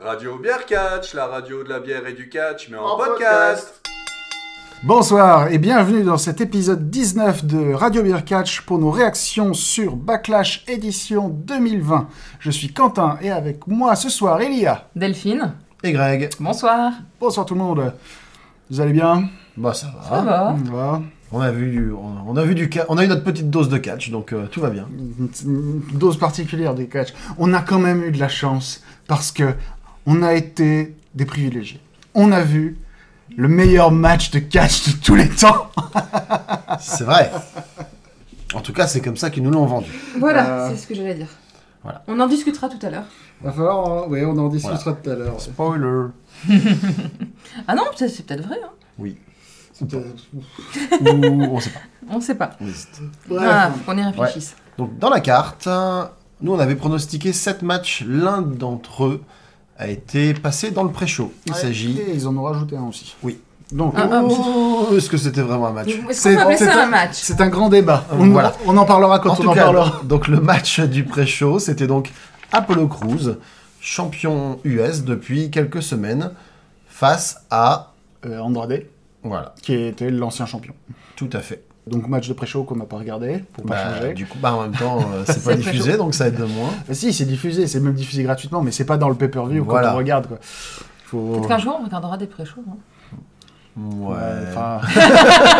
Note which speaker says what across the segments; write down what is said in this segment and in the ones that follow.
Speaker 1: Radio Bière Catch, la radio de la bière et du catch, mais en,
Speaker 2: En
Speaker 1: podcast.
Speaker 3: Bonsoir et bienvenue dans cet épisode 19 de Radio Beer Catch pour nos réactions sur Backlash édition 2020. Je suis Quentin et avec moi ce soir Elia
Speaker 4: Delphine,
Speaker 2: Et Greg
Speaker 4: bonsoir.
Speaker 3: Bonsoir tout le monde. Vous allez bien
Speaker 2: Bah ça va.
Speaker 4: Ça va
Speaker 3: Ça va
Speaker 2: On a vu du, on, on a vu du, ca- on a eu notre petite dose de catch, donc euh, tout va bien.
Speaker 3: Une petite- une dose particulière des catch. On a quand même eu de la chance parce que on a été des privilégiés. On a vu le meilleur match de catch de tous les temps.
Speaker 2: C'est vrai. En tout cas, c'est comme ça qu'ils nous l'ont vendu.
Speaker 4: Voilà,
Speaker 3: Euh,
Speaker 4: c'est ce que j'allais dire.
Speaker 2: voilà.
Speaker 4: On en discutera tout à l'heure.
Speaker 3: Va falloir, oui, on en
Speaker 2: discutera
Speaker 3: tout à l'heure.
Speaker 2: Spoiler.
Speaker 4: Ah non, ça, c'est peut-être vrai. Hein.
Speaker 2: Ou on sait pas.
Speaker 4: On sait pas.
Speaker 2: On hésite.
Speaker 4: Ah, faut qu'on y réfléchisse.
Speaker 2: Donc dans la carte, euh, nous on avait pronostiqué 7 matchs. L'un d'entre eux a été passé dans le pré-show. Il s'agit.
Speaker 3: Et ils en ont rajouté un aussi.
Speaker 2: Oui.
Speaker 3: Donc
Speaker 4: Ah, ah,
Speaker 2: Oh, Est-ce que c'était vraiment un match
Speaker 4: Est-ce qu'on peut appeler ça un match
Speaker 3: C'est un grand débat.
Speaker 2: Euh,
Speaker 3: On,
Speaker 2: voilà.
Speaker 3: on en parlera quand
Speaker 2: en
Speaker 3: on
Speaker 2: tout
Speaker 3: en
Speaker 2: cas,
Speaker 3: parlera.
Speaker 2: donc le match du pré-show, c'était donc Apollo Crews, champion US depuis quelques semaines, face à
Speaker 3: Euh, Andrade,
Speaker 2: voilà,
Speaker 3: qui était l'ancien champion.
Speaker 2: tout à fait.
Speaker 3: Donc match de pré-show qu'on n'a pas regardé pour pas
Speaker 2: Bah,
Speaker 3: changer.
Speaker 2: du coup, bah, en même temps, euh, c'est pas
Speaker 4: le pré-show.
Speaker 2: diffusé, donc ça aide moins.
Speaker 3: Ah Si, c'est diffusé, c'est même diffusé gratuitement, mais c'est pas dans le pay-per-view
Speaker 2: Voilà.
Speaker 3: quand on regarde quoi. Faut...
Speaker 4: Peut-être qu'un jour, on regardera des pré-shows. hein.
Speaker 2: Ouais.
Speaker 3: Ouais, enfin,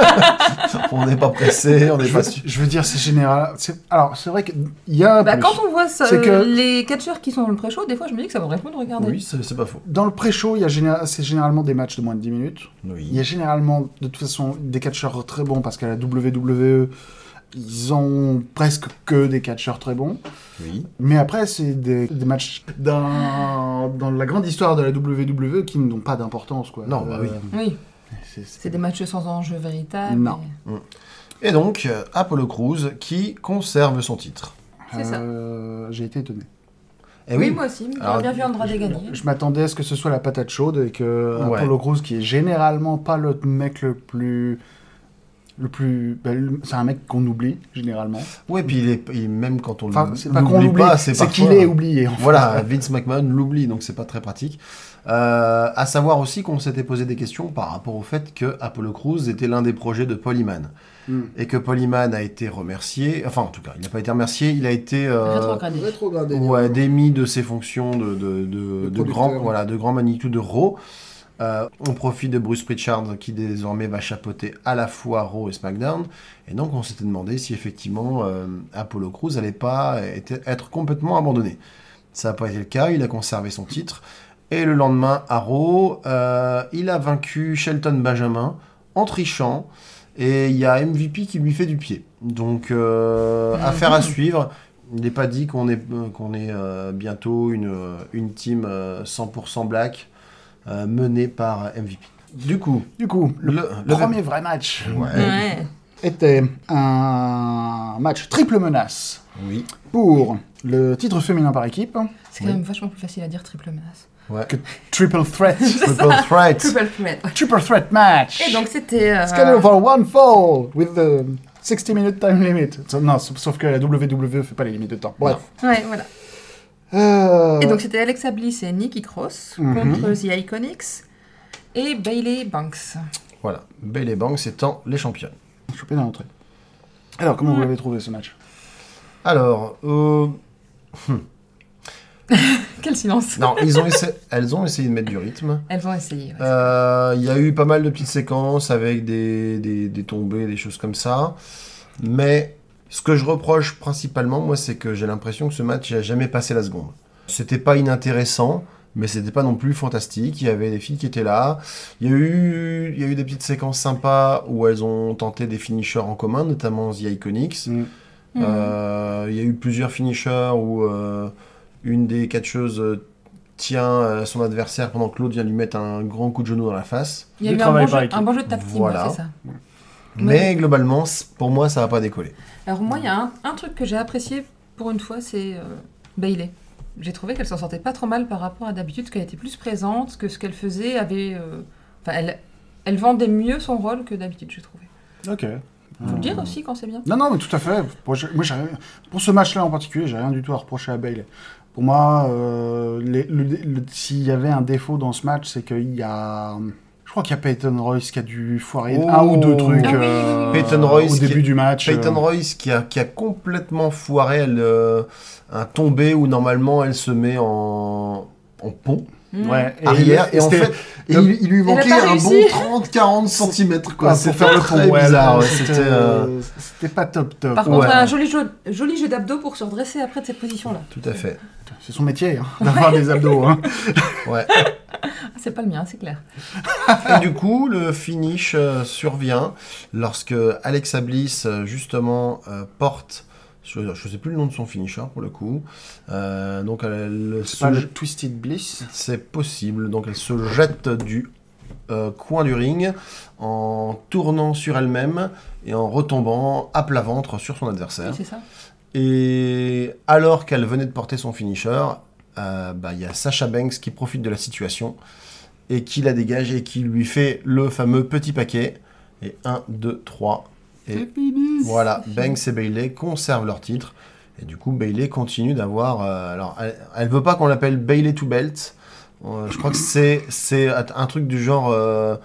Speaker 2: on n'est pas pressé, on n'est
Speaker 3: je,
Speaker 2: pas
Speaker 3: veux,
Speaker 2: sûr.
Speaker 3: je veux dire, c'est général. c'est- Alors, c'est vrai qu'il y a un
Speaker 4: Bah,
Speaker 3: plus.
Speaker 4: quand on voit ça,
Speaker 3: C'est que-
Speaker 4: les catcheurs qui sont dans le pré-show, des fois, je me dis que ça vaudrait le coup de regarder.
Speaker 2: Oui, c'est c'est pas faux.
Speaker 3: Dans le pré-show, il y a géné- c'est généralement des matchs de moins de 10 minutes. Il y
Speaker 2: Oui.
Speaker 3: a généralement, de toute façon, des catcheurs très bons parce qu'à la WWE, ils ont presque que des catcheurs très bons.
Speaker 2: Oui.
Speaker 3: Mais après, c'est des, des matchs dans, dans la grande histoire de la WWE qui n'ont pas d'importance. quoi. Euh,
Speaker 2: Non, bah oui.
Speaker 4: Oui,
Speaker 3: c'est- c'est-
Speaker 4: c'est des matchs sans enjeu véritable.
Speaker 3: Non.
Speaker 4: mais-
Speaker 2: Et donc, euh, Apollo Crews qui conserve son titre.
Speaker 4: C'est ça.
Speaker 3: Euh, J'ai été étonné.
Speaker 2: Et
Speaker 4: Oui,
Speaker 2: oui,
Speaker 4: moi aussi. J'aurais
Speaker 2: Alors,
Speaker 4: bien vu Andrade gagner.
Speaker 3: Eh Je m'attendais à ce que ce soit la patate chaude et que euh,
Speaker 2: Ouais.
Speaker 3: Apollo Crews, qui est généralement pas le mec le plus. Le plus. ben, le- c'est un mec qu'on oublie, généralement.
Speaker 2: ouais, puis il est, il- même quand on
Speaker 3: Enfin, c'est pas qu'on
Speaker 2: l'oublie
Speaker 3: l'oublie,
Speaker 2: pas,
Speaker 3: c'est
Speaker 2: parfois- hein.
Speaker 3: qu'il est oublié. en fait.
Speaker 2: Voilà, Vince McMahon l'oublie, donc c'est pas très pratique. Euh, à savoir aussi qu'on s'était posé des questions par rapport au fait que Apollo Crews était l'un des projets de Polyman.
Speaker 3: Mm.
Speaker 2: Et que Polyman a été remercié, enfin en tout cas, il n'a pas été remercié, il a été euh,
Speaker 4: Rétrogradé.
Speaker 2: ouais, démis de ses fonctions de, de,
Speaker 3: De
Speaker 2: de- de grand,
Speaker 3: producteur.
Speaker 2: voilà, de grand magnitude de Raw. Euh, on profite de Bruce Pritchard qui désormais va chapeauter à la fois Raw et SmackDown. Et donc on s'était demandé si effectivement euh, Apollo Crews n'allait pas être, être complètement abandonné. Ça n'a pas été le cas, il a conservé son titre. Et le lendemain à Raw, euh, il a vaincu Shelton Benjamin en trichant. Et il y a MVP qui lui fait du pied. Donc euh, affaire à suivre. Il n'est pas dit qu'on est, qu'on est euh, bientôt une, euh, une team euh, 100% black euh, menée par MVP. Du coup,
Speaker 3: Du coup,
Speaker 2: le,
Speaker 3: le
Speaker 2: le-
Speaker 3: premier vrai match
Speaker 2: Ouais.
Speaker 4: Ouais.
Speaker 3: était un match triple menace
Speaker 2: Oui.
Speaker 3: pour le titre féminin par équipe,
Speaker 4: C'est quand même vachement plus facile à dire triple menace.
Speaker 2: Ouais.
Speaker 3: que triple threat,
Speaker 2: Triple threat.
Speaker 4: Triple threat. ouais.
Speaker 3: triple threat match.
Speaker 4: Et donc, c'était. euh,
Speaker 3: scheduled for one fall with the 60 minute time limit. So- non, sauf, sauf que la WWE fait pas les limites de temps. Bref.
Speaker 4: Ouais, voilà.
Speaker 3: Euh,
Speaker 4: Et donc c'était Alexa Bliss et Nikki Cross
Speaker 2: Mhm.
Speaker 4: contre The Iconics et Bailey Banks.
Speaker 2: Voilà. Belle et Banks étant les championnes.
Speaker 3: chopé dans l'entrée. Alors, comment vous l'avez trouvé ce match
Speaker 2: Alors, euh,
Speaker 4: Quel silence
Speaker 2: non, ils ont essa- elles ont essayé de mettre du rythme.
Speaker 4: Elles ont essayé. ouais.
Speaker 2: Euh, Il y a eu pas mal de petites séquences avec des, des, des tombées, des choses comme ça. Mais ce que je reproche principalement, moi, c'est que j'ai l'impression que ce match n'a jamais passé la seconde. C'était pas inintéressant, mais c'était pas non plus fantastique. Il y avait des filles qui étaient là. Il y a eu, il y a eu des petites séquences sympas où elles ont tenté des finishers en commun, notamment The Iconics.
Speaker 3: Mm.
Speaker 4: Mhm.
Speaker 2: Euh,
Speaker 3: Mhm.
Speaker 2: Il y a eu plusieurs finishers où euh, une des catcheuses euh, tient euh, son adversaire pendant que l'autre vient lui mettre un grand coup de genou dans la face.
Speaker 4: Il y a
Speaker 3: du
Speaker 4: eu un
Speaker 3: travail
Speaker 4: bon,
Speaker 3: par
Speaker 4: jeu,
Speaker 3: équipe.
Speaker 4: un bon jeu de tap team,
Speaker 2: Voilà.
Speaker 4: ouais, c'est ça.
Speaker 2: Mais globalement, c- pour moi, ça n'a pas décollé.
Speaker 4: Alors moi, il y a un, un truc que j'ai apprécié pour une fois, c'est euh, Bailey. J'ai trouvé qu'elle s'en sortait pas trop mal par rapport à d'habitude, qu'elle était plus présente, que ce qu'elle faisait avait. euh, Enfin, elle, elle vendait mieux son rôle que d'habitude, j'ai trouvé.
Speaker 2: Ok.
Speaker 4: Faut le
Speaker 2: Mhm.
Speaker 4: dire aussi quand c'est bien.
Speaker 3: Euh, Non, non, mais tout à fait. Moi, j'ai- moi, j'ai rien- pour ce match-là en particulier, j'ai rien du tout à reprocher à Bailey. Pour moi, euh, les- le- le- s'il y avait un défaut dans ce match, c'est qu'il y a. Je crois qu'il y a Peyton Royce qui a dû foirer
Speaker 2: Oh.
Speaker 3: un ou deux trucs
Speaker 4: Ah oui, oui, oui,
Speaker 3: euh,
Speaker 4: oui.
Speaker 2: Peyton Royce
Speaker 3: au
Speaker 2: qui-
Speaker 3: début du match.
Speaker 2: Peyton
Speaker 3: euh,
Speaker 2: Royce qui a, qui a complètement foiré le- un tombé où normalement elle se met en, en pont
Speaker 4: Mm.
Speaker 3: ouais, euh, et
Speaker 2: arrière
Speaker 3: il-
Speaker 2: et en
Speaker 3: c'était-
Speaker 2: fait
Speaker 3: et
Speaker 2: le-
Speaker 3: il, il lui
Speaker 4: Elle a
Speaker 3: manquait
Speaker 4: pas
Speaker 3: un
Speaker 4: réussi.
Speaker 3: bon
Speaker 2: bon 30-40 cm quoi.
Speaker 3: Ah,
Speaker 2: C'était
Speaker 3: pour faire le
Speaker 2: très
Speaker 3: pont. ouais,
Speaker 2: bizarre.
Speaker 3: là,
Speaker 2: ouais, C'était euh,
Speaker 3: euh, c'était pas top top.
Speaker 4: Par contre, euh,
Speaker 2: Ouais.
Speaker 4: un joli jeu, joli jeu d'abdos pour se redresser après de cette position-là.
Speaker 2: tout à fait.
Speaker 3: C'est son métier hein, d'avoir des abdos. hein.
Speaker 2: Ouais.
Speaker 4: Ah, c'est pas le mien, c'est clair.
Speaker 2: Et du coup, le finish euh, survient lorsque Alexa Bliss, euh, justement, euh, porte, je ne sais plus le nom de son finisher pour le coup, Euh, donc elle
Speaker 3: C'est
Speaker 2: se-
Speaker 3: pas le Twisted Bliss.
Speaker 2: c'est possible, donc elle se jette du euh, coin du ring en tournant sur elle-même et en retombant à plat ventre sur son adversaire.
Speaker 4: Oui, c'est ça.
Speaker 2: Et alors qu'elle venait de porter son finisher, euh, bah, il y a Sasha Banks qui profite de la situation et qui la dégage et qui lui fait le fameux petit paquet. Et 1, 2, 3. Et voilà, Banks et Bailey conservent leur titre. Et du coup, Bailey continue d'avoir. euh, alors, elle, elle veut pas qu'on l'appelle Bailey to Belt. Euh, je crois que c'est c'est un truc du genre. Euh,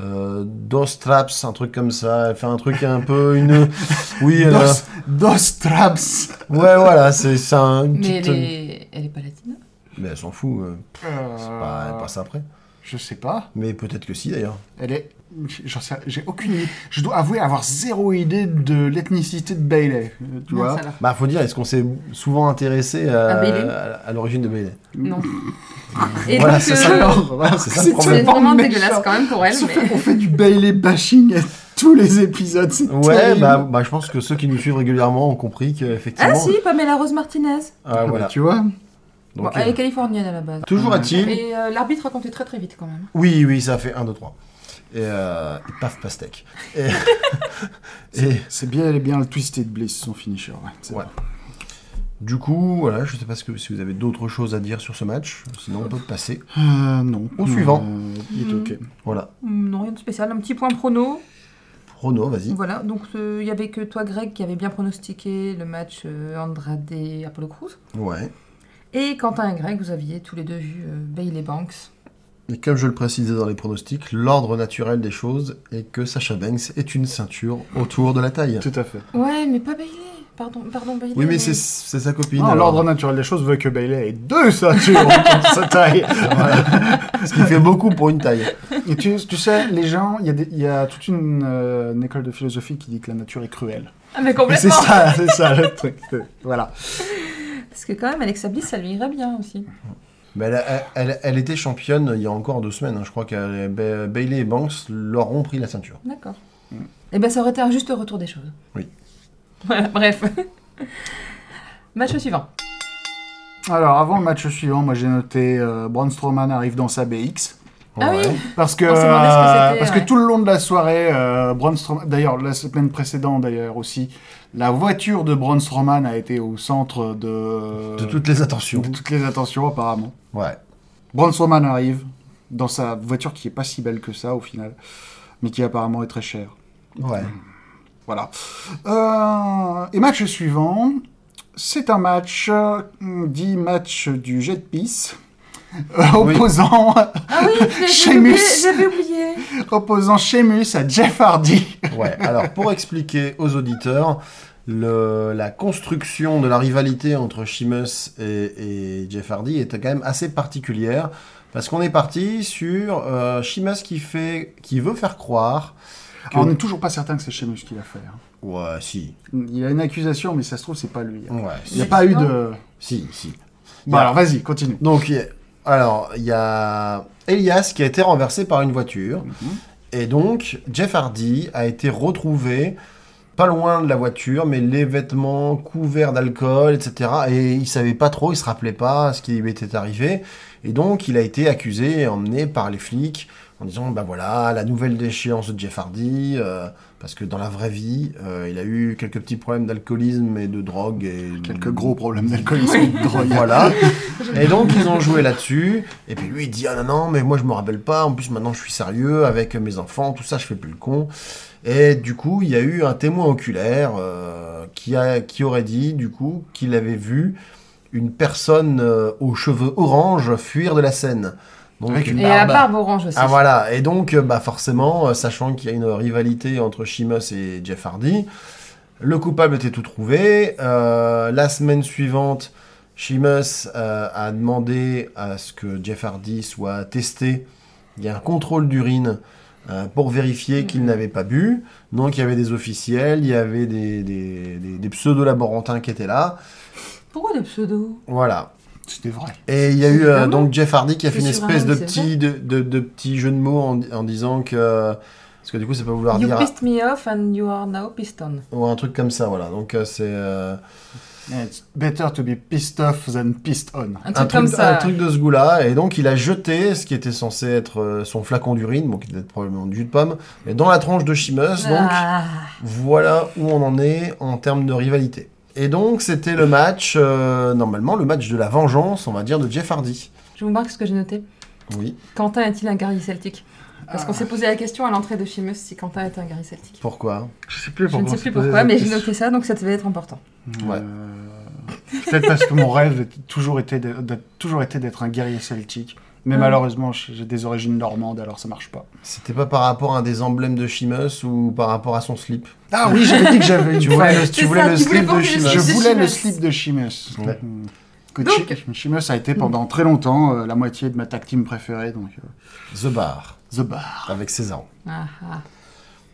Speaker 2: euh, dos traps, un truc comme ça, elle fait un truc un peu une. Oui, elle a-
Speaker 3: Dos, euh, dos traps.
Speaker 2: Ouais, voilà, c'est c'est un- une
Speaker 4: Mais
Speaker 2: petite.
Speaker 4: elle est, elle est pas latine.
Speaker 2: Mais elle s'en fout, euh, c'est pas- elle
Speaker 3: Euh,
Speaker 2: passe après.
Speaker 3: Je sais pas.
Speaker 2: Mais peut-être que si d'ailleurs.
Speaker 3: Elle est. j'en sais- J'ai aucune idée. Je dois avouer avoir zéro idée de l'ethnicité de Bailey. euh, Tu
Speaker 4: Non,
Speaker 3: vois
Speaker 4: ça va.
Speaker 2: Bah, faut dire, est-ce qu'on s'est souvent intéressé à,
Speaker 4: À Bailey
Speaker 2: à- à l'origine de Bailey
Speaker 4: Non. Et
Speaker 2: Voilà,
Speaker 4: donc,
Speaker 2: c'est
Speaker 4: euh,
Speaker 2: ça.
Speaker 3: Alors, voilà,
Speaker 2: C'est ça le
Speaker 3: c'est
Speaker 2: problème.
Speaker 4: c'est
Speaker 3: tellement
Speaker 4: vraiment
Speaker 3: méchant.
Speaker 4: dégueulasse quand même pour elle.
Speaker 3: On se
Speaker 4: mais-
Speaker 3: fait- On fait du Bailey bashing à tous les épisodes. C'est
Speaker 2: Ouais,
Speaker 3: terrible.
Speaker 2: bah, bah, je pense que ceux qui nous suivent régulièrement ont compris qu'effectivement.
Speaker 4: Ah si, Pamela Rose Martinez.
Speaker 2: Ah,
Speaker 3: Bah,
Speaker 2: voilà.
Speaker 3: Tu vois
Speaker 2: Donc,
Speaker 4: Bon, bah,
Speaker 2: euh,
Speaker 4: elle est californienne à la base.
Speaker 2: toujours
Speaker 3: Ouais.
Speaker 2: est-il.
Speaker 4: Et euh, l'arbitre a compté très très vite quand même.
Speaker 2: Oui, oui, ça fait 1, 2, 3. Et, euh, et paf, pastèque. Et. et-
Speaker 3: C'est bien, elle est bien le Twisted Bliss, son finisher. Ouais. c'est
Speaker 2: Ouais. Du coup, voilà, je sais pas ce que, si vous avez d'autres choses à dire sur ce match, sinon on peut passer.
Speaker 3: vrai. Euh, non.
Speaker 2: Au suivant. Mm.
Speaker 3: Euh, il est
Speaker 4: Hmm.
Speaker 3: ok.
Speaker 2: Voilà.
Speaker 4: Hmm, Non, rien de spécial. Un petit point prono.
Speaker 2: Prono, vas-y.
Speaker 4: Voilà, donc euh, il y avait que toi, Greg, qui avait bien pronostiqué le match euh, Andrade-Apollo Cruz.
Speaker 2: Ouais.
Speaker 4: Et Quentin et Greg, vous aviez tous les deux vu euh, Bailey Banks.
Speaker 2: Et comme je le précisais dans les pronostics, l'ordre naturel des choses est que Sacha Banks est une ceinture autour de la taille.
Speaker 3: Tout à fait.
Speaker 4: Ouais, mais pas Bailey. Pardon, pardon Bailey.
Speaker 2: Oui, mais c'est c'est sa copine.
Speaker 3: Non,
Speaker 2: alors.
Speaker 3: Oh, L'ordre naturel des choses veut que Bailey ait deux ceintures contre sa taille.
Speaker 2: Ce qui fait beaucoup pour une taille.
Speaker 3: Et tu, tu sais, les gens, il y, a des- il y a toute une, euh, une école de philosophie qui dit que la nature est cruelle.
Speaker 4: Ah, mais
Speaker 3: Et C'est
Speaker 4: complètement.
Speaker 3: ça, c'est ça le truc. c'est- Voilà.
Speaker 4: Parce que quand même, Alexa Bliss, ça lui irait bien aussi.
Speaker 2: Mais elle, a- elle- elle était championne il y a encore deux semaines. hein. Je crois que Ba- Bailey et Banks leur ont pris la ceinture.
Speaker 4: D'accord. Eh ben, ça aurait été un juste retour des choses.
Speaker 2: Oui.
Speaker 4: Voilà, bref. match suivant.
Speaker 3: Alors, avant le match suivant, moi j'ai noté euh, Braun Strowman arrive dans sa BX.
Speaker 4: Ah oui.
Speaker 3: Parce que,
Speaker 4: On s'est demandé ce que
Speaker 3: euh,
Speaker 4: c'était,
Speaker 3: parce
Speaker 4: ouais.
Speaker 3: que tout le long de la soirée, euh, Braun Strowman, d'ailleurs la semaine précédente d'ailleurs aussi, la voiture de Braun Strowman a été au centre de,
Speaker 2: De toutes les attentions.
Speaker 3: de toutes les attentions apparemment.
Speaker 2: Ouais.
Speaker 3: Braun Strowman arrive dans sa voiture qui est pas si belle que ça au final, mais qui apparemment est très chère.
Speaker 2: Ouais.
Speaker 3: Voilà. Euh, et match suivant, c'est un match, euh, on dit match du jet de piste, euh,
Speaker 2: Oui.
Speaker 3: opposant,
Speaker 4: Ah oui, j'ai- j'ai
Speaker 3: Sheamus.
Speaker 4: oublié, j'avais oublié.
Speaker 3: opposant Sheamus à Jeff Hardy.
Speaker 2: Ouais. Alors, pour expliquer aux auditeurs, le- la construction de la rivalité entre Sheamus et, et Jeff Hardy est quand même assez particulière. Parce qu'on est parti sur euh, Sheamus qui, fait, qui veut faire croire. que-
Speaker 3: Alors, on n'est toujours pas certain que c'est Sheamus qui l'a fait. hein.
Speaker 2: Ouais, si.
Speaker 3: Il a une accusation, mais ça se trouve, c'est pas lui. hein.
Speaker 2: Ouais,
Speaker 3: Il
Speaker 2: si.
Speaker 3: n'y a pas eu
Speaker 4: Non.
Speaker 3: de...
Speaker 2: Si, si.
Speaker 3: Bon, alors vas-y, continue.
Speaker 2: Donc, il y a- alors, il y a Elias qui a été renversé par une voiture.
Speaker 3: Mhm.
Speaker 2: Et donc, Jeff Hardy a été retrouvé pas loin de la voiture, mais les vêtements couverts d'alcool, etc. Et il savait pas trop, il se rappelait pas ce qui lui était arrivé. Et donc, il a été accusé et emmené par les flics en disant bah voilà la nouvelle déchéance de Jeff Hardy euh, parce que dans la vraie vie euh, il a eu quelques petits problèmes d'alcoolisme et de drogue et
Speaker 3: Quelques gros problèmes d'alcoolisme et de drogue.
Speaker 2: voilà et donc ils ont joué là-dessus et puis lui il dit ah non non mais moi je me rappelle pas en plus maintenant je suis sérieux avec mes enfants tout ça je fais plus le con et du coup il y a eu un témoin oculaire euh, qui a qui aurait dit du coup qu'il avait vu une personne euh, aux cheveux orange fuir de la scène donc
Speaker 3: Avec une
Speaker 4: Et à la barbe orange aussi.
Speaker 2: ah voilà, et donc euh, bah forcément, euh, sachant qu'il y a une rivalité entre Sheamus et Jeff Hardy, le coupable était tout trouvé. Euh, la semaine suivante, Sheamus euh, a demandé à ce que Jeff Hardy soit testé. Il y a un contrôle d'urine euh, pour vérifier qu'il n'avait pas bu. Donc il y avait des officiels, il y avait des, des- des- des pseudo-laborantins qui étaient là.
Speaker 4: Pourquoi des pseudos
Speaker 2: Voilà.
Speaker 3: C'était vrai.
Speaker 2: Et il y a eu euh,
Speaker 4: Évidemment.
Speaker 2: donc Jeff Hardy qui a fait
Speaker 4: C'est
Speaker 2: une
Speaker 4: sur
Speaker 2: espèce
Speaker 4: un
Speaker 2: de
Speaker 4: homme, c'est
Speaker 2: petit, de, de, de petit jeu de mots en, en disant que. Parce que du coup, ça peut vouloir
Speaker 4: You
Speaker 2: dire.
Speaker 4: pissed me off and you are now pissed on.
Speaker 2: Ou un truc comme ça, voilà. Donc euh, c'est. euh,
Speaker 3: It's better to be pissed off than pissed on.
Speaker 4: Un truc
Speaker 2: un,
Speaker 4: comme
Speaker 2: truc,
Speaker 4: ça.
Speaker 2: un truc de ce goût-là. Et donc il a jeté ce qui était censé être euh, son flacon d'urine, bon, qui devait être probablement du jus de pomme, mais dans la tranche de Chimeuse. Donc
Speaker 4: Ah,
Speaker 2: voilà où on en est en termes de rivalité. Et donc c'était le match, euh, normalement, le match de la vengeance, on va dire, de Jeff Hardy.
Speaker 4: je vous marque ce que j'ai noté.
Speaker 2: Oui.
Speaker 4: Quentin est-il un guerrier celtique Parce qu'on s'est posé la question à l'entrée de Chimus si Quentin était un guerrier celtique.
Speaker 2: Pourquoi
Speaker 3: Je sais plus
Speaker 4: Je ne
Speaker 3: pourquoi.
Speaker 4: sais plus pourquoi, mais j'ai noté ça, donc ça devait être important.
Speaker 2: Ouais.
Speaker 3: Euh, Peut-être parce que mon rêve a toujours été d'être- d'être toujours été d'être un guerrier celtique. Mais
Speaker 4: Hmm.
Speaker 3: malheureusement, j'ai j'ai des origines normandes, alors ça marche pas.
Speaker 2: C'était pas par rapport à un des emblèmes de Chimeuse ou par rapport à son slip
Speaker 3: Ah oui, j'avais dit que j'avais une
Speaker 2: Tu voulais le,
Speaker 3: faille.
Speaker 2: tu
Speaker 4: C'est
Speaker 2: voulais
Speaker 4: ça,
Speaker 2: le
Speaker 4: tu voulais
Speaker 2: slip
Speaker 4: pas
Speaker 2: de
Speaker 4: que je
Speaker 2: Chimeuse.
Speaker 3: Je
Speaker 4: slip de
Speaker 3: voulais le
Speaker 4: Sheamus.
Speaker 3: slip de Mm. Chimus.
Speaker 2: Ouais.
Speaker 4: Donc-
Speaker 3: Chimus a été pendant très longtemps euh, la moitié de ma tag team préférée, donc euh,
Speaker 2: The Bar,
Speaker 3: The Bar.
Speaker 2: avec César.
Speaker 4: Ah, ah.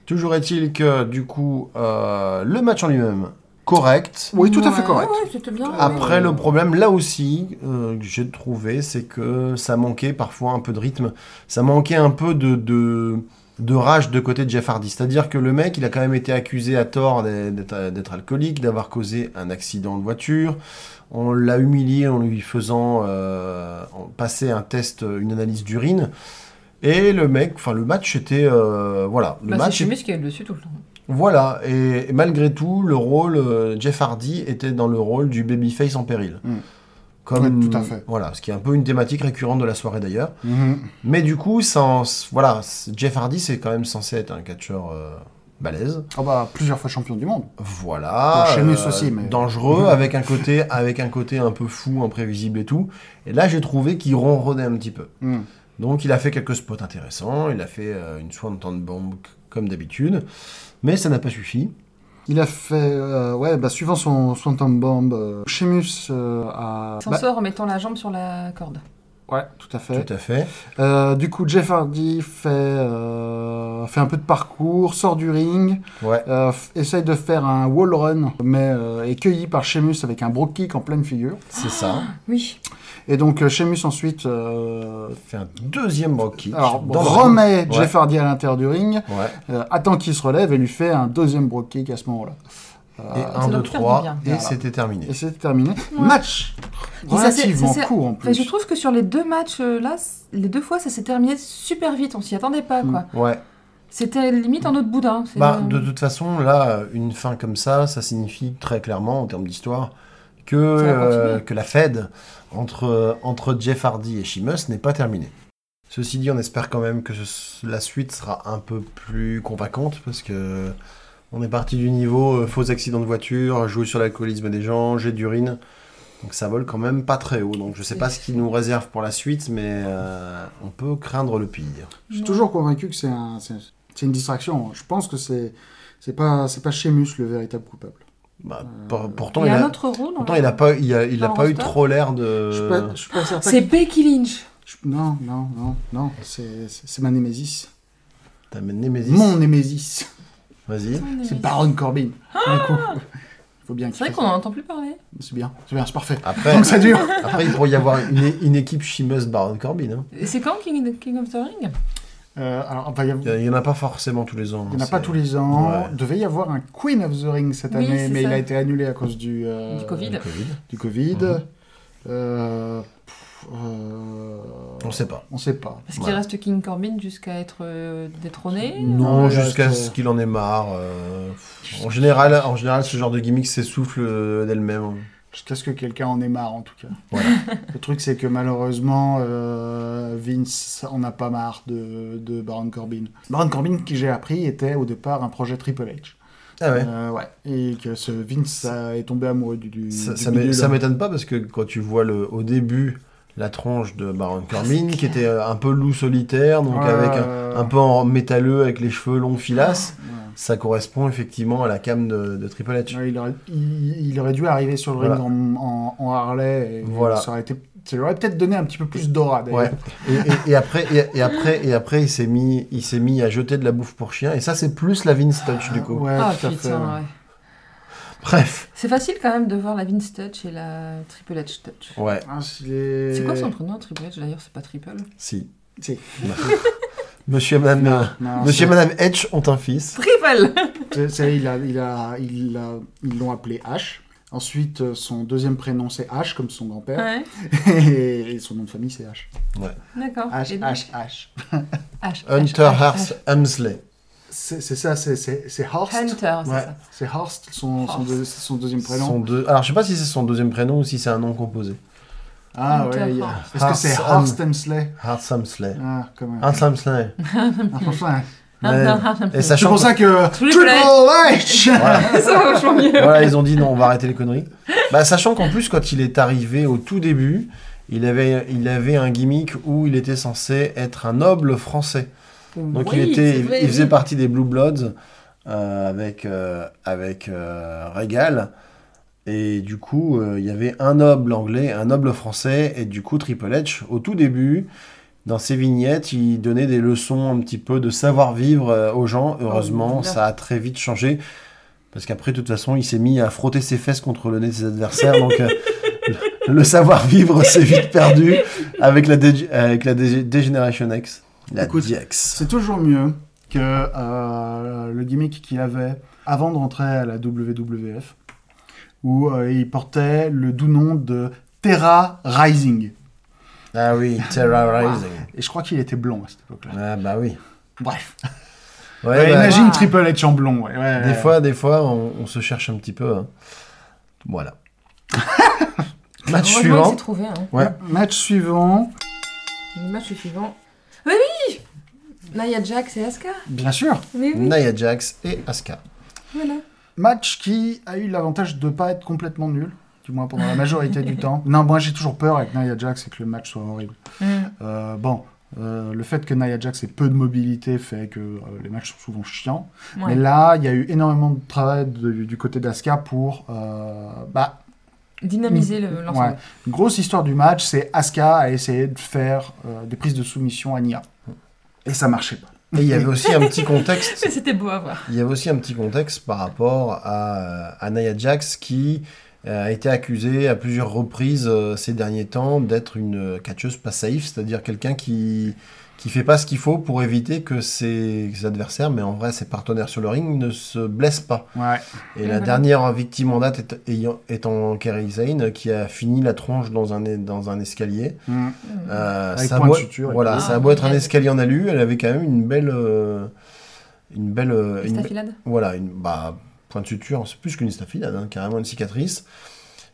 Speaker 2: Toujours est-il que, du coup, euh, le match en lui-même, correct.
Speaker 3: Oui, tout à fait
Speaker 4: Ouais,
Speaker 3: correct.
Speaker 4: ouais, c'était bien.
Speaker 2: Après, le problème, là aussi, euh, que j'ai trouvé, c'est que ça manquait parfois un peu de rythme. Ça manquait un peu de, de, de rage de côté de Jeff Hardy. C'est-à-dire que le mec, il a quand même été accusé à tort d'être- d'être d'être alcoolique, d'avoir causé un accident de voiture. On l'a humilié en lui faisant euh, en- passer un test, une analyse d'urine. Et le mec, enfin le match était, euh, voilà, le
Speaker 4: Bah, c'est
Speaker 2: match
Speaker 4: Chimus qui a eu le dessus tout le temps.
Speaker 2: voilà, et, et malgré tout, le rôle, euh, Jeff Hardy était dans le rôle du babyface en péril.
Speaker 3: Mm.
Speaker 2: Comme,
Speaker 3: Ouais, tout à fait.
Speaker 2: Voilà, ce qui est un peu une thématique récurrente de la soirée d'ailleurs.
Speaker 3: Mhm.
Speaker 2: Mais du coup, ça en- voilà, c- Jeff Hardy, c'est quand même censé être un catcheur euh, balèze.
Speaker 3: Ah bah, plusieurs fois champion du monde.
Speaker 2: Voilà. euh,
Speaker 3: Bon, Sheamus aussi, mais-
Speaker 2: Dangereux,
Speaker 3: Mhm.
Speaker 2: avec, un côté, avec un côté un peu fou, imprévisible et tout. Et là, j'ai trouvé qu'il ronronnait un petit peu.
Speaker 3: Hmm.
Speaker 2: Donc il a fait quelques spots intéressants, il a fait euh, une swanton bomb c- comme d'habitude, mais ça n'a pas suffi.
Speaker 3: Il a fait, euh, ouais, bah, suivant son, son time bomb, euh, Sheamus euh, a.
Speaker 4: S'en
Speaker 3: bah,
Speaker 4: sort en mettant la jambe sur la corde.
Speaker 3: ouais, tout à fait.
Speaker 2: Tout à fait.
Speaker 3: Euh, du coup, Jeff Hardy fait, euh, fait un peu de parcours, sort du ring,
Speaker 2: Ouais.
Speaker 3: euh, f- essaye de faire un wall run, mais euh, est cueilli par Sheamus avec un broke kick en pleine figure.
Speaker 2: C'est ça.
Speaker 4: Oui.
Speaker 3: Et donc, euh, Sheamus ensuite euh,
Speaker 2: Fait un deuxième rock kick.
Speaker 3: alors,
Speaker 2: dans le-
Speaker 3: remet
Speaker 2: Ouais.
Speaker 3: Jeff Hardy à l'intérieur du ring,
Speaker 2: Ouais.
Speaker 3: euh, attend qu'il se relève et lui fait un deuxième broke kick à ce moment-là.
Speaker 2: Et
Speaker 3: Euh,
Speaker 2: 1,
Speaker 4: doit
Speaker 2: 2,
Speaker 4: faire du
Speaker 2: 3.
Speaker 4: bien.
Speaker 2: Ah. Et
Speaker 3: Voilà.
Speaker 2: c'était terminé.
Speaker 3: et c'est terminé.
Speaker 4: Ouais.
Speaker 3: Match
Speaker 4: Et ça, c'est-
Speaker 3: relativement
Speaker 4: ça, c'est-
Speaker 3: court en
Speaker 4: Enfin,
Speaker 3: plus.
Speaker 4: je trouve que sur les deux matchs euh, là, c- les deux fois, ça s'est terminé super vite. On s'y attendait pas,
Speaker 3: Mm.
Speaker 4: quoi.
Speaker 2: Ouais.
Speaker 4: C'était limite un autre boudin. c'est-
Speaker 2: Bah, de toute façon, là, une fin comme ça, ça signifie très clairement, en termes d'histoire, que,
Speaker 4: Ça va
Speaker 2: euh,
Speaker 4: continuer.
Speaker 2: que la Fed entre, euh, entre Jeff Hardy et Sheamus n'est pas terminée. Ceci dit, on espère quand même que ce- la suite sera un peu plus convaincante parce que on est parti du niveau euh, faux accident de voiture, jouer sur l'alcoolisme des gens, jet d'urine. Donc ça vole quand même pas très haut. Donc je sais pas ce qui nous réserve pour la suite, mais euh, on peut craindre le pire.
Speaker 3: Je suis toujours convaincu que c'est un- c'est- c'est une distraction. Je pense que c'est c'est pas c'est pas Sheamus le véritable coupable.
Speaker 2: Bah, pour-
Speaker 4: Euh, Il
Speaker 2: pourtant,
Speaker 4: y
Speaker 2: il
Speaker 4: a un
Speaker 2: a,
Speaker 4: autre rôle. dans
Speaker 2: Pourtant,
Speaker 4: la-
Speaker 2: il a pas, il a, il a
Speaker 4: Dans
Speaker 2: pas eu
Speaker 4: Roster
Speaker 2: trop l'air
Speaker 3: Ah, Je suis
Speaker 2: de.
Speaker 3: pas, je suis pas certain.
Speaker 4: Euh. C'est Becky Lynch.
Speaker 3: que- je- non non non non c'est c'est- c'est ma némésis.
Speaker 2: T'as même Nemesis.
Speaker 3: Mon némésis.
Speaker 2: Vas-y.
Speaker 3: C'est Baron Corbin. Du coup, faut bien. qu'il
Speaker 4: Ah C'est vrai
Speaker 3: fasse-
Speaker 4: qu'on n'en entend plus parler.
Speaker 3: C'est bien c'est bien c'est parfait.
Speaker 2: Après,
Speaker 3: Donc ça dure.
Speaker 2: après, il pourrait y avoir une, une équipe chimeuse Baron Corbin. hein.
Speaker 4: Et C'est quand King, King of the Ring
Speaker 3: Euh, alors enfin, il y a-
Speaker 2: Il y a- il y en a pas forcément tous les ans. hein,
Speaker 3: Il n'y en a
Speaker 2: c'est-
Speaker 3: pas tous les ans.
Speaker 2: Ouais.
Speaker 3: Il devait y avoir un Queen of the Ring cette
Speaker 4: Oui,
Speaker 3: année,
Speaker 4: c'est
Speaker 3: mais
Speaker 4: ça.
Speaker 3: il a été annulé à cause du, euh,
Speaker 4: Du Covid.
Speaker 2: Covid.
Speaker 3: du Covid. Euh, pff, euh,
Speaker 2: On sait pas.
Speaker 3: on sait pas.
Speaker 4: Parce qu'il
Speaker 2: Voilà.
Speaker 4: reste King Corbin jusqu'à être euh, détrôné
Speaker 2: Non,
Speaker 3: Ouais,
Speaker 2: jusqu'à
Speaker 3: reste,
Speaker 2: ce
Speaker 3: euh,
Speaker 2: qu'il en ait marre. euh, En général, en général, ce genre de gimmick s'essouffle euh, d'elle-même.
Speaker 3: Jusqu'à ce que quelqu'un en ait marre, en tout cas.
Speaker 2: Voilà.
Speaker 3: Le truc, c'est que malheureusement, euh, Vince en a pas marre de, de Baron Corbin. Baron Corbin, qui j'ai appris, était au départ un projet Triple H.
Speaker 2: Ah ouais.
Speaker 3: Euh, ouais. Et que ce Vince euh, est tombé amoureux du. du
Speaker 2: Ça,
Speaker 3: du
Speaker 2: ça
Speaker 3: bidule.
Speaker 2: m'é- ça m'étonne pas parce que quand tu vois le, au début la tronche de Baron Corbin qui était euh, un peu loup solitaire, donc
Speaker 3: Ouais,
Speaker 2: avec un,
Speaker 3: ouais,
Speaker 2: un peu en métalleux avec les cheveux longs filasses,
Speaker 3: Ah, ouais.
Speaker 2: ça correspond effectivement à la cam de, de Triple H.
Speaker 3: Ouais, il, aurait, il- il aurait dû arriver sur le
Speaker 2: Voilà.
Speaker 3: ring en, en- en Harley. Et
Speaker 2: Voilà.
Speaker 3: Ça, aurait été, ça lui aurait peut-être donné un petit peu plus d'aura d'ailleurs.
Speaker 2: Ouais. Et, et- et après, et, et après, et après, il s'est mis, il s'est mis à jeter de la bouffe pour chien. Et ça, c'est plus la Vince Touch du coup.
Speaker 3: Ouais,
Speaker 4: Ah
Speaker 3: tout à fait,
Speaker 4: putain,
Speaker 3: ouais.
Speaker 4: ouais.
Speaker 2: Bref.
Speaker 4: C'est facile quand même de voir la Vince Touch et la Triple H Touch.
Speaker 2: Ouais.
Speaker 3: Ah, s'il est-
Speaker 4: C'est quoi son prénom Triple H d'ailleurs, c'est pas Triple
Speaker 2: Si.
Speaker 3: Si.
Speaker 2: Monsieur et Madame, euh,
Speaker 3: Non,
Speaker 2: Monsieur et Madame Edge ont un fils.
Speaker 4: Triple
Speaker 3: C'est- c'est- il a- il a- il a- ils l'ont appelé H. Ensuite, euh, son deuxième prénom c'est H, comme son grand-père.
Speaker 4: Ouais,
Speaker 3: et son nom de famille c'est H.
Speaker 4: d'accord.
Speaker 3: H,
Speaker 4: Et donc-
Speaker 3: H, H.
Speaker 4: H,
Speaker 2: Hunter
Speaker 4: H, H,
Speaker 2: Hearst Hemsley.
Speaker 3: C'est c'est ça, c'est- c'est c'est
Speaker 4: H. Hunter,
Speaker 3: Horst.
Speaker 4: c'est
Speaker 2: Ouais.
Speaker 4: ça.
Speaker 3: C'est Horst, son, son,
Speaker 4: Horst.
Speaker 3: deux- son deuxième prénom.
Speaker 2: Son deux... Alors, je sais pas si c'est son deuxième prénom ou si c'est un nom composé.
Speaker 3: Ah
Speaker 4: Hunter
Speaker 3: ouais, il y a-
Speaker 4: Horst.
Speaker 3: est-ce que c'est
Speaker 2: Horst,
Speaker 3: Horst Hemsley
Speaker 2: Hearst Hemsley.
Speaker 3: Ah, quand même.
Speaker 2: Hearst Hemsley.
Speaker 3: Ah, franchement,
Speaker 2: Mais-
Speaker 4: Hunter Hearst
Speaker 2: Et
Speaker 3: C'est
Speaker 4: Hemsley.
Speaker 2: sachant
Speaker 3: pour
Speaker 2: que-
Speaker 3: ça que
Speaker 4: Triple
Speaker 3: Triple H
Speaker 2: Voilà.
Speaker 4: Ça va vachement mieux.
Speaker 2: Voilà, ils ont dit non, on va arrêter les conneries. Bah, sachant qu'en plus, quand il est arrivé au tout début, il avait, il avait un gimmick où il était censé être un noble français. Donc il
Speaker 4: Oui,
Speaker 2: était,
Speaker 4: c'est
Speaker 2: il,
Speaker 4: vrai,
Speaker 2: il faisait
Speaker 4: oui.
Speaker 2: partie des Blue Bloods euh, avec euh, avec euh, Regal. Et du coup, euh, il y avait un noble anglais, un noble français, et du coup Triple H au tout début. Dans ses vignettes, il donnait des leçons un petit peu de savoir-vivre euh, aux gens. Heureusement,
Speaker 4: Oh, là.
Speaker 2: ça a très vite changé. Parce qu'après, de toute façon, il s'est mis à frotter ses fesses contre le nez de ses adversaires. donc, euh, le- le savoir-vivre s'est vite perdu avec la, dég- avec la dég- Degeneration X. La
Speaker 3: Écoute,
Speaker 2: DX.
Speaker 3: C'est toujours mieux que euh, le gimmick qu'il avait avant de rentrer à la WWF, où euh, il portait le doux nom de Terra Rising.
Speaker 2: Ah oui, Terra Rising.
Speaker 3: Et je crois qu'il était blond à cette époque-là.
Speaker 2: Ah bah oui.
Speaker 3: Bref.
Speaker 2: Ouais,
Speaker 3: Ouais,
Speaker 2: bah,
Speaker 3: imagine
Speaker 4: Wow.
Speaker 3: Triple H en blond. ouais, ouais,
Speaker 2: Des
Speaker 3: ouais.
Speaker 2: fois, des fois, on, on se cherche un petit peu. hein. Voilà. Match
Speaker 4: Heureusement, Il
Speaker 2: suivant.
Speaker 4: s'est trouvé, hein.
Speaker 2: Ouais.
Speaker 3: Match suivant.
Speaker 4: Le match suivant. Mais oui Naya Jax et Asuka.
Speaker 3: Bien sûr.
Speaker 4: Mais oui,
Speaker 2: Nia Jax et Asuka.
Speaker 4: voilà.
Speaker 3: Match qui a eu l'avantage de ne pas être complètement nul. Du moins pendant la majorité du temps. Non, moi j'ai toujours peur avec Nia Jax, c'est que le match soit horrible.
Speaker 2: Hmm.
Speaker 3: Euh, bon, euh, le fait que Nia Jax ait peu de mobilité fait que euh, les matchs sont souvent chiants.
Speaker 4: Ouais.
Speaker 3: Mais là, il y a eu énormément de travail de- du côté d'Asuka pour. euh, bah,
Speaker 4: Dynamiser le-
Speaker 2: Hmm.
Speaker 3: ouais.
Speaker 4: l'ensemble.
Speaker 3: Une grosse histoire du match, c'est Asuka a essayé de faire euh, des prises de soumission à Nia. Et ça marchait pas.
Speaker 2: Et il y avait aussi un petit contexte.
Speaker 4: Mais C'était beau à voir.
Speaker 2: Il y avait aussi un petit contexte par rapport à, euh, à Nia Jax qui euh, a été accusée à plusieurs reprises euh, ces derniers temps d'être une euh, catcheuse pas safe, c'est-à-dire quelqu'un qui qui fait pas ce qu'il faut pour éviter que ses adversaires, mais en vrai ses partenaires sur le ring, ne se blessent pas.
Speaker 3: Ouais.
Speaker 2: Et
Speaker 4: Et voilà.
Speaker 2: la dernière victime en date est- ayant- étant Kerry Zane, qui a fini la tronche dans un, é- dans un escalier.
Speaker 3: Mm.
Speaker 2: Euh,
Speaker 3: Avec
Speaker 2: ça a
Speaker 3: point de
Speaker 2: beau-
Speaker 3: suture et
Speaker 2: voilà,
Speaker 4: tout.
Speaker 2: ça a
Speaker 4: Ah,
Speaker 2: beau être un
Speaker 4: génial.
Speaker 2: escalier en alu, elle avait quand même une belle. euh, une belle. euh, une be-
Speaker 4: Estafilade.
Speaker 2: voilà, une, bah, point de suture, c'est plus qu'une stafilade, hein, carrément une cicatrice.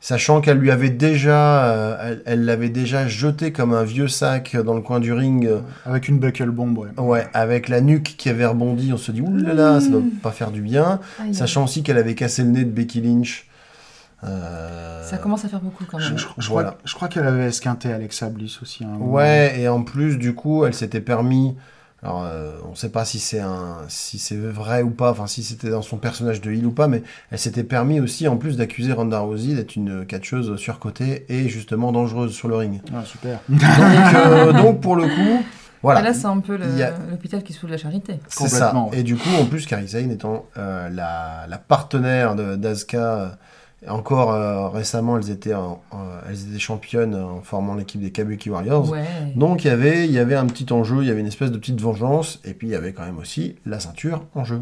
Speaker 2: Sachant qu'elle lui avait déjà. euh, elle- elle l'avait déjà jeté comme un vieux sac dans le coin du ring. euh,
Speaker 3: Avec une buckle bomb, ouais.
Speaker 2: ouais, avec la nuque qui avait rebondi, on se dit, oulala, ça doit
Speaker 4: Mm.
Speaker 2: pas faire du bien.
Speaker 4: Aïe.
Speaker 2: Sachant aussi qu'elle avait cassé le nez de Becky Lynch. Euh,
Speaker 4: Ça commence à faire beaucoup quand
Speaker 3: Je,
Speaker 4: même.
Speaker 3: je- je
Speaker 2: Voilà.
Speaker 3: crois, je crois qu'elle avait esquinté Alexa Bliss aussi. hein. à un moment.
Speaker 2: Ouais, et en plus, du coup, elle s'était permis. Alors, euh, on ne sait pas si c'est un, si c'est vrai ou pas, enfin si c'était dans son personnage de Hill ou pas, mais elle s'était permis aussi, en plus d'accuser Ronda Rousey d'être une catcheuse surcotée et justement dangereuse sur le ring.
Speaker 3: Ah, super.
Speaker 2: Donc, euh, donc, pour le coup,
Speaker 4: Et là,
Speaker 2: voilà,
Speaker 4: c'est un peu
Speaker 2: Il y a-
Speaker 4: le- l'hôpital qui se fout de la charité.
Speaker 2: c'est ça.
Speaker 3: complètement, ouais.
Speaker 2: Et du coup, en plus, Kairi Sane étant euh, la, la partenaire de- d'Asuka, euh, encore euh, récemment, elles étaient, en- en- elles étaient championnes en formant l'équipe des Kabuki Warriors.
Speaker 4: Ouais.
Speaker 2: Donc il y avait, il y avait un petit enjeu, il y avait une espèce de petite vengeance, et puis il y avait quand même aussi la ceinture en jeu.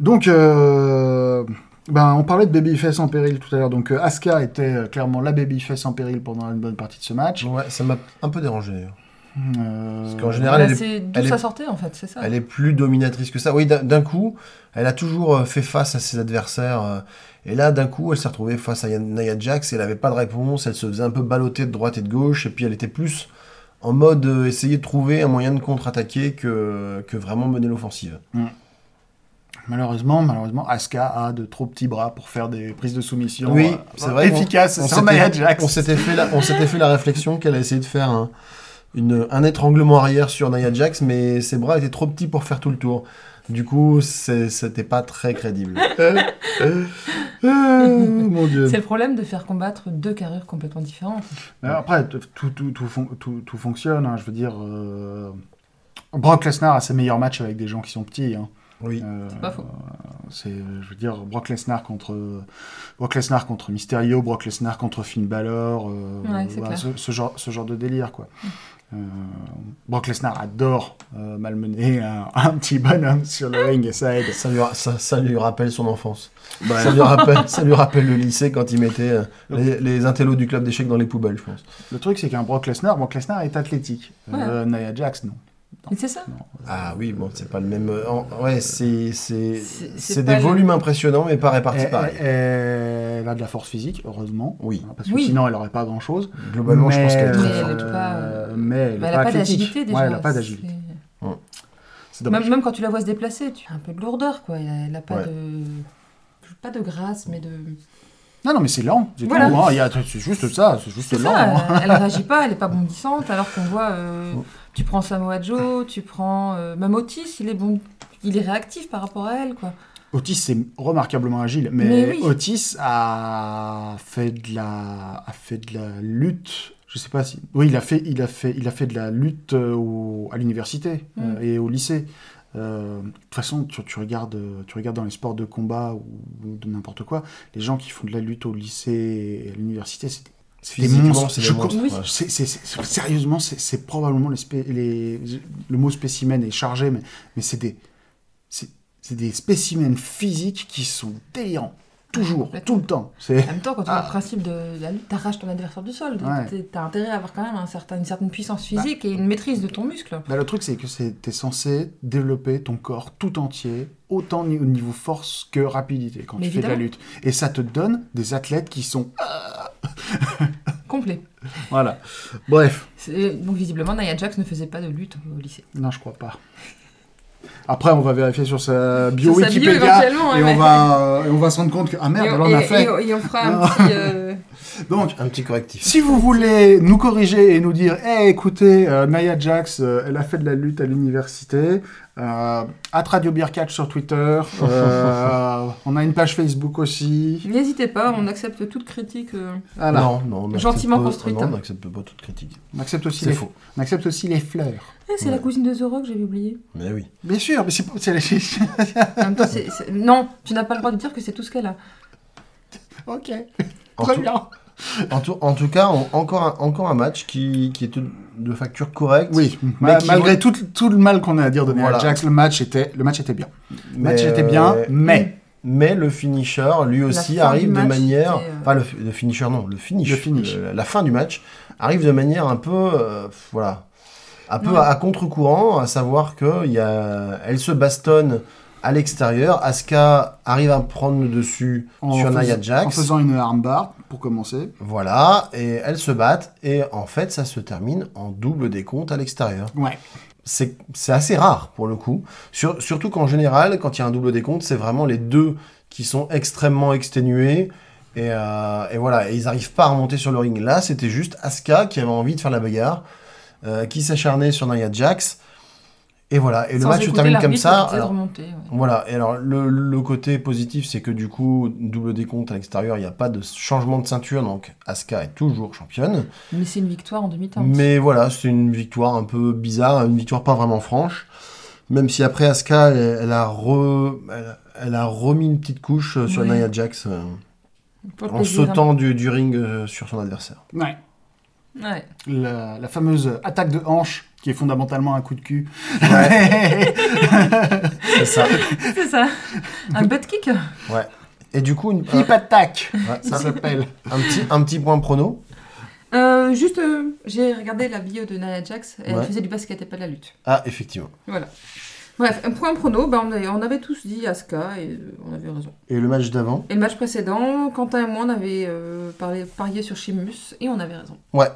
Speaker 3: Donc, euh, Ben, on parlait de Babyface en péril tout à l'heure, donc euh, Asuka était euh, clairement la Babyface en péril pendant une bonne partie de ce match.
Speaker 2: Ouais, ça m'a un peu dérangé d'ailleurs.
Speaker 3: Euh,
Speaker 2: Parce qu'en général,
Speaker 4: Bah,
Speaker 2: elle est-
Speaker 4: c'est d'où
Speaker 2: elle est-
Speaker 4: ça sortait en fait, c'est ça.
Speaker 2: Ah. Elle est plus dominatrice que ça. Oui, d'un- d'un coup, elle a toujours euh, fait face à ses adversaires. euh, Et là, d'un coup, elle s'est retrouvée face à Yan- Nia Jax et elle n'avait pas de réponse. Elle se faisait un peu balloter de droite et de gauche. Et puis, elle était plus en mode euh, essayer de trouver un moyen de contre-attaquer que, que vraiment mener l'offensive.
Speaker 3: Malheureusement, malheureusement, Asuka a de trop petits bras pour faire des prises de soumission
Speaker 2: Oui,
Speaker 3: euh,
Speaker 2: c'est vrai qu'on-
Speaker 3: efficaces
Speaker 2: On
Speaker 3: sur
Speaker 2: s'était-
Speaker 3: Nia Jax.
Speaker 2: On s'était fait, la- on s'était fait la réflexion qu'elle a essayé de faire un, une- un étranglement arrière sur Nia Jax, mais ses bras étaient trop petits pour faire tout le tour. Du coup, c'est- c'était pas très crédible. Ah,
Speaker 3: Mon dieu.
Speaker 4: C'est le problème de faire combattre deux carrures complètement différentes.
Speaker 3: Mais Après, tout, tout, tout, fon- tout- tout fonctionne, hein, je veux dire. euh, Brock Lesnar a ses meilleurs matchs avec des gens qui sont petits. hein.
Speaker 2: Oui.
Speaker 3: Euh,
Speaker 4: C'est pas faux.
Speaker 3: C'est, euh, je veux dire, Brock Lesnar contre Brock Lesnar contre Mysterio, Brock Lesnar contre Finn Balor, euh,
Speaker 4: Ouais, c'est
Speaker 3: voilà,
Speaker 4: clair. Mm.
Speaker 3: ce, ce genre, ce genre de délire quoi. Euh, Brock Lesnar adore euh, malmener un, un petit bonhomme sur le ring et ça aide.
Speaker 2: Ça lui, ra- ça, ça lui rappelle son enfance. Ça, lui rappelle, ça lui rappelle le lycée quand il mettait euh, les, les intellos du club d'échecs dans les poubelles, je pense.
Speaker 3: Le truc c'est qu'un Brock Lesnar, Brock Lesnar est athlétique. Euh, Nia Jax non.
Speaker 4: Mais c'est ça.
Speaker 2: Ah oui, bon, c'est pas le même. euh, en- ouais, c'est c'est-
Speaker 4: C'est- c'est
Speaker 2: c'est
Speaker 4: pas
Speaker 2: des
Speaker 4: le-
Speaker 2: volumes impressionnants, mais pas répartis
Speaker 3: Elle,
Speaker 2: Ah, pareil.
Speaker 3: elle- elle a de la force physique, heureusement.
Speaker 2: Oui.
Speaker 3: Hein, Parce que
Speaker 4: Oui.
Speaker 3: sinon, elle n'aurait pas grand chose.
Speaker 2: Globalement, je pense qu'elle est
Speaker 4: Mais
Speaker 2: très
Speaker 4: elle
Speaker 2: forte.
Speaker 4: est pas, euh,
Speaker 3: Mais elle
Speaker 4: Mais
Speaker 3: n'a
Speaker 4: elle a
Speaker 3: pas,
Speaker 4: pas
Speaker 3: athlétique.
Speaker 4: d'agilité déjà.
Speaker 3: Ouais, elle n'a pas d'agilité.
Speaker 4: c'est-
Speaker 3: C'est dommage.
Speaker 4: Même, même quand tu la vois se déplacer, tu as un peu de lourdeur, quoi. Elle n'a pas
Speaker 2: Ouais.
Speaker 4: de. Pas de grâce, mais de.
Speaker 3: Non, non, mais c'est lent. C'est
Speaker 4: Voilà.
Speaker 3: tout, hein. Il y a- C'est juste ça. C'est juste
Speaker 4: C'est
Speaker 3: lent.
Speaker 4: ça,
Speaker 3: hein.
Speaker 4: elle- elle réagit pas, elle est pas bondissante, alors qu'on voit. euh, Tu prends Samoa Joe, tu prends. euh, même Otis, il est bon. Il est réactif par rapport à elle, quoi.
Speaker 3: Otis, c'est remarquablement agile. Mais,
Speaker 4: Mais oui.
Speaker 3: Otis a fait, de la... a fait de la lutte. Je sais pas si. Oui, il a fait, il a fait, il a fait de la lutte euh, au- à l'université
Speaker 4: Mm.
Speaker 3: euh, et au lycée. Euh, de toute façon, tu, tu regardes, euh, tu regardes dans les sports de combat ou ou de n'importe quoi, les gens qui font de la lutte au lycée et à l'université, c'est c'est des
Speaker 2: Physiquement,
Speaker 3: monstres.
Speaker 2: c'est des
Speaker 3: Je-
Speaker 2: monstres,
Speaker 4: oui.
Speaker 2: ouais.
Speaker 3: c'est- c'est- c'est- sérieusement, c'est c'est probablement les spé- les- le mot spécimen est chargé, mais, mais c'est des, c'est c'est des spécimens physiques qui sont délirants. Toujours, tout le temps. C'est-
Speaker 4: En même temps, quand tu
Speaker 3: Ah.
Speaker 4: vois le principe de la lutte, t'arraches ton adversaire du sol. donc
Speaker 3: Ouais.
Speaker 4: t'es- T'as intérêt à avoir quand même un certain, une certaine puissance physique et une maîtrise de ton muscle.
Speaker 3: Bah, le truc, c'est que c'est- t'es censé développer ton corps tout entier, autant ni- au niveau force que rapidité quand
Speaker 4: Mais
Speaker 3: tu fais de la
Speaker 4: évidemment.
Speaker 3: lutte. Et ça te donne des athlètes qui sont.
Speaker 4: Complet.
Speaker 3: Voilà. Bref.
Speaker 4: C'est- Donc visiblement, Nia Jax ne faisait pas de lutte au lycée.
Speaker 3: Non, je crois pas. Après, on va vérifier sur sa bio
Speaker 4: Sur sa bio,
Speaker 3: Wikipédia
Speaker 4: éventuellement,
Speaker 3: et,
Speaker 4: hein,
Speaker 3: on
Speaker 4: mais-
Speaker 3: va, et on va se rendre compte que. Ah merde,
Speaker 4: et,
Speaker 3: elle
Speaker 4: on-
Speaker 3: en a
Speaker 4: et-
Speaker 3: fait.
Speaker 4: et on- et on fera un petit. euh,
Speaker 3: Donc,
Speaker 2: Un petit correctif.
Speaker 3: si vous voulez nous corriger et nous dire, Eh, écoutez, euh, Naya Jax, euh, elle a fait de la lutte à l'université, euh, at Radio Beer Catch sur Twitter, euh, on a une page Facebook aussi.
Speaker 4: N'hésitez pas, on accepte toute critique. euh,
Speaker 3: Voilà.
Speaker 2: Non, non, on
Speaker 4: Gentiment
Speaker 2: accepte pas-
Speaker 4: construite.
Speaker 2: non, on n'accepte pas toute critique.
Speaker 3: On accepte aussi
Speaker 2: C'est
Speaker 3: les,
Speaker 2: faux.
Speaker 3: on accepte aussi les fleurs.
Speaker 4: Ah, c'est la
Speaker 2: Ouais.
Speaker 4: cousine de Zoro que j'avais oubliée.
Speaker 2: Mais oui.
Speaker 3: Bien sûr, mais c'est pour- c'est la...
Speaker 4: En même temps, c'est- c'est- Non, tu n'as pas le droit de dire que c'est tout ce qu'elle a.
Speaker 3: ok,
Speaker 2: En
Speaker 3: très
Speaker 2: tout-
Speaker 3: bien.
Speaker 2: En, tout, en tout cas, on- encore, un, encore un match qui, qui est de facture correcte.
Speaker 3: Oui,
Speaker 2: Mais
Speaker 3: ma-
Speaker 2: qui-
Speaker 3: Bah, malgré tout, tout le mal qu'on a à dire de Naya
Speaker 2: Voilà.
Speaker 3: Jax, le match était, le match était bien. Le
Speaker 2: mais,
Speaker 3: match était
Speaker 2: euh,
Speaker 3: bien, mais...
Speaker 2: Mais le finisher, lui aussi,
Speaker 4: fin du
Speaker 2: arrive de
Speaker 4: match
Speaker 2: manière.
Speaker 4: était, euh,
Speaker 2: Enfin, le, le finisher, non, le finish.
Speaker 3: Le finish.
Speaker 2: le- la fin du match arrive de manière un peu. euh, voilà. Un peu à, à contre-courant, à savoir qu'elle se bastonne à l'extérieur. Asuka arrive à prendre le dessus sur
Speaker 3: fais-
Speaker 2: Nia Jax.
Speaker 3: en faisant une armbar, pour commencer.
Speaker 2: Voilà, et elles se battent, et en fait, ça se termine en double décompte à l'extérieur.
Speaker 3: Ouais.
Speaker 2: C'est c'est assez rare pour le coup, Sur- surtout qu'en général, quand il y a un double décompte, c'est vraiment les deux qui sont extrêmement exténués, et, euh, et voilà, et ils n'arrivent pas à remonter sur le ring. Là, c'était juste Asuka qui avait envie de faire la bagarre, euh, qui s'acharnait sur Nia Jax, et voilà, et le
Speaker 4: Sans
Speaker 2: match se
Speaker 4: écouter
Speaker 2: termine comme
Speaker 4: l'arbitre
Speaker 2: ça.
Speaker 4: qui disait de
Speaker 2: Alors,
Speaker 4: remonter, ouais.
Speaker 2: voilà, et alors le, le côté positif, c'est que du coup, double décompte à l'extérieur, il n'y a pas de changement de ceinture, donc Asuka est toujours championne.
Speaker 4: Mais c'est une victoire en demi-temps.
Speaker 2: Mais voilà, c'est une victoire un peu bizarre, une victoire pas vraiment franche. Même si après Asuka, elle, elle a, re- elle, elle a remis une petite couche euh, sur
Speaker 4: Ouais.
Speaker 2: Nia Jax euh,
Speaker 4: Pour le
Speaker 2: en
Speaker 4: plaisir.
Speaker 2: sautant du, du ring euh, sur son adversaire.
Speaker 3: Ouais.
Speaker 4: Ouais.
Speaker 3: La, la fameuse attaque de hanche, qui est fondamentalement un coup de cul.
Speaker 2: C'est ça.
Speaker 4: C'est ça. Un butt kick.
Speaker 2: Ouais. Et du coup, une- un,
Speaker 3: Hip Attack,
Speaker 2: ouais,
Speaker 3: ça
Speaker 2: ça,
Speaker 3: s'appelle.
Speaker 2: un petit, un petit point prono.
Speaker 4: Euh, juste, euh, j'ai regardé la bio de Nia Jax, elle
Speaker 2: Ouais.
Speaker 4: faisait du basket et pas de la lutte.
Speaker 2: Ah, effectivement.
Speaker 4: Voilà. Bref, un point prono, ben, on, avait, on avait tous dit Asuka et euh, on avait raison.
Speaker 2: Et le match d'avant
Speaker 4: Et le match précédent, Quentin et moi, on avait euh, parlé, parié sur Chimus et on avait raison.
Speaker 2: Ouais.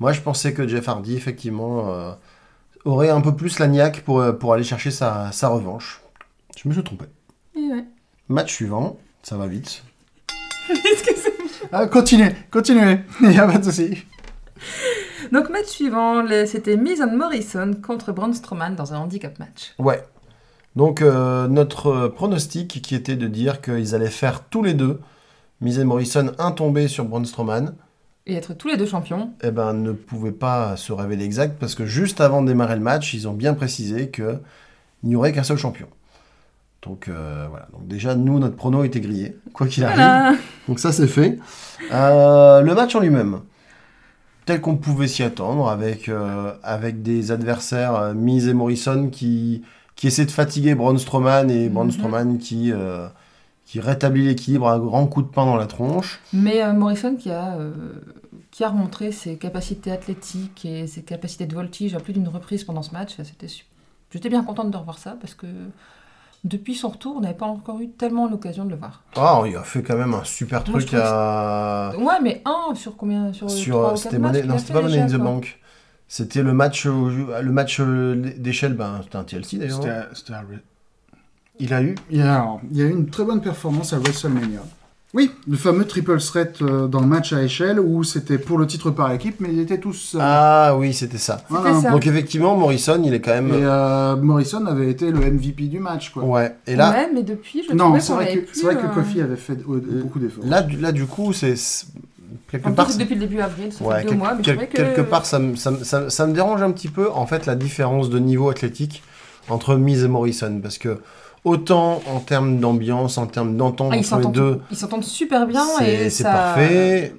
Speaker 2: Moi, je pensais que Jeff Hardy, effectivement, euh, aurait un peu plus la niaque pour, euh, pour aller chercher sa, sa revanche. Je me suis trompé.
Speaker 4: Et ouais.
Speaker 2: Match suivant, ça va vite.
Speaker 4: Qu'est-ce que c'est
Speaker 3: Ah, continuez, continuez, il n'y a pas de souci.
Speaker 4: Donc, match suivant, les- c'était Miz and Morrison contre Braun Strowman dans un handicap match.
Speaker 2: Ouais. Donc, euh, notre euh, pronostic qui était de dire qu'ils allaient faire tous les deux, Miz et Morrison, un tombé sur Braun Strowman,
Speaker 4: Et être tous les deux champions.
Speaker 2: eh ben, ne pouvait pas se révéler exact parce que juste avant de démarrer le match, ils ont bien précisé qu'il n'y aurait qu'un seul champion. Donc, euh, voilà. Donc, déjà, nous, notre prono était grillé, quoi qu'il arrive.
Speaker 4: Voilà.
Speaker 2: Donc ça c'est fait. Euh, le match en lui-même, tel qu'on pouvait s'y attendre, avec, euh, avec des adversaires euh, Miz et Morrison qui, qui essaient de fatiguer Braun Strowman et Braun
Speaker 4: Mhm.
Speaker 2: Strowman qui, euh, qui rétablit l'équilibre à un grand coup de pain dans la tronche.
Speaker 4: Mais euh, Morrison qui a, euh, qui a remontré ses capacités athlétiques et ses capacités de voltige à plus d'une reprise pendant ce match, ça, c'était su- j'étais bien contente de revoir ça parce que depuis son retour, on n'avait pas encore eu tellement l'occasion de le voir.
Speaker 2: Ah, il a fait quand même un super
Speaker 4: Moi, je
Speaker 2: truc
Speaker 4: trouve
Speaker 2: à...
Speaker 4: Ouais, mais un sur combien Sur,
Speaker 2: Ah. sur
Speaker 4: trois
Speaker 2: euh,
Speaker 4: ou
Speaker 2: c'était
Speaker 4: quatre matchs
Speaker 2: Money-
Speaker 4: qu'il
Speaker 2: non
Speaker 4: a
Speaker 2: c'était
Speaker 4: fait
Speaker 2: pas Money in
Speaker 4: déjà,
Speaker 2: the
Speaker 4: quoi.
Speaker 2: Bank c'était le match euh, le match euh, d'échelle ben c'était un TLC d'ailleurs
Speaker 3: C'était à- c'était à Re- Il a eu, il a, alors, il a eu une très bonne performance à WrestleMania. Oui, le fameux triple threat euh, dans le match à échelle où c'était pour le titre par équipe, mais ils étaient tous. euh,
Speaker 2: ah oui c'était ça
Speaker 3: voilà.
Speaker 4: C'était ça.
Speaker 2: Ah, donc effectivement Morrison il est quand
Speaker 3: Et
Speaker 2: même
Speaker 3: euh, Morrison avait été le MVP du match, quoi.
Speaker 2: ouais et là
Speaker 4: Ouais, mais depuis, je
Speaker 3: non,
Speaker 4: trouvais
Speaker 3: c'est
Speaker 4: qu'on
Speaker 3: vrai,
Speaker 4: avait
Speaker 3: que,
Speaker 4: plus,
Speaker 3: c'est vrai que
Speaker 4: euh,
Speaker 3: Kofi avait fait euh, beaucoup d'efforts.
Speaker 2: Là, du, là, du coup, c'est c'est- quelque
Speaker 4: en
Speaker 2: part.
Speaker 4: plus,
Speaker 2: c'est-
Speaker 4: depuis le début avril, ça
Speaker 2: ouais,
Speaker 4: fait deux
Speaker 2: quel-
Speaker 4: mois, mais je
Speaker 2: quel-
Speaker 4: trouvais que... Ah,
Speaker 2: quelque part, ça me, ça, me- ça me- ça me dérange un petit peu, en fait, la différence de niveau athlétique entre Miz et Morrison. Parce que, autant en termes d'ambiance, en termes d'entente
Speaker 4: Ah, ils
Speaker 2: entre les
Speaker 4: s'entendent
Speaker 2: deux,
Speaker 4: ils s'entendent super bien
Speaker 2: c'est
Speaker 4: et
Speaker 2: c'est
Speaker 4: ça...
Speaker 2: parfait.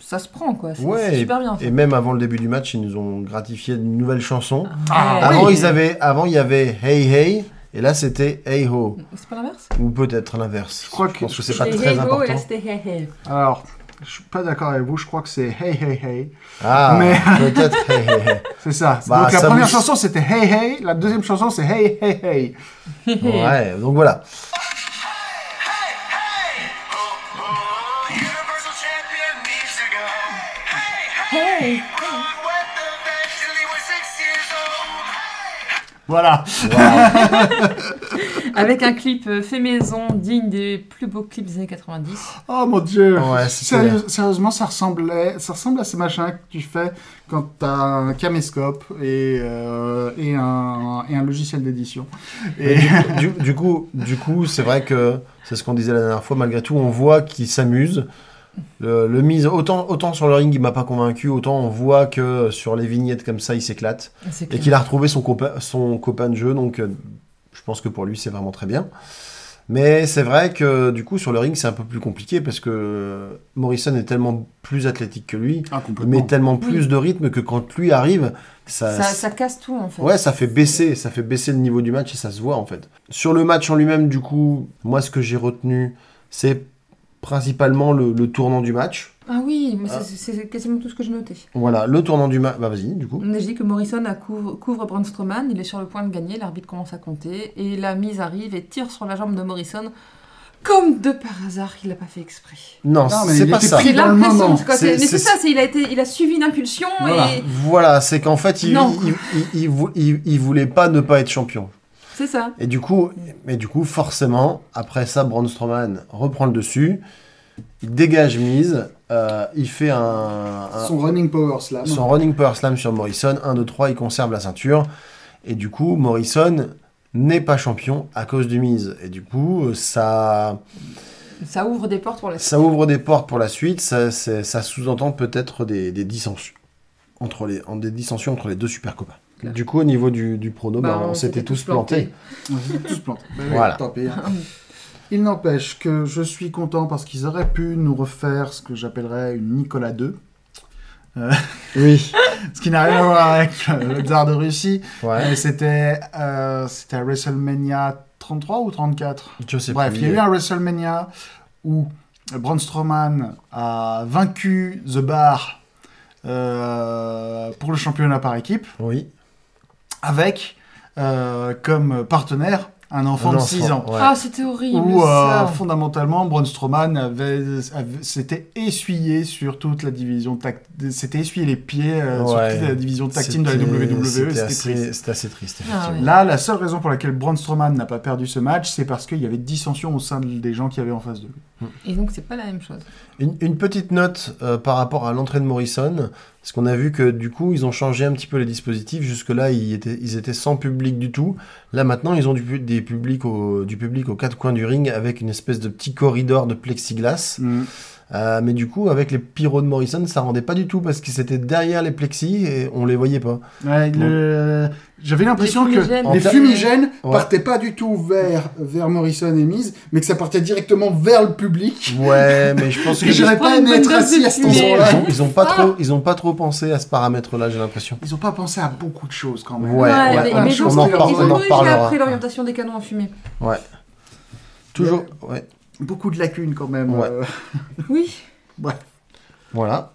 Speaker 4: Ça se prend, quoi. C'est
Speaker 2: Ouais,
Speaker 4: c'est super bien.
Speaker 2: Et même avant le début du match, ils nous ont gratifié de nouvelles chansons.
Speaker 3: Ah,
Speaker 4: Ouais.
Speaker 2: Avant,
Speaker 3: oui.
Speaker 2: ils avaient, avant, il y avait Hey Hey, et là, c'était Hey Ho.
Speaker 4: C'est pas l'inverse
Speaker 2: Ou peut-être l'inverse.
Speaker 3: Je crois que-
Speaker 2: pense que c'est Ah pas très important.
Speaker 3: Alors, je suis pas d'accord avec vous, je crois que c'est Hey Hey Hey.
Speaker 2: Ah,
Speaker 3: Mais-
Speaker 2: peut-être Hey Hey Hey.
Speaker 3: C'est ça.
Speaker 2: Bah,
Speaker 3: Donc la
Speaker 2: ça
Speaker 3: première
Speaker 2: vous-
Speaker 3: chanson c'était Hey Hey, la deuxième chanson c'est Hey Hey Hey.
Speaker 2: Ouais, donc voilà.
Speaker 5: Universal champion needs to go. Hey, hey, Ron Webber eventually was six years old.
Speaker 3: Voilà.
Speaker 4: Avec un clip euh, fait maison digne des plus beaux clips des années 90.
Speaker 3: Oh mon dieu.
Speaker 2: Ouais, c'était-
Speaker 3: Sérieux- sérieusement, ça ressemblait, ça ressemble à ces machins que tu fais quand t'as un caméscope et, euh, et, un, et un logiciel d'édition. Et
Speaker 2: du, du coup, du coup, c'est vrai que c'est ce qu'on disait la dernière fois. Malgré tout, on voit qu'ils s'amusent. Le, le mise autant autant sur le ring, il m'a pas convaincu. Autant on voit que sur les vignettes comme ça, il s'éclate
Speaker 4: C'est
Speaker 2: et
Speaker 4: clair.
Speaker 2: qu'il a retrouvé son copain son copain de jeu. Donc, euh, je pense que pour lui, c'est vraiment très bien. Mais c'est vrai que du coup, sur le ring, c'est un peu plus compliqué parce que Morrison est tellement plus athlétique que lui.
Speaker 3: ah,
Speaker 2: Il met
Speaker 3: complètement.
Speaker 2: tellement plus de rythme que quand lui arrive,
Speaker 4: ça, ça casse tout en fait.
Speaker 2: Ouais, ça fait baisser, ça fait baisser le niveau du match et ça se voit en fait. Sur le match en lui-même, du coup, moi ce que j'ai retenu, c'est principalement le, le tournant du match.
Speaker 4: Ah oui, mais c'est- c'est c'est quasiment tout ce que j'ai noté.
Speaker 2: Voilà, le tournant du match. Bah vas-y, du coup.
Speaker 4: On a dit que Morrison a couvre, couvre Braun Strowman, il est sur le point de gagner, l'arbitre commence à compter, et la mise arrive et tire sur la jambe de Morrison, comme de par hasard, il l'a pas fait exprès.
Speaker 2: Non,
Speaker 3: Non, mais
Speaker 2: c'est
Speaker 3: il
Speaker 2: pas
Speaker 3: était
Speaker 2: ça.
Speaker 3: pris
Speaker 4: J'ai
Speaker 3: dans le moment.
Speaker 4: l'impression, c'est quoi, c'est- mais
Speaker 2: C'est- c'est-
Speaker 4: c'est ça, c'est- il a, été, il a suivi une impulsion
Speaker 3: Voilà.
Speaker 4: et
Speaker 2: Voilà, c'est qu'en fait, il,
Speaker 4: Non.
Speaker 2: il, il- il vou- il- il voulait pas ne pas être champion.
Speaker 4: c'est ça.
Speaker 2: Et du coup, mais du coup, forcément, après ça, Braun Strowman reprend le dessus, il dégage mise, euh, il fait un, un-
Speaker 3: Son running power slam.
Speaker 2: Son running power slam sur Morrison, 1, 2, 3, il conserve la ceinture. Et du coup, Morrison n'est pas champion à cause du mise. Et du coup, euh, ça,
Speaker 4: Ça ouvre des portes pour la
Speaker 2: ça ouvre des portes pour la suite. Ça, c'est- ça sous-entend peut-être des, des dissensions entre les, en- des dissensions entre les deux super copains.
Speaker 4: Clair.
Speaker 2: Du coup, au niveau du, du prono,
Speaker 4: Bah,
Speaker 2: bah, on, s'était tous plantés.
Speaker 3: On s'est tous plantés. Bah oui,
Speaker 2: Voilà.
Speaker 3: tant pis, hein. Il n'empêche que je suis content parce qu'ils auraient pu nous refaire ce que j'appellerais une Nicolas II.
Speaker 2: Oui.
Speaker 3: Ce qui n'a rien à voir avec euh, le tsar de Russie.
Speaker 2: Ouais.
Speaker 3: Et C'était euh, c'était à WrestleMania 33 ou 34
Speaker 2: Je sais
Speaker 3: Bref,
Speaker 2: plus.
Speaker 3: il y a eu un WrestleMania où Braun Strowman a vaincu The Bar euh, pour le championnat par équipe,
Speaker 2: Oui.
Speaker 3: avec euh, comme partenaire un enfant
Speaker 2: Un
Speaker 3: de 6 ans.
Speaker 2: enfant, ouais.
Speaker 4: Ah, c'était horrible
Speaker 3: Où euh,
Speaker 4: ça.
Speaker 3: fondamentalement, Braun Strowman avait, avait- s'était essuyé sur toute la division tac- s'était essuyé les pieds euh, sur
Speaker 2: Ouais.
Speaker 3: toute la division tag team de la
Speaker 2: C'était-
Speaker 3: WWE. E, C'était
Speaker 2: Ah. E, C'était assez,
Speaker 3: triste.
Speaker 2: c'était assez triste,
Speaker 4: Ah,
Speaker 2: effectivement.
Speaker 4: ouais.
Speaker 3: Là, la seule raison pour laquelle Braun Strowman n'a pas perdu ce match, c'est parce qu'il y avait dissension au sein de- des gens qui avaient en face de lui.
Speaker 4: Et donc, c'est pas la même chose.
Speaker 2: Une, une petite note euh, par rapport à l'entrée de Morrison, parce qu'on a vu que du coup ils ont changé un petit peu les dispositifs. Jusque-là ils étaient, ils étaient sans public du tout. Là maintenant ils ont du, pu- des publics au- du public aux quatre coins du ring avec une espèce de petit corridor de plexiglas. Euh, mais du coup avec les pyros de Morrison ça rendait pas du tout parce qu'ils étaient derrière les plexis et on les voyait pas.
Speaker 3: Ouais, le- J'avais l'impression
Speaker 4: Les
Speaker 3: que
Speaker 4: fumigènes.
Speaker 3: les
Speaker 2: En-
Speaker 3: fumigènes
Speaker 2: Ouais.
Speaker 3: partaient pas du tout vers, vers Morrison et Miz, mais que ça partait directement vers le public.
Speaker 2: Ouais, mais je pense que
Speaker 3: Et j'aurais
Speaker 4: prends
Speaker 3: pas
Speaker 4: une
Speaker 3: aimé
Speaker 4: bonne
Speaker 3: être
Speaker 4: dose
Speaker 3: assis
Speaker 4: de
Speaker 3: à cet
Speaker 4: fumée.
Speaker 3: endroit-là.
Speaker 2: ils ont, ils ont pas trop, ils ont pas trop pensé à ce paramètre-là j'ai l'impression.
Speaker 3: Ils ont pas pensé à beaucoup de choses quand même.
Speaker 2: Ouais, ouais,
Speaker 4: mais,
Speaker 2: on-
Speaker 4: mais
Speaker 2: on
Speaker 4: donc,
Speaker 2: en
Speaker 4: ils ont
Speaker 2: reparle- on en
Speaker 4: corrigé
Speaker 2: reparlera.
Speaker 4: après l'orientation des canons en fumée.
Speaker 2: Toujours. Ouais.
Speaker 3: Beaucoup de lacunes quand même.
Speaker 2: Ouais.
Speaker 3: euh.
Speaker 4: Oui.
Speaker 2: Voilà.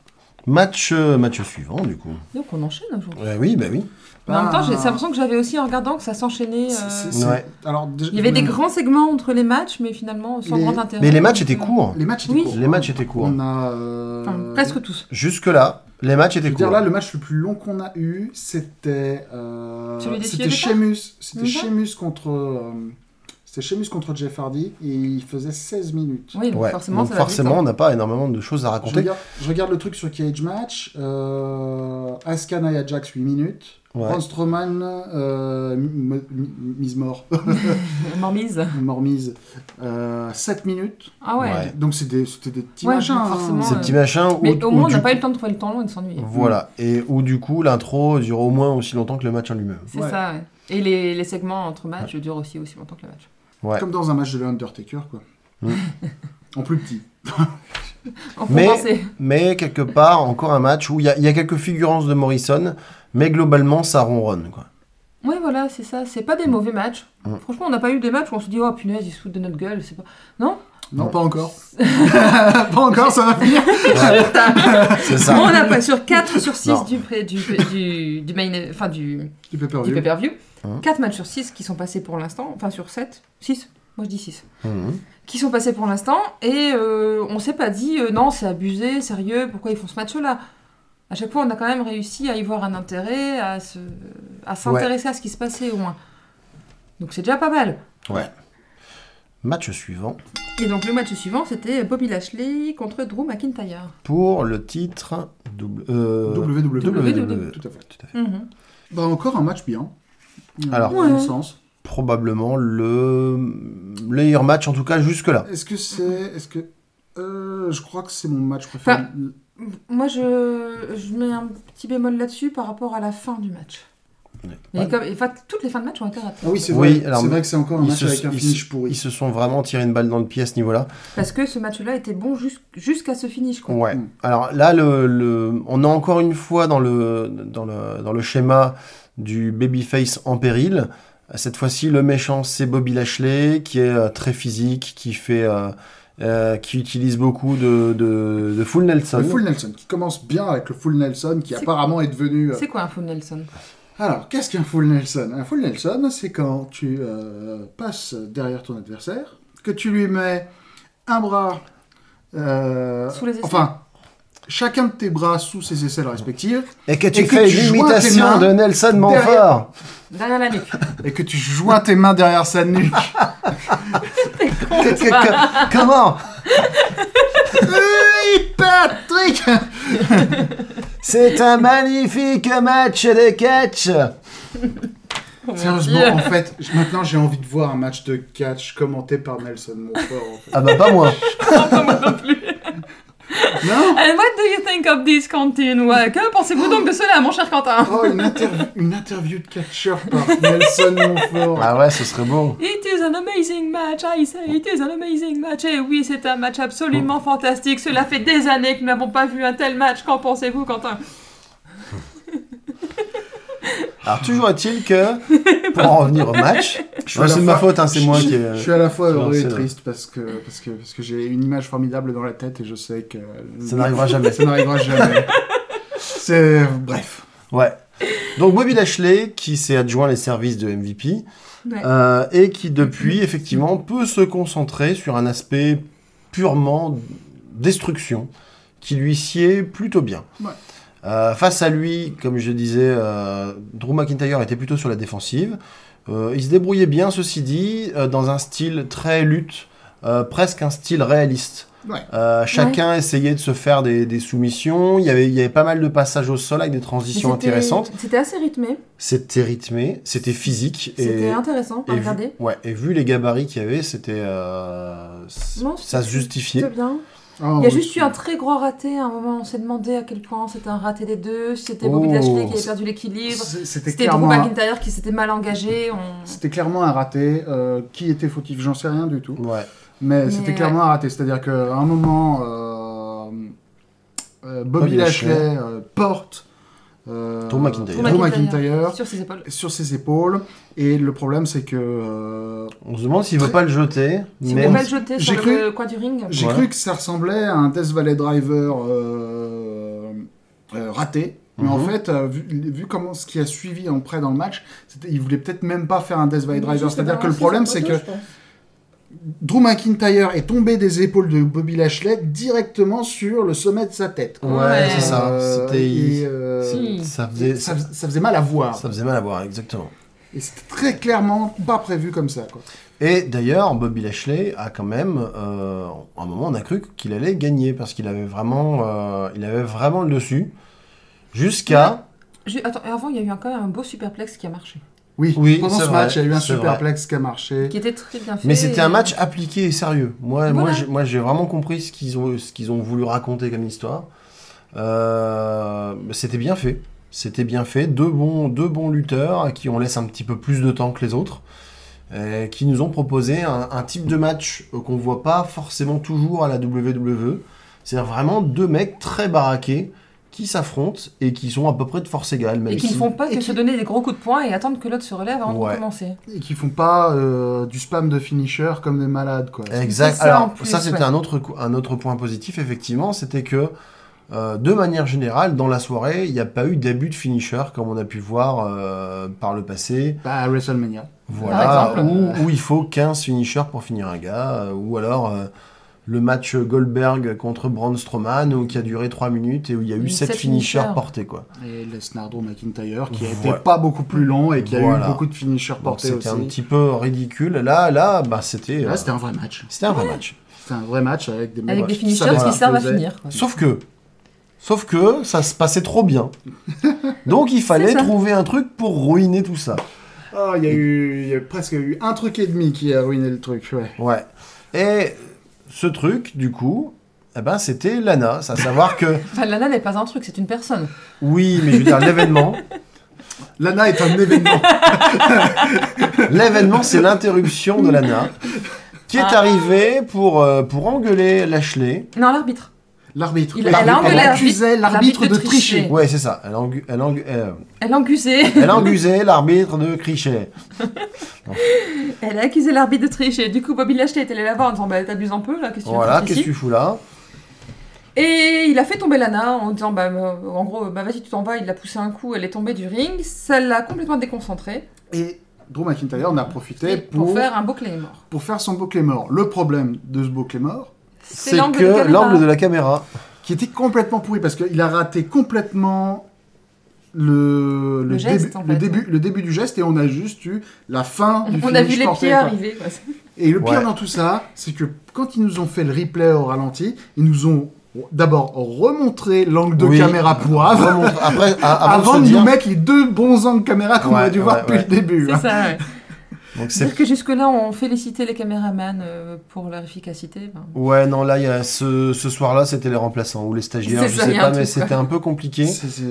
Speaker 2: Match, euh, match suivant du coup.
Speaker 4: Donc, on enchaîne aujourd'hui.
Speaker 2: Ouais, oui, bah oui.
Speaker 4: Mais en même temps, j'ai
Speaker 3: Ah.
Speaker 4: c'est l'impression que j'avais aussi en regardant que ça s'enchaînait. euh,
Speaker 3: C'est- c'est-
Speaker 2: Ouais.
Speaker 3: Alors, déjà-
Speaker 4: Il y avait des
Speaker 3: le-
Speaker 4: grands segments entre les matchs, mais finalement, sans
Speaker 3: Les-
Speaker 4: grand intérêt.
Speaker 2: Mm. Mais les matchs étaient
Speaker 4: Donc, euh,
Speaker 2: courts.
Speaker 3: Les matchs étaient
Speaker 4: Oui.
Speaker 3: courts.
Speaker 2: Les matchs étaient courts.
Speaker 3: On a. euh,
Speaker 4: Enfin, presque tous.
Speaker 2: Jusque-là, les matchs
Speaker 3: Je
Speaker 2: étaient
Speaker 3: veux dire,
Speaker 2: courts.
Speaker 3: là, le match le plus long qu'on a eu, c'était. euh,
Speaker 4: Celui des
Speaker 3: C'était
Speaker 4: filles de
Speaker 3: Sheamus. C'était
Speaker 4: Mhm.
Speaker 3: Sheamus contre. euh, C'était Sheamus contre Jeff Hardy et il faisait 16 minutes.
Speaker 4: Oui, donc
Speaker 2: Ouais.
Speaker 4: forcément,
Speaker 2: Donc
Speaker 4: ça
Speaker 2: forcément,
Speaker 4: va hein.
Speaker 2: on n'a pas énormément de choses à
Speaker 3: Je
Speaker 2: raconter.
Speaker 3: regarde, je regarde le truc sur Cage Match. Euh, Asuka Nia Jax 8 minutes.
Speaker 2: Ouais.
Speaker 3: Braun Strowman, euh, M- M- Miz Mort,
Speaker 4: vite. Mormise.
Speaker 3: Mort Miz, euh, 7 minutes.
Speaker 4: Ah ouais.
Speaker 2: Ouais.
Speaker 3: Donc c'était des, c'était des petits
Speaker 4: Ouais,
Speaker 3: machins. hein.
Speaker 4: forcément,
Speaker 2: Ces
Speaker 4: euh,
Speaker 2: petits machins où,
Speaker 4: Mais au
Speaker 2: où
Speaker 4: moins, on
Speaker 2: du-
Speaker 4: n'a pas eu le temps de trouver le temps long et de s'ennuyer.
Speaker 2: Voilà. Et où du coup, l'intro dure au moins aussi longtemps que le match en lui-même.
Speaker 4: C'est
Speaker 3: Ouais.
Speaker 4: ça, ouais. Et les, les segments entre matchs durent aussi aussi longtemps que le match.
Speaker 2: Ouais.
Speaker 3: Comme dans un match de The Undertaker, quoi.
Speaker 2: Mm.
Speaker 3: en plus petit.
Speaker 4: En
Speaker 2: Mais-
Speaker 4: condensé.
Speaker 2: Mais quelque part, encore un match où il y, a- il y a quelques figurances de Morrison, mais globalement, ça ronronne. Quoi.
Speaker 4: Ouais, voilà, c'est ça. C'est pas des mauvais matchs.
Speaker 2: Mm.
Speaker 4: Franchement, on n'a pas eu des matchs où on se dit, oh punaise, ils se foutent de notre gueule. C'est pas... Non
Speaker 3: Non, pas encore. pas encore, ça va finir.
Speaker 2: C'est ça.
Speaker 4: On n'a pas sur 4 sur 6
Speaker 2: Non.
Speaker 4: du, pré- du, du, du main. Enfin, du,
Speaker 3: Du pay-per-view.
Speaker 4: du pay-per-view.
Speaker 2: Mm.
Speaker 4: 4 matchs sur 6 qui sont passés pour l'instant. Enfin, sur 7. 6 Moi, je dis 6.
Speaker 2: Mhm.
Speaker 4: qui sont passés pour l'instant et euh, on s'est pas dit euh, non c'est abusé sérieux pourquoi ils font ce match là à chaque fois on a quand même réussi à y voir un intérêt à se à s'intéresser à ce qui se passait au moins donc c'est déjà pas mal
Speaker 2: Match suivant
Speaker 4: et donc le match suivant c'était Bobby Lashley contre Drew McIntyre
Speaker 2: pour le titre double, euh,
Speaker 3: WWE.
Speaker 4: E.
Speaker 2: WWE.
Speaker 3: E. Tout à fait.
Speaker 4: Mhm.
Speaker 3: Bah, encore un match bien. Euh,
Speaker 2: Alors.
Speaker 3: dans le
Speaker 4: Ouais.
Speaker 3: sens.
Speaker 2: Probablement le meilleur match, en tout cas jusque-là.
Speaker 3: Est-ce que c'est. Est-ce que. euh, je crois que c'est mon match préféré.
Speaker 4: Enfin, moi je, je mets un petit bémol là-dessus par rapport à la fin du match mais
Speaker 2: Ouais.
Speaker 4: comme en fait, toutes les fins de match ont été ratées
Speaker 3: ah oui, c'est
Speaker 2: Oui,
Speaker 3: vrai.
Speaker 2: alors,
Speaker 3: c'est vrai que c'est encore un
Speaker 2: Ils
Speaker 3: match
Speaker 2: se,
Speaker 3: avec un
Speaker 2: ils se-
Speaker 3: finish pourri.
Speaker 2: ils se sont vraiment tiré une balle dans le pied à ce niveau-là.
Speaker 4: parce que ce match là était bon jus- jusqu'à ce finish quoi.
Speaker 2: Ouais.
Speaker 3: Mm.
Speaker 2: Alors là, le, le- on est encore une fois dans le, dans le, dans le schéma du babyface en péril. Cette fois-ci, le méchant, c'est Bobby Lashley, qui est euh, très physique, qui fait, euh, euh, qui utilise beaucoup de, de, de full Nelson.
Speaker 3: Le Full Nelson, qui commence bien avec le Full Nelson, qui
Speaker 4: C'est-
Speaker 3: apparemment est devenu. euh,
Speaker 4: c'est quoi un faux Nelson
Speaker 3: Alors, qu'est-ce qu'un full Nelson Un full Nelson, c'est quand tu euh, passes derrière ton adversaire, que tu lui mets un bras. euh,
Speaker 4: Sous les aisselles.
Speaker 3: Enfin, chacun de tes bras sous ses aisselles respectives,
Speaker 2: Et que tu
Speaker 3: Et que
Speaker 2: fais
Speaker 3: tu
Speaker 2: une
Speaker 3: joins
Speaker 2: imitation
Speaker 3: tes
Speaker 2: de Nelson
Speaker 3: derrière.
Speaker 2: Manfort.
Speaker 4: derrière la nuque
Speaker 3: et que tu joins tes mains derrière sa nuque.
Speaker 2: Que- que- que- Comment
Speaker 3: oui, Patrick
Speaker 2: C'est un magnifique match de catch.
Speaker 3: Sérieusement, en fait, j- maintenant j'ai envie de voir un match de catch commenté par Nelson Montfort. en fait.
Speaker 2: Ah bah pas moi.
Speaker 3: Non
Speaker 4: And what do you think of this Quentin Ouais, Que pensez-vous donc de cela, mon cher Quentin
Speaker 3: Oh, une, interv- une interview de catcheur par Nelson Montfort.
Speaker 2: Ah ouais, ce serait beau.
Speaker 4: It is an amazing match, I say, it is an amazing match. Et oui, c'est un match absolument fantastique. Cela fait des années que nous n'avons pas vu un tel match. Qu'en pensez-vous, Quentin
Speaker 2: Alors toujours est-il que, pour en revenir au match,
Speaker 3: suis
Speaker 2: Ouais,
Speaker 3: à la
Speaker 2: c'est de ma
Speaker 3: fois-
Speaker 2: faute, hein, c'est
Speaker 3: je-
Speaker 2: moi
Speaker 3: je-
Speaker 2: qui ai-
Speaker 3: Je suis à la fois
Speaker 2: C'est
Speaker 3: heureux
Speaker 2: vrai,
Speaker 3: et
Speaker 2: c'est
Speaker 3: triste parce que, parce que, parce que j'ai une image formidable dans la tête et je sais que. euh,
Speaker 2: Ça n'arrivera jamais.
Speaker 3: Ça n'arrivera jamais. C'est. Bref.
Speaker 2: Ouais. Donc Bobby Lashley, qui s'est adjoint les services de MVP,
Speaker 4: Ouais.
Speaker 2: euh, et qui depuis, effectivement, peut se concentrer sur un aspect purement destruction, qui lui sied plutôt bien.
Speaker 3: Ouais.
Speaker 2: Euh, face à lui, comme je disais, euh, Drew McIntyre était plutôt sur la défensive. Euh, il se débrouillait bien, ceci dit, euh, dans un style très lutte, euh, presque un style réaliste.
Speaker 3: Ouais.
Speaker 2: Euh, chacun essayait de se faire des, des soumissions. Il y, avait, il y avait pas mal de passages au sol avec des
Speaker 4: Mais
Speaker 2: transitions
Speaker 4: c'était-
Speaker 2: intéressantes.
Speaker 4: C'était assez rythmé,
Speaker 2: C'était rythmé, c'était physique. et-
Speaker 4: c'était intéressant à
Speaker 2: et vu-
Speaker 4: regarder.
Speaker 2: ouais, et vu les gabarits qu'il y avait, c'était. euh, c-
Speaker 4: Non,
Speaker 2: ça se
Speaker 4: c'était-
Speaker 2: justifiait.
Speaker 4: C'était bien.
Speaker 3: Oh,
Speaker 4: Il y a
Speaker 3: oui.
Speaker 4: juste eu un très grand raté. À un moment, on s'est demandé à quel point c'était un raté des deux, si c'était Bobby
Speaker 2: Oh.
Speaker 4: Lashley qui avait perdu l'équilibre,
Speaker 3: C'est- C'était
Speaker 4: c'était Drew
Speaker 3: clairement. un-
Speaker 4: McIntyre qui s'était mal engagé. On...
Speaker 3: C'était clairement un raté. Euh, qui était fautif J'en sais rien du tout.
Speaker 2: Ouais.
Speaker 3: Mais,
Speaker 4: Mais
Speaker 3: c'était
Speaker 4: ouais.
Speaker 3: clairement un raté. C'est-à-dire qu'à un moment, euh, euh, Bobby,
Speaker 2: Bobby
Speaker 3: Lashley,
Speaker 2: Lashley.
Speaker 3: euh, porte euh,
Speaker 2: Drew McIntyre.
Speaker 3: Drew McIntyre
Speaker 4: Sur ses épaules.
Speaker 3: sur ses épaules. Et le problème, c'est que euh,
Speaker 2: On se demande s'il veut pas le jeter,
Speaker 4: Si on
Speaker 2: mais
Speaker 4: peut pas le jeter sur
Speaker 3: j'ai
Speaker 4: le
Speaker 3: cru-
Speaker 4: coin du ring.
Speaker 3: j'ai
Speaker 2: Ouais.
Speaker 3: cru que ça ressemblait à un Death Valley Driver euh, euh, raté. Mais en
Speaker 2: Mhm.
Speaker 3: fait, euh, vu, vu comment ce qui a suivi en près dans le match, c'était- il voulait peut-être même pas faire un Death Valley Driver.
Speaker 4: Juste
Speaker 3: C'est-à-dire que le
Speaker 4: balancer
Speaker 3: problème,
Speaker 4: son
Speaker 3: c'est que
Speaker 4: poteau, je pense.
Speaker 3: Drew McIntyre est tombé des épaules de Bobby Lashley directement sur le sommet de sa tête.
Speaker 2: Ouais,
Speaker 3: quoi.
Speaker 4: Ouais.
Speaker 2: c'est ça.
Speaker 3: Euh,
Speaker 2: C'était.
Speaker 3: et, euh,
Speaker 4: Si.
Speaker 2: Ça faisait,
Speaker 3: ça,
Speaker 2: ça,
Speaker 3: fais- ça faisait mal à voir.
Speaker 2: ça faisait mal à voir, exactement.
Speaker 3: Et c'était très clairement pas prévu comme ça. Quoi.
Speaker 2: Et d'ailleurs, Bobby Lashley a quand même, euh, à un moment, on a cru qu'il allait gagner parce qu'il avait vraiment, euh, il avait vraiment le dessus. Jusqu'à,
Speaker 4: J'ai- Attends, et avant, il y a eu un- quand même un beau superplex qui a marché.
Speaker 3: Oui,
Speaker 2: Oui,
Speaker 3: pendant ce
Speaker 2: c'est
Speaker 3: match, il
Speaker 2: vrai,
Speaker 3: y a eu un
Speaker 2: c'est
Speaker 3: superplex qui a marché.
Speaker 4: Qui était très bien fait.
Speaker 2: mais c'était un match appliqué et sérieux. Moi, moi,
Speaker 4: Voilà.
Speaker 2: j'ai- moi, j'ai vraiment compris ce qu'ils ont, ce qu'ils ont voulu raconter comme histoire. Euh, c'était bien fait. C'était bien fait. Deux bons, deux bons lutteurs à qui on laisse un petit peu plus de temps que les autres, et qui nous ont proposé un, un type de match euh, qu'on voit pas forcément toujours à la WWE. C'est-à-dire vraiment deux mecs très baraqués qui s'affrontent et qui sont à peu près de force égale. Même
Speaker 4: Et qui ne
Speaker 2: si-
Speaker 4: font pas
Speaker 3: et
Speaker 4: que
Speaker 3: qui-
Speaker 4: se donner des gros coups de poing et attendre que l'autre se relève avant
Speaker 2: Ouais.
Speaker 4: de commencer.
Speaker 3: Et qui font pas euh, du spam de finisher comme des malades. Quoi.
Speaker 2: Exact.
Speaker 4: C'est ça,
Speaker 2: Alors,
Speaker 4: en plus,
Speaker 2: ça, c'était
Speaker 4: ouais.
Speaker 2: un, autre, co- un autre point positif, effectivement, c'était que, euh, de manière générale, dans la soirée, il n'y a pas eu d'abus de finisher, comme on a pu voir euh, par le passé.
Speaker 3: Bah, à WrestleMania.
Speaker 2: Voilà,
Speaker 4: Par
Speaker 2: où,
Speaker 3: exemple.
Speaker 2: où il faut 15 finishers pour finir un gars, euh, ou alors euh, le match Goldberg contre Braun Strowman, où, qui a duré 3 minutes et où il y a eu
Speaker 4: Oui,
Speaker 2: 7,
Speaker 4: sept
Speaker 2: finishers
Speaker 4: finishers.
Speaker 2: portés, quoi.
Speaker 3: Et Lesnar, Drew McIntyre, qui n'était
Speaker 2: Voilà.
Speaker 3: pas beaucoup plus long et qui a
Speaker 2: Voilà.
Speaker 3: eu beaucoup de finishers
Speaker 2: Donc,
Speaker 3: portés
Speaker 2: c'était
Speaker 3: aussi.
Speaker 2: un petit peu ridicule. Là, là, bah, c'était. euh,
Speaker 3: Là, c'était un vrai match.
Speaker 2: c'était un vrai match.
Speaker 3: C'était un vrai match avec des
Speaker 4: Avec
Speaker 3: mecs
Speaker 4: des
Speaker 3: qui savaient
Speaker 4: finishers
Speaker 3: ce
Speaker 4: qui
Speaker 3: qu'ils
Speaker 4: servent à
Speaker 3: faisaient.
Speaker 4: finir. quoi.
Speaker 2: Sauf que, sauf que ça se passait trop bien. Donc il fallait
Speaker 4: C'est ça.
Speaker 2: trouver un truc pour ruiner tout ça.
Speaker 3: Ah, il y a eu il y a presque eu un truc et demi qui a ruiné le truc, ouais.
Speaker 2: Ouais. Et ce truc, du coup, eh ben, c'était Lana. À savoir que,
Speaker 4: Enfin, Lana n'est pas un truc, c'est une personne.
Speaker 2: oui, mais je veux dire, l'événement,
Speaker 3: Lana est un événement.
Speaker 2: l'événement, c'est l'interruption de Lana, qui est
Speaker 4: Ah.
Speaker 2: arrivée pour, euh, pour engueuler Lashley.
Speaker 4: Non, l'arbitre.
Speaker 3: L'arbitre.
Speaker 4: Il- elle a
Speaker 3: L'arbitre,
Speaker 2: engueulé
Speaker 3: elle
Speaker 4: l'arbitre-
Speaker 3: accusait l'arbitre de,
Speaker 4: l'arbitre de
Speaker 3: tricher.
Speaker 4: tricher.
Speaker 2: Ouais, c'est ça. Elle, engu- elle, engu- euh,
Speaker 4: Elle a accusé,
Speaker 2: elle engusait l'arbitre de Crichet.
Speaker 4: elle a accusé l'arbitre de tricher. Du coup, Bobby Lashley est allé la voir en disant bah, T'abuses un peu là, qu'est-ce que tu veux
Speaker 2: Voilà,
Speaker 4: faire
Speaker 2: qu'est-ce que
Speaker 4: ici
Speaker 2: tu fous là
Speaker 4: Et il a fait tomber Lana en disant bah, euh, En gros, bah, vas-y, tu t'en vas. Il l'a poussé un coup, elle est tombée du ring. Ça l'a complètement déconcentrée
Speaker 3: Et Drew McIntyre en a profité
Speaker 4: et
Speaker 3: pour,
Speaker 4: pour faire un beau claymore.
Speaker 3: pour faire son bouclé mort. Le problème de ce bouclé mort,
Speaker 2: C'est que l'angle de la caméra.
Speaker 3: qui était complètement pourri parce qu'il a raté complètement le,
Speaker 4: Le geste,
Speaker 3: début,
Speaker 4: en
Speaker 3: le,
Speaker 4: fait,
Speaker 3: début,
Speaker 4: ouais.
Speaker 3: le début du geste et on a juste eu la fin du
Speaker 4: On a
Speaker 3: finish
Speaker 4: vu les
Speaker 3: porté,
Speaker 4: pieds
Speaker 3: quoi.
Speaker 4: arriver. quoi.
Speaker 3: Et le pire
Speaker 2: Ouais.
Speaker 3: dans tout ça, c'est que quand ils nous ont fait le replay au ralenti, ils nous ont d'abord remontré l'angle de
Speaker 2: Oui.
Speaker 3: caméra poivre
Speaker 2: Vraiment, après, à- avant,
Speaker 3: avant
Speaker 2: de
Speaker 3: de
Speaker 2: se
Speaker 3: nous
Speaker 2: dire-
Speaker 3: mettre les deux bons angles caméra qu'on
Speaker 2: Ouais,
Speaker 3: aurait dû voir
Speaker 2: ouais,
Speaker 3: depuis
Speaker 2: ouais.
Speaker 3: le début. hein.
Speaker 4: C'est ça, ouais.
Speaker 2: Donc c'est
Speaker 4: C'est-à-dire que jusque-là, on félicitait les caméramans euh, pour leur efficacité. ben.
Speaker 2: Ouais, non, là, il y a ce, ce soir-là, c'était les remplaçants ou les stagiaires,
Speaker 4: C'est
Speaker 2: je
Speaker 4: ça, il
Speaker 2: sais
Speaker 4: y a
Speaker 2: pas,
Speaker 4: un
Speaker 2: mais
Speaker 4: truc,
Speaker 2: c'était
Speaker 4: quoi.
Speaker 2: un peu compliqué.
Speaker 3: C'est- c'est-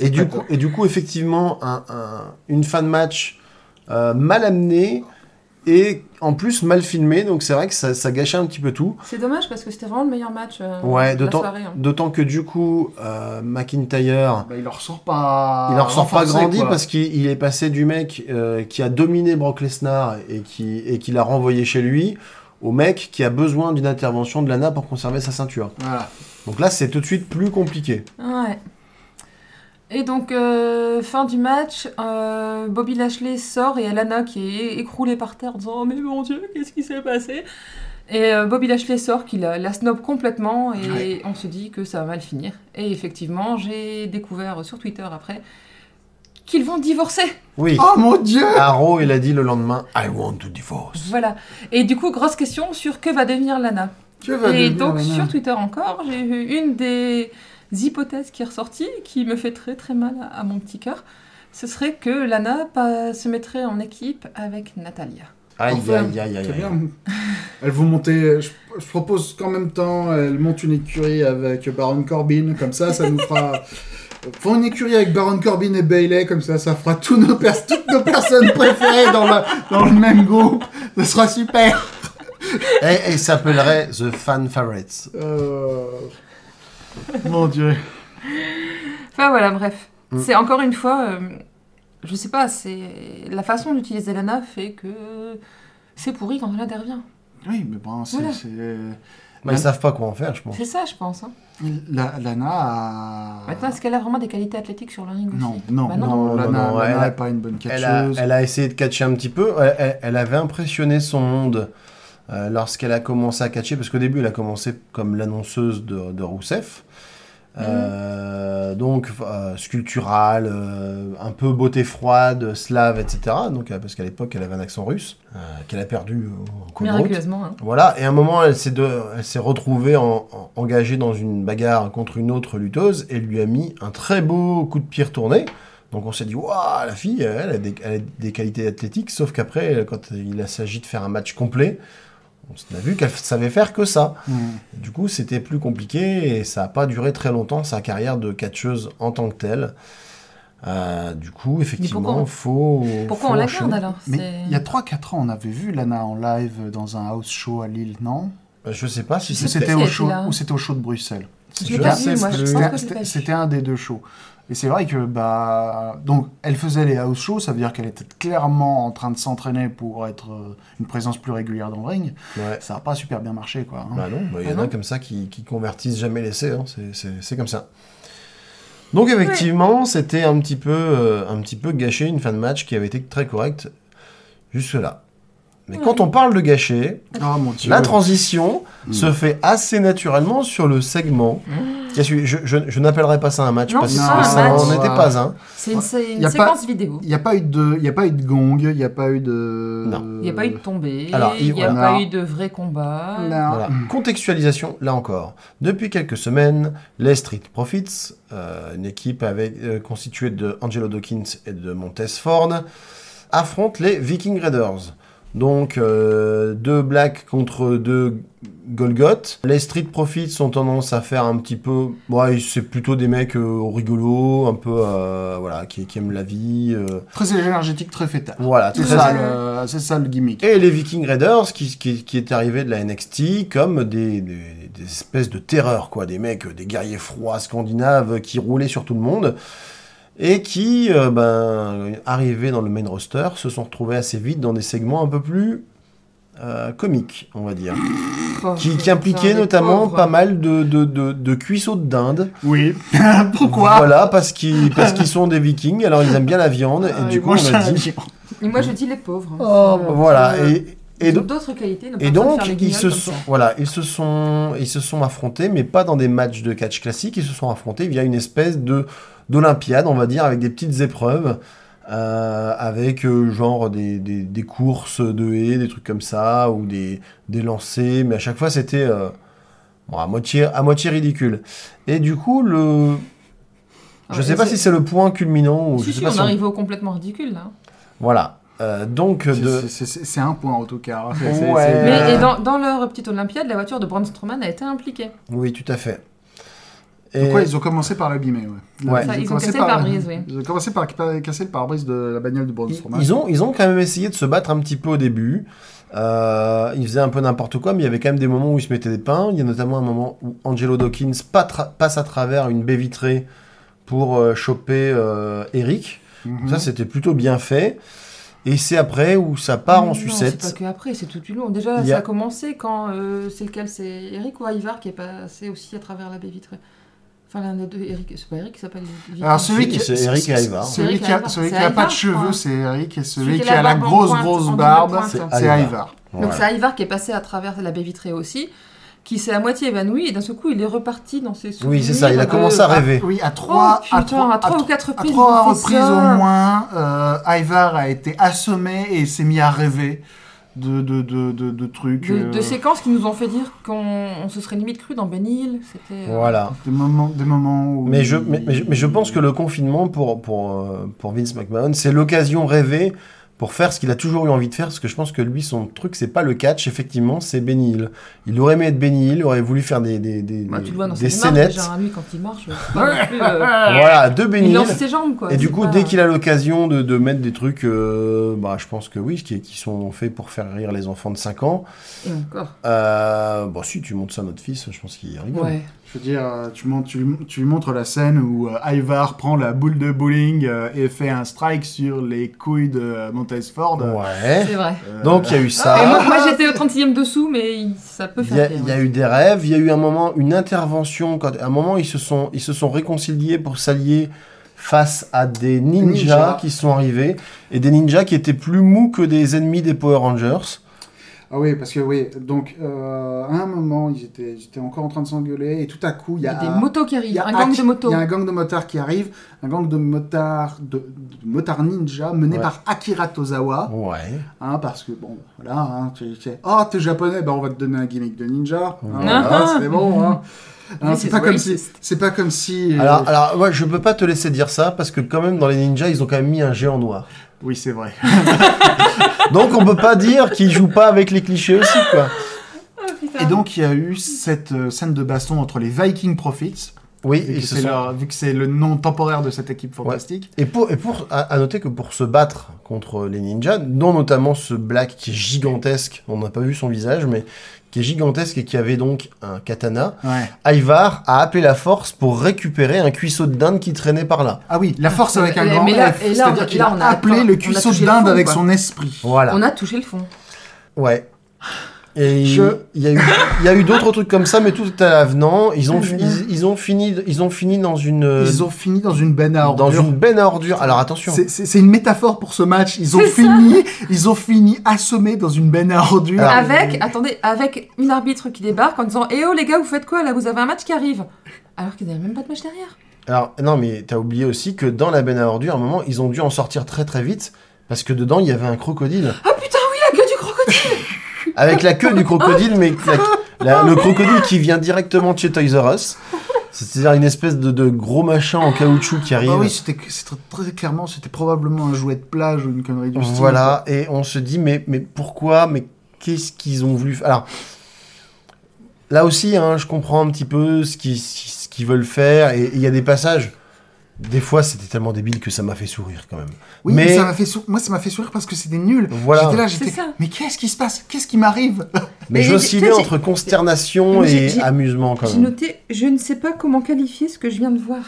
Speaker 3: c'est
Speaker 2: Et
Speaker 3: pas
Speaker 2: du, coup,
Speaker 3: top.
Speaker 2: et du coup, effectivement, un- un- une fin de match euh, mal amenée et en plus mal filmé, donc c'est vrai que ça, ça gâchait un petit peu tout.
Speaker 4: C'est dommage parce que c'était vraiment le meilleur match euh,
Speaker 2: Ouais,
Speaker 4: de la
Speaker 2: d'autant
Speaker 4: soirée. hein.
Speaker 2: d'autant que du coup, euh, McIntyre,
Speaker 3: Bah, il en ressort pas.
Speaker 4: Ah,
Speaker 2: il en ressort pas
Speaker 3: renforcé,
Speaker 2: grandi
Speaker 3: quoi.
Speaker 2: parce qu'il il est passé du mec euh, qui a dominé Brock Lesnar et qui, et qui l'a renvoyé chez lui au mec qui a besoin d'une intervention de Lana pour conserver sa ceinture.
Speaker 3: Voilà.
Speaker 2: Donc là, c'est tout de suite plus compliqué.
Speaker 4: Ouais. Et donc, euh, fin du match, euh, Bobby Lashley sort et Alana qui est écroulée par terre en disant Oh, mais mon Dieu, qu'est-ce qui s'est passé Et euh, Bobby Lashley sort, qui la, la snob complètement et
Speaker 3: Ouais.
Speaker 4: on se dit que ça va mal finir. Et effectivement, j'ai découvert sur Twitter après qu'ils vont divorcer.
Speaker 2: Oui.
Speaker 3: Oh mon dieu
Speaker 2: Arrow, il a dit le lendemain, I want to divorce.
Speaker 4: Voilà. Et du coup, grosse question sur que va devenir Lana.
Speaker 3: Que va
Speaker 4: Et
Speaker 3: devenir
Speaker 4: donc
Speaker 3: la
Speaker 4: sur
Speaker 3: nana
Speaker 4: Twitter encore, j'ai eu une des hypothèses qui est ressortie, qui me fait très très mal à, à mon petit cœur. Ce serait que Lana pa- se mettrait en équipe avec Natalia.
Speaker 2: Aïe,
Speaker 3: Enfin,
Speaker 2: aïe, aïe, aïe,
Speaker 3: Très
Speaker 2: aïe.
Speaker 3: bien. Elle vous montez. Je, je propose qu'en même temps, elle monte une écurie avec Baron Corbin. Comme ça, ça nous fera. Font une écurie avec Baron Corbin et Bailey, comme ça, ça fera tous nos pers- toutes nos personnes préférées dans, la- dans le même groupe. Ce sera super.
Speaker 2: Et il s'appellerait The Fan Favorites.
Speaker 3: Euh, Mon Dieu.
Speaker 4: Enfin voilà, bref.
Speaker 3: Mm.
Speaker 4: C'est encore une fois, euh, je sais pas, c'est la façon d'utiliser Lana fait que c'est pourri quand elle intervient.
Speaker 3: Oui, mais bon, c'est.
Speaker 4: Voilà.
Speaker 3: c'est-
Speaker 2: Bah, ils savent pas quoi en faire, je pense.
Speaker 4: C'est ça, je pense. hein.
Speaker 3: La- Lana a.
Speaker 4: Maintenant, est-ce qu'elle a vraiment des qualités athlétiques sur le ring aussi
Speaker 3: Ah. Non, non,
Speaker 4: Bah
Speaker 3: non,
Speaker 2: non,
Speaker 3: Lana,
Speaker 2: non,
Speaker 3: Lana
Speaker 2: elle a-
Speaker 3: est pas une bonne
Speaker 2: Elle a,
Speaker 3: catcheuse.
Speaker 2: elle a essayé de catcher un petit peu. Elle, elle- elle avait impressionné son monde euh, lorsqu'elle a commencé à catcher, parce qu'au début, elle a commencé comme l'annonceuse de, de Rousseff.
Speaker 3: Mm.
Speaker 2: Euh, donc euh, sculpturale, euh, un peu beauté froide, slave, etc. Donc, euh, parce qu'à l'époque, elle avait un accent russe euh, qu'elle a perdu euh, en cours de route.
Speaker 4: Miraculeusement. hein.
Speaker 2: Voilà, et à un moment, elle s'est, de- elle s'est retrouvée en- en- engagée dans une bagarre contre une autre lutteuse et lui a mis un très beau coup de pied retourné. Donc on s'est dit, waouh, la fille, elle a, des, elle a des qualités athlétiques, sauf qu'après, quand il a s'agit de faire un match complet, on a vu qu'elle savait faire que ça.
Speaker 3: Mm.
Speaker 2: Du coup, c'était plus compliqué et ça n'a pas duré très longtemps, sa carrière de catcheuse en tant que telle. Euh, du coup, effectivement,
Speaker 4: on-
Speaker 2: faut.
Speaker 4: Pourquoi
Speaker 2: faut
Speaker 4: on la
Speaker 2: enchaîner.
Speaker 4: garde alors
Speaker 3: Mais
Speaker 4: C'est-
Speaker 3: il y a 3-4 ans, on avait vu Lana en live dans un house show à Lille, non
Speaker 2: Je sais pas si
Speaker 4: Je sais
Speaker 2: c'est.
Speaker 4: pas
Speaker 3: C'était
Speaker 4: si
Speaker 3: au
Speaker 4: elle
Speaker 3: show,
Speaker 4: était là.
Speaker 3: ou c'était au show de Bruxelles.
Speaker 4: Je l'ai
Speaker 2: je
Speaker 4: pas
Speaker 2: sais
Speaker 4: vu, moi. Je pense
Speaker 2: plus.
Speaker 4: que je l'ai pas
Speaker 3: C'était
Speaker 4: vu.
Speaker 3: c'était un des deux shows. Et c'est vrai que bah donc elle faisait les house shows, ça veut dire qu'elle était clairement en train de s'entraîner pour être euh, une présence plus régulière dans le ring.
Speaker 2: Ouais.
Speaker 3: Ça n'a pas super bien marché quoi. hein.
Speaker 2: Bah non, bah il y
Speaker 4: Ah
Speaker 2: en a
Speaker 4: non.
Speaker 2: comme ça qui, qui convertissent jamais l'essai, hein, c'est- c'est c'est comme ça. Donc effectivement, c'était un petit peu euh, un petit peu gâché une fin de match qui avait été très correcte jusque là. Mais quand on parle de gâché,
Speaker 4: Ah.
Speaker 3: Oh mon dieu.
Speaker 2: la transition se fait assez naturellement sur le segment. qui a suivi. Je, je- je n'appellerai pas ça un match
Speaker 4: Mm. Non,
Speaker 2: parce que
Speaker 4: c'est
Speaker 3: pas un
Speaker 2: ça n'en
Speaker 3: match.
Speaker 2: était pas un.
Speaker 4: C'est une, c'est une
Speaker 3: Y a pas-
Speaker 4: séquence vidéo.
Speaker 3: Il n'y a pas eu de, il y a pas eu de gong, il n'y a pas eu de.
Speaker 2: Non.
Speaker 4: Il n'y a pas eu de tombée,
Speaker 2: Alors,
Speaker 4: il n'y a
Speaker 3: voilà.
Speaker 4: pas eu de vrai combat.
Speaker 3: Non.
Speaker 2: Voilà. Contextualisation, là encore. Depuis quelques semaines, les Street Profits, euh, une équipe avec, euh, constituée de Angelo Dawkins et de Montez Ford, affrontent les Viking Raiders. Donc, euh, deux Blacks contre deux Golgoth. Les Street Profits ont tendance à faire un petit peu... Ouais, c'est plutôt des mecs euh, rigolos, un peu... euh, voilà, qui, qui aiment la vie. euh,
Speaker 3: Très énergétique, très fétal.
Speaker 2: voilà,
Speaker 3: C'est
Speaker 2: tout ça.
Speaker 3: ça, le- c'est ça le gimmick.
Speaker 2: Et les Viking Raiders qui, qui, qui est arrivé de la NXT comme des, des- des espèces de terreurs, quoi. Des mecs, euh, des guerriers froids scandinaves qui roulaient sur tout le monde et qui, euh, ben, arrivés dans le main roster, se sont retrouvés assez vite dans des segments un peu plus euh, comiques, on va dire.
Speaker 4: Oh, Pauvre,
Speaker 2: Qui, qui
Speaker 4: putain,
Speaker 2: impliquaient
Speaker 4: les
Speaker 2: notamment
Speaker 4: pauvres.
Speaker 2: pas mal de, de, de, de cuisseaux de dinde.
Speaker 3: Oui. Pourquoi
Speaker 2: Voilà, parce qu'ils parce qu'ils sont des Vikings, alors ils aiment bien la viande.
Speaker 4: Ah,
Speaker 2: Et du coup, on a dit.
Speaker 4: Et moi je dis les pauvres. hein.
Speaker 2: Oh, Voilà. Et, et
Speaker 4: Ah. euh, Ils ont
Speaker 2: donc-
Speaker 4: d'autres qualités. ils n'ont pas
Speaker 2: Et
Speaker 4: besoin de
Speaker 2: donc,
Speaker 4: faire les
Speaker 2: ils
Speaker 4: guignols
Speaker 2: se,
Speaker 4: comme
Speaker 2: sont,
Speaker 4: ça.
Speaker 2: voilà, ils, se sont, ils se sont affrontés, mais pas dans des matchs de catch classique, ils se sont affrontés via une espèce de d'Olympiade, on va dire, avec des petites épreuves, euh, avec euh, genre des, des- des courses de haies, des trucs comme ça, ou des, des lancers, mais à chaque fois c'était euh, bon, à, moitié, à moitié ridicule. Et du coup, le, je
Speaker 4: Ouais,
Speaker 2: sais pas
Speaker 4: c'est-
Speaker 2: si c'est le point culminant, ou je
Speaker 4: Si,
Speaker 2: sais
Speaker 4: si,
Speaker 2: pas
Speaker 4: on
Speaker 2: si on-
Speaker 4: arrive au complètement ridicule hein. là.
Speaker 2: Voilà. Euh, donc, de...
Speaker 3: C'est- c'est- C'est c'est un point en tout cas. C'est- c'est-
Speaker 2: Ouais.
Speaker 3: c'est-
Speaker 4: Mais
Speaker 2: Euh.
Speaker 4: et dans, dans leur petite Olympiade, la voiture de Braun Strowman a été impliquée.
Speaker 2: Oui, tout à fait. Et-
Speaker 3: Pourquoi ils ont commencé par l'abîmer ouais.
Speaker 2: Ouais.
Speaker 4: Ça, ils ont cassé le pare-brise, oui.
Speaker 3: Ils ont commencé par par- casser le pare-brise de la bagnole du
Speaker 2: Ils-
Speaker 3: Brainstorm.
Speaker 2: Ils ont, ils ont quand même essayé de se battre un petit peu au début. Euh, ils faisaient un peu n'importe quoi, mais il y avait quand même des moments où ils se mettaient des pains. Il y a notamment un moment où Angelo Dawkins pas tra- passe à travers une baie vitrée pour euh, choper euh, Eric.
Speaker 3: Mhm.
Speaker 2: Ça, c'était plutôt bien fait. Et c'est après où ça part
Speaker 4: Non,
Speaker 2: en
Speaker 4: C'est
Speaker 2: sucette.
Speaker 4: pas que après, c'est tout du long. Déjà,
Speaker 2: Il y
Speaker 4: ça
Speaker 2: a-
Speaker 4: a commencé quand euh, c'est lequel C'est Eric ou Ivar qui est passé aussi à travers la baie vitrée Enfin, l'un des deux, Eric. C'est pas Eric qui s'appelle Ivar.
Speaker 3: Alors celui
Speaker 2: Oui,
Speaker 3: qui
Speaker 2: c'est Eric et Ivar.
Speaker 3: Celui
Speaker 4: Eric
Speaker 3: qui a,
Speaker 4: Ivar.
Speaker 3: celui
Speaker 4: C'est
Speaker 3: qui a pas
Speaker 4: Ivar,
Speaker 3: de
Speaker 4: je crois.
Speaker 3: cheveux, c'est Eric, et celui,
Speaker 4: Celui
Speaker 3: qui a la
Speaker 4: barbe en
Speaker 3: grosse
Speaker 4: pointe, en
Speaker 3: grosse
Speaker 4: double
Speaker 3: barbe,
Speaker 4: pointe.
Speaker 2: C'est
Speaker 3: c'est
Speaker 2: Ivar.
Speaker 3: Ivar.
Speaker 4: Donc
Speaker 2: Voilà.
Speaker 4: c'est Ivar qui est passé à travers la baie vitrée aussi, qui s'est à moitié évanoui et d'un seul coup il est reparti dans ses souvenirs.
Speaker 2: Oui, c'est ça, Ah, il a
Speaker 4: de-
Speaker 2: commencé à rêver.
Speaker 3: Oui, à trois,
Speaker 4: Euh, ah, Oh, putain,
Speaker 3: à trois,
Speaker 4: à trois
Speaker 3: à
Speaker 4: ou quatre
Speaker 3: À
Speaker 4: reprises.
Speaker 3: trois
Speaker 4: ils ont fait
Speaker 3: reprises
Speaker 4: ça.
Speaker 3: au moins, euh, Ivar a été assommé et s'est mis à rêver de, de, de, de, de trucs.
Speaker 4: De,
Speaker 3: euh,
Speaker 4: de séquences qui nous ont fait dire qu'on on se serait limite cru dans Ben Hill. C'était. euh,
Speaker 2: Voilà.
Speaker 3: des moments, des moments où.
Speaker 2: Mais je, mais, mais je, mais je pense que le confinement pour, pour, euh, pour Vince McMahon, c'est l'occasion rêvée pour faire ce qu'il a toujours eu envie de faire, parce que je pense que lui, son truc, c'est pas le catch, effectivement, c'est Benny Hill. Il aurait aimé être Benny Hill, il aurait voulu faire des, des, des,
Speaker 4: Bah,
Speaker 2: des-
Speaker 4: tu le vois dans
Speaker 2: des
Speaker 4: ses démarches,
Speaker 2: scénettes.
Speaker 4: déjà, hein, lui, quand il marche, c'est pas non plus, euh,
Speaker 2: Voilà, de Benny
Speaker 4: il
Speaker 2: Hill.
Speaker 4: lance ses jambes, quoi.
Speaker 2: Et du
Speaker 4: c'est
Speaker 2: coup,
Speaker 4: pas-
Speaker 2: dès qu'il a l'occasion de, de mettre des trucs, euh, bah, je pense que oui, qui, qui sont faits pour faire rire les enfants de 5 ans,
Speaker 4: Et encore.
Speaker 2: euh, bon, si tu montes ça à notre fils, je pense qu'il rigole.
Speaker 4: Ouais.
Speaker 3: Je veux dire, euh, tu, montes- tu, lui- tu lui montres la scène où euh, Ivar prend la boule de bowling euh, et fait un strike sur les couilles de euh, Montez Ford.
Speaker 2: Ouais.
Speaker 4: C'est vrai.
Speaker 3: Euh,
Speaker 2: Donc, il y a eu Eh. ça.
Speaker 4: Et moi, moi, j'étais au 36e dessous, mais il- ça peut
Speaker 2: Il y,
Speaker 4: faire
Speaker 2: a,
Speaker 4: pire,
Speaker 2: il y a
Speaker 4: ouais.
Speaker 2: eu des rêves, il y a eu un moment, une intervention. Quand, à un moment, ils se sont, ils se sont réconciliés pour s'allier face à des ninjas
Speaker 3: Ninjas.
Speaker 2: qui sont arrivés et des ninjas qui étaient plus mous que des ennemis des Power Rangers.
Speaker 3: Ah oui, parce que oui, donc euh, à un moment, ils étaient, ils étaient encore en train de s'engueuler et tout à coup, il y
Speaker 4: Il y
Speaker 3: a.
Speaker 4: a des motos qui
Speaker 3: il y
Speaker 4: arrivent,
Speaker 3: a
Speaker 4: un gang
Speaker 3: Axe-
Speaker 4: de motos.
Speaker 3: Il y a un gang de motards qui arrive, un gang de motards, de, de motards ninja mené
Speaker 2: Ouais.
Speaker 3: par Akira Tozawa.
Speaker 2: Ouais.
Speaker 3: Hein, parce que bon, voilà, hein, tu sais, oh t'es japonais, bah on va te donner un gimmick de ninja. Hein,
Speaker 2: Ah
Speaker 3: voilà,
Speaker 4: ah.
Speaker 3: c'est bon, hein. Hein,
Speaker 4: This
Speaker 3: c'est
Speaker 4: is
Speaker 3: pas comme si,
Speaker 4: racist.
Speaker 3: c'est pas comme si. euh,
Speaker 2: Alors, alors, ouais, je peux pas te laisser dire ça parce que quand même dans les ninjas, ils ont quand même mis un géant noir.
Speaker 3: Oui, c'est vrai.
Speaker 2: Donc on peut pas dire qu'ils jouent pas avec les clichés aussi, quoi.
Speaker 4: Ah, putain.
Speaker 3: Et donc il y a eu cette euh, scène de baston entre les Viking Profits,
Speaker 2: Oui.
Speaker 3: vu
Speaker 2: Ils
Speaker 3: que
Speaker 2: se
Speaker 3: c'est
Speaker 2: sont-
Speaker 3: leur- vu que c'est le nom temporaire de cette équipe
Speaker 2: Ouais.
Speaker 3: fantastique.
Speaker 2: Et pour, et pour à, à noter que pour se battre contre les ninjas, dont notamment ce Black qui est gigantesque, on n'a pas vu son visage, mais qui est gigantesque et qui avait donc un katana,
Speaker 3: Ouais.
Speaker 2: Ivar a appelé la force pour récupérer un cuisseau de dinde qui traînait par là.
Speaker 3: Ah oui, la force avec un
Speaker 4: Mais
Speaker 3: grand
Speaker 4: là-
Speaker 3: F,
Speaker 4: et là,
Speaker 3: c'est-à-dire
Speaker 4: on-
Speaker 3: qu'il
Speaker 4: là,
Speaker 3: a
Speaker 4: on a
Speaker 3: appelé
Speaker 4: atteint-
Speaker 3: le
Speaker 4: on a
Speaker 3: cuisson
Speaker 4: touché le
Speaker 3: d'Inde
Speaker 4: fond,
Speaker 3: avec
Speaker 4: quoi.
Speaker 3: son esprit.
Speaker 2: Voilà.
Speaker 4: On a touché le fond.
Speaker 2: Ouais. Et
Speaker 3: Je-
Speaker 2: il y a eu, il y a eu d'autres trucs comme ça, mais tout est à l'avenant. Ils ont,
Speaker 4: Ah, mais là.
Speaker 2: ils, ils ont fini, ils ont fini dans une,
Speaker 3: Ils ont fini dans une benne à
Speaker 2: dans
Speaker 3: ordures.
Speaker 2: une benne à ordures. Alors attention.
Speaker 3: C'est- C'est c'est une métaphore pour ce match. Ils ont
Speaker 4: C'est ça.
Speaker 3: fini, ils ont fini assommés dans une benne à ordures.
Speaker 2: Alors-
Speaker 4: Avec, attendez, avec une arbitre qui débarque en disant Eh oh les gars, vous faites quoi là Vous avez un match qui arrive Alors qu'ils n'avaient même pas de match derrière.
Speaker 2: Alors, non, mais t'as oublié aussi que dans la benne à ordures, à un moment, ils ont dû en sortir très très vite parce que dedans, il y avait un crocodile.
Speaker 4: Ah putain, oui, la gueule du crocodile
Speaker 2: Avec la queue du crocodile, mais la- la- le crocodile qui vient directement de chez Toys R Us. C'est-à-dire une espèce de, de gros machin en caoutchouc qui arrive.
Speaker 3: Bah oui, c'était c'était très clairement, c'était probablement un jouet de plage ou une connerie du style.
Speaker 2: voilà, et on se dit, mais, mais pourquoi Mais qu'est-ce qu'ils ont voulu faire Alors, là aussi, hein, je comprends un petit peu ce qu'ils ce qu'ils veulent faire, et et il y a des passages. Des fois, c'était tellement débile que ça m'a fait sourire quand même.
Speaker 3: Oui,
Speaker 2: Mais-
Speaker 3: mais ça m'a fait sou- moi ça m'a fait sourire parce que c'était nul.
Speaker 2: Voilà.
Speaker 3: J'étais là,
Speaker 4: C'est
Speaker 3: j'étais
Speaker 4: ça.
Speaker 3: mais qu'est-ce qui se passe Qu'est-ce qui m'arrive
Speaker 2: Mais
Speaker 4: Mais j'ai-
Speaker 2: j'oscillais
Speaker 4: tu sais,
Speaker 2: entre consternation
Speaker 4: Mais j'ai-
Speaker 2: et
Speaker 4: j'ai-
Speaker 2: amusement quand
Speaker 4: J'ai
Speaker 2: même.
Speaker 4: noté, je ne sais pas comment qualifier ce que je viens de voir.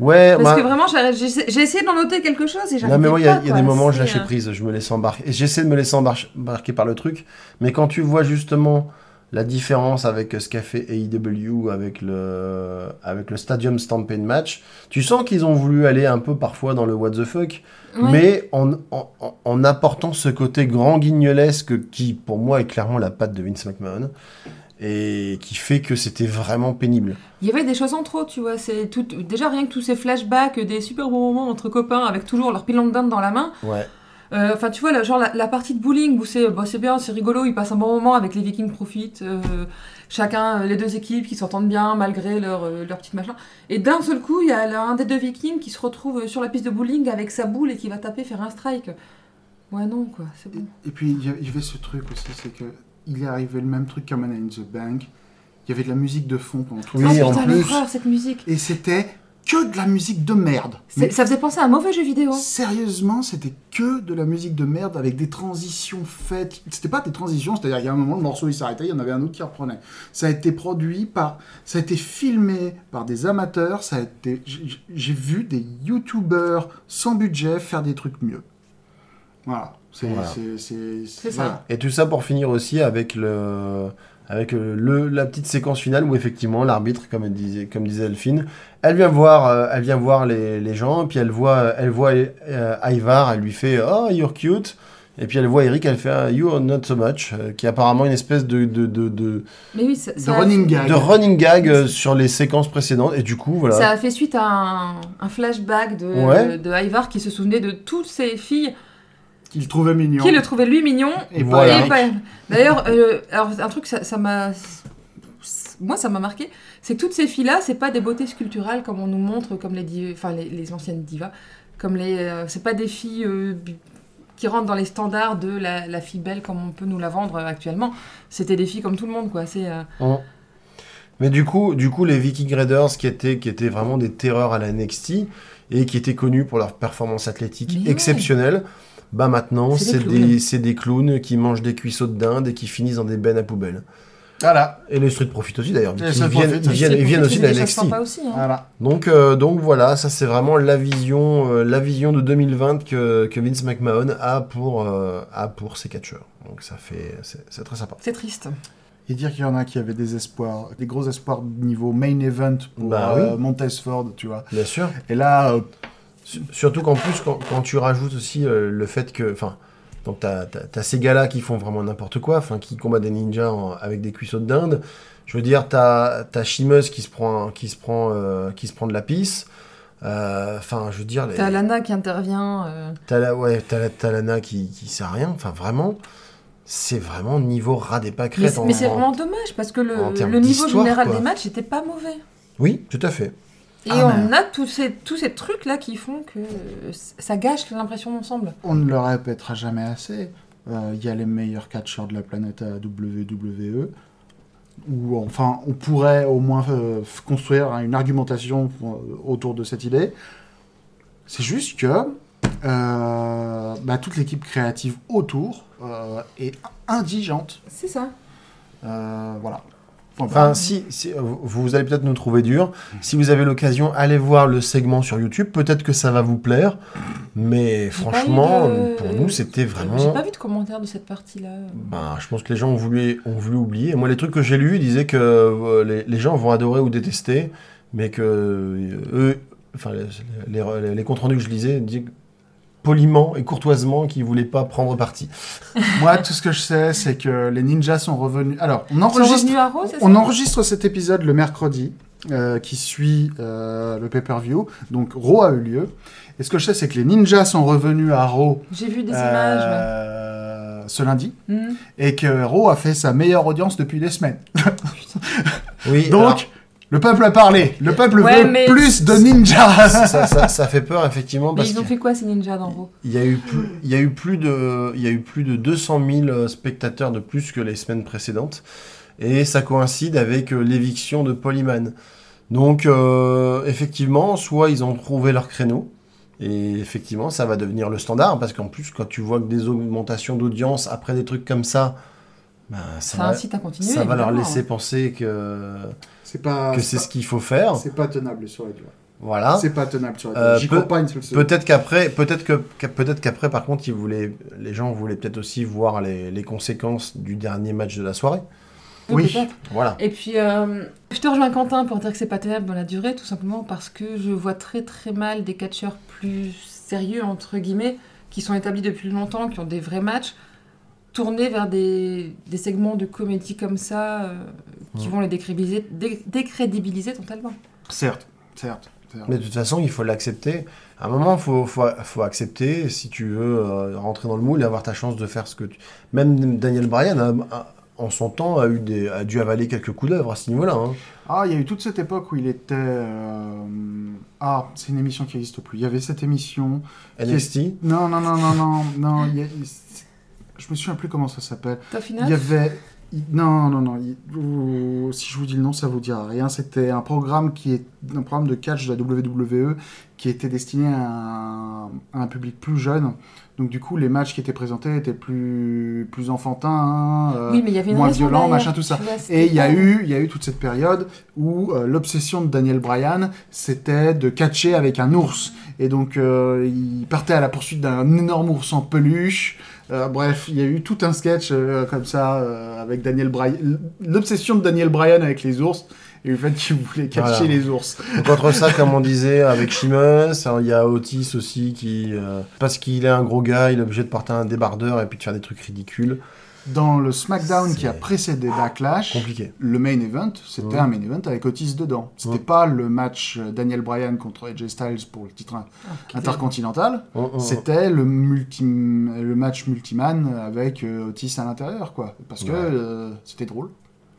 Speaker 2: Ouais,
Speaker 4: Parce
Speaker 2: bah,
Speaker 4: que vraiment, j'arrête- j'ai j'ai essayé d'en noter quelque chose et j'arrivais
Speaker 2: non, mais moi, il y a,
Speaker 4: pas,
Speaker 2: il y a
Speaker 4: quoi.
Speaker 2: des moments où je
Speaker 4: C'est,
Speaker 2: lâchais
Speaker 4: euh,
Speaker 2: prise, je me laisse embarquer. et J'essaie de me laisser embar- embarquer par le truc, mais quand tu vois justement la différence avec ce qu'a fait AEW avec le, avec le Stadium Stampede Match, tu sens qu'ils ont voulu aller un peu parfois dans le what the fuck,
Speaker 4: euh, ouais.
Speaker 2: mais en, en- en- en apportant ce côté grand guignolesque qui, pour moi, est clairement la patte de Vince McMahon, et qui fait que c'était vraiment pénible.
Speaker 4: Il y avait des choses en trop, tu vois. C'est tout... Déjà, rien que tous ces flashbacks, des super bons moments entre copains avec toujours leur pilon de dinde dans la main.
Speaker 2: Ouais.
Speaker 4: Euh, Enfin, tu vois, la, genre la, la partie de bowling où c'est bah, c'est bien, c'est rigolo, ils passent un bon moment avec les Vikings Profit. euh, chacun, euh, les deux équipes qui s'entendent bien malgré leur, euh, leur petit machin. Et d'un seul coup, il y a là, un des deux Vikings qui se retrouve euh, sur la piste de bowling avec sa boule et qui va taper, faire un strike. Ouais, non, quoi, c'est bon.
Speaker 3: Et puis il y a- il y avait ce truc aussi, c'est que il est arrivé le même truc qu'à Man in the Bank. il y avait de la musique de fond pendant tout
Speaker 2: Oui,
Speaker 3: le
Speaker 4: ah
Speaker 3: film.
Speaker 2: en
Speaker 4: putain,
Speaker 2: plus.
Speaker 4: l'horreur, cette musique.
Speaker 3: Et c'était que de la musique de merde.
Speaker 4: C'est- Ça faisait penser à un mauvais jeu vidéo. hein.
Speaker 3: Sérieusement, c'était que de la musique de merde avec des transitions faites. C'était pas des transitions, c'est-à-dire qu'il y a un moment, le morceau il s'arrêtait, il y en avait un autre qui reprenait. Ça a été produit par. Ça a été filmé par des amateurs, ça a été. j- J'ai vu des youtubeurs sans budget faire des trucs mieux. Voilà. C'est
Speaker 2: Voilà.
Speaker 3: c'est- c'est-
Speaker 4: C'est ça.
Speaker 3: voilà.
Speaker 2: Et tout ça pour finir aussi avec le avec euh, le, la petite séquence finale où effectivement l'arbitre, comme elle disait, comme disait Elfine, elle vient voir, euh, elle vient voir les, les gens, puis elle voit, elle voit euh, Ivar, elle lui fait oh you're cute, et puis elle voit Eric, elle fait Ah, you are not so much, euh, qui est apparemment une espèce de de, de, de,
Speaker 4: Mais oui, ça,
Speaker 3: De
Speaker 4: ça a-
Speaker 3: running gag.
Speaker 2: de running gag euh, sur les séquences précédentes, et du coup voilà.
Speaker 4: Ça a fait suite à un, un flashback de,
Speaker 2: Ouais.
Speaker 4: de Ivar qui se souvenait de toutes ces filles
Speaker 3: Qu'il trouvait mignon.
Speaker 4: qui le trouvaient lui mignon.
Speaker 3: Et pas
Speaker 2: Voilà.
Speaker 3: Eric.
Speaker 4: Et pas- D'ailleurs, euh, alors, un truc, ça ça m'a. Moi, ça m'a marqué, c'est que toutes ces filles-là, c'est pas des beautés sculpturales comme on nous montre, comme les, div- enfin, les, les anciennes divas. Comme les, euh, c'est pas des filles euh, bi- qui rentrent dans les standards de la, la fille belle comme on peut nous la vendre euh, actuellement. C'était des filles comme tout le monde, quoi. C'est euh,
Speaker 2: Hum. Mais du coup, du coup, les Viking Raiders, qui étaient, qui étaient vraiment des terreurs à la NXT et qui étaient connus pour leur performance athlétique
Speaker 4: Mais ouais.
Speaker 2: exceptionnelle, bah maintenant,
Speaker 4: C'est des
Speaker 2: c'est
Speaker 4: clowns.
Speaker 2: des, c'est des clowns qui mangent des cuissots de dinde et qui finissent dans des bennes à poubelle.
Speaker 3: Voilà.
Speaker 2: Et les Street Profit aussi d'ailleurs.
Speaker 3: Les
Speaker 2: Ils
Speaker 3: Street
Speaker 2: viennent,
Speaker 3: Profits.
Speaker 2: ils viennent,
Speaker 4: c'est
Speaker 2: ils viennent
Speaker 4: pour
Speaker 2: aussi
Speaker 4: qu'ils
Speaker 2: de la
Speaker 4: aient des choses
Speaker 2: NXT.
Speaker 4: sympas aussi, hein.
Speaker 3: Voilà.
Speaker 2: Donc, euh, donc voilà, ça c'est vraiment la vision, euh, la vision de 2020 que, que Vince McMahon a pour, euh, a pour ses catcheurs. Donc ça fait, c'est c'est très sympa.
Speaker 4: C'est triste.
Speaker 3: Et dire qu'il y en a qui avaient des espoirs, des gros espoirs de niveau main event pour
Speaker 2: Bah
Speaker 3: euh, Montesford, tu vois.
Speaker 2: Bien sûr.
Speaker 3: Et là, euh,
Speaker 2: S- Surtout qu'en plus, quand, quand tu rajoutes aussi euh, le fait que. Enfin, donc t'as t'as- t'as ces gars-là qui font vraiment n'importe quoi, enfin, qui combattent des ninjas en- avec des cuissots de dinde. Je veux dire, t'as t'as Chimeuse qui se prend, qui se prend, euh, qui se prend de la pisse. Euh, Enfin, je veux dire, les-
Speaker 4: T'as Lana qui intervient. euh,
Speaker 2: t'as la, ouais, t'as la Talana qui, qui sert à rien. Enfin, vraiment, c'est vraiment niveau ras des
Speaker 4: Mais
Speaker 2: pâquerettes.
Speaker 4: c'est
Speaker 2: en-
Speaker 4: mais c'est
Speaker 2: en-
Speaker 4: vraiment dommage parce que le,
Speaker 2: en termes
Speaker 4: le niveau
Speaker 2: d'histoire,
Speaker 4: général
Speaker 2: quoi.
Speaker 4: des matchs n'était pas mauvais.
Speaker 2: Oui, tout à fait.
Speaker 4: Et
Speaker 3: Ah,
Speaker 4: on a tous ces, tous ces trucs-là qui font que euh, ça gâche l'impression d'ensemble.
Speaker 3: on ne le répétera jamais assez. euh, Il y a les meilleurs catcheurs de la planète à WWE. Ou enfin, on pourrait au moins euh, f- construire hein, une argumentation pour- euh, autour de cette idée. C'est juste que euh, bah, toute l'équipe créative autour euh, est indigente.
Speaker 4: C'est ça.
Speaker 3: Euh, voilà. Point barre.
Speaker 2: Enfin, si, si- vous- vous allez peut-être nous trouver dur. Si vous avez l'occasion, allez voir le segment sur YouTube. Peut-être que ça va vous plaire. Mais franchement,
Speaker 4: pas eu de-
Speaker 2: pour nous, c'était
Speaker 4: J'ai
Speaker 2: vraiment.
Speaker 4: pas vu de commentaires de cette partie-là.
Speaker 2: Ben, je pense que les gens ont voulu, ont voulu oublier. Moi, les trucs que j'ai lus ils disaient que euh, les, les gens vont adorer ou détester, mais que euh, eux, enfin, les, les- les comptes rendus que je lisais disaient poliment et courtoisement qu'ils voulaient pas prendre parti.
Speaker 3: Moi, tout ce que je sais, c'est que les ninjas sont revenus. Alors, on
Speaker 4: Ils sont
Speaker 3: enregistre,
Speaker 4: revenus à Raw, Oh, c'est ça
Speaker 3: on enregistre cet épisode le mercredi, euh, qui suit euh, le pay-per-view. Donc, Raw a eu lieu. Et ce que je sais, c'est que les ninjas sont revenus à Raw
Speaker 4: J'ai vu des
Speaker 3: euh,
Speaker 4: images.
Speaker 3: ce lundi.
Speaker 2: oh,
Speaker 4: ouais. Mhm.
Speaker 3: Et que Raw a fait sa meilleire audience depuis des semaines.
Speaker 2: Oui,
Speaker 3: Donc,
Speaker 2: alors,
Speaker 3: le peuple a parlé. Le peuple
Speaker 4: Ouais,
Speaker 3: veut
Speaker 4: mais-
Speaker 3: plus de ninjas.
Speaker 2: ça, ça- ça fait peur, effectivement.
Speaker 4: Mais
Speaker 2: Parce
Speaker 4: ils ont
Speaker 2: que-
Speaker 4: fait quoi ces ninjas dans Raw
Speaker 2: Il y, a eu plus, il, y a eu plus de, il y a eu plus de 200 000 euh, spectateurs de plus que les semaines précédentes. Et ça coïncide avec euh, l'éviction de Polyman. Donc, euh, effectivement, soit ils ont trouvé leur créneau. Et effectivement, ça va devenir le standard. Parce qu'en plus, quand tu vois que des augmentations d'audience après des trucs comme ça, ben, ça,
Speaker 4: Ça
Speaker 2: va,
Speaker 4: incite à continuer.
Speaker 2: ça va leur
Speaker 4: évidemment.
Speaker 2: laisser penser que,
Speaker 3: Ah, C'est pas.
Speaker 2: que c'est ce qu'il faut faire.
Speaker 3: C'est pas tenable sur la durée.
Speaker 2: Voilà.
Speaker 3: C'est pas tenable sur la
Speaker 2: Euh,
Speaker 3: durée. J'y
Speaker 2: peut-
Speaker 3: crois pas une seule seconde.
Speaker 2: Peut-être qu'après, peut-être que, que- peut-être qu'après, par contre, ils voulaient, les gens voulaient peut-être aussi voir les, les conséquences du dernier match de la soirée.
Speaker 4: Oui,
Speaker 3: Oui.
Speaker 4: peut-être.
Speaker 2: Voilà.
Speaker 4: Et puis, euh, je te rejoins Quentin pour dire que c'est pas tenable dans la durée, tout simplement parce que je vois très très mal des catcheurs plus sérieux, entre guillemets, qui sont établis depuis longtemps, qui ont des vrais matchs, tournés vers des, des segments de comédie comme ça, euh, qui
Speaker 2: Ouais.
Speaker 4: vont les décrédibiliser, dé- décrédibiliser totalement.
Speaker 3: Certes, certes. certes.
Speaker 2: Mais de toute façon, il faut l'accepter. À un moment, faut, faut, faut accepter si tu veux euh, rentrer dans le moule et avoir ta chance de faire ce que tu. Même Daniel Bryan, a- a- en son temps, a eu des, a dû avaler quelques coups d'œuvre à ce niveau-là. hein.
Speaker 3: Ah, il y a eu toute cette époque où il était. euh, Ah, c'est une émission qui n'existe plus. Il y avait cette émission.
Speaker 2: NXT.
Speaker 3: Non, non, non, non, non, non. il y a- Je me souviens plus comment ça s'appelle.
Speaker 4: Tough
Speaker 3: Il y
Speaker 4: enough
Speaker 3: avait il- non, non, non. il- ouh, si je vous dis le nom, ça vous dira rien. C'était un programme qui est un programme de catch de la WWE qui était destiné à un, à un public plus jeune. Donc du coup, les matchs qui étaient présentés étaient plus plus enfantins. hein, euh,
Speaker 4: oui, mais il y avait une
Speaker 3: moins
Speaker 4: raison
Speaker 3: violent,
Speaker 4: derrière,
Speaker 3: machin, tout ça.
Speaker 4: tu vois, c'était
Speaker 3: Et il y, a
Speaker 4: pas-
Speaker 3: eu, il y a eu toute cette période où euh, l'obsession de Daniel Bryan, c'était de catcher avec un ours. Et donc, euh, il partait à la poursuite d'un énorme ours en peluche. Euh, bref, il y a eu tout un sketch euh, comme ça euh, avec Daniel Bryan. L'obsession de Daniel Bryan avec les ours et le fait qu'il voulait catcher
Speaker 2: Voilà.
Speaker 3: les ours.
Speaker 2: Donc, entre ça, comme on disait avec Chimus, il y a Otis aussi qui, euh, parce qu'il est un gros gars, il est obligé de porter un débardeur et puis de faire des trucs ridicules.
Speaker 3: Dans le SmackDown
Speaker 2: C'est-
Speaker 3: qui a précédé Backlash,
Speaker 2: Compliqué.
Speaker 3: le main event, c'était
Speaker 2: Ouais.
Speaker 3: un main event avec Otis dedans. C'était
Speaker 2: Ouais.
Speaker 3: pas le match euh, Daniel Bryan contre AJ Styles pour le titre
Speaker 4: Ok.
Speaker 3: intercontinental.
Speaker 2: On- on-
Speaker 3: C'était le, multi, le match multiman avec euh, Otis à l'intérieur, quoi. Parce que
Speaker 2: Ouais.
Speaker 3: euh, c'était drôle.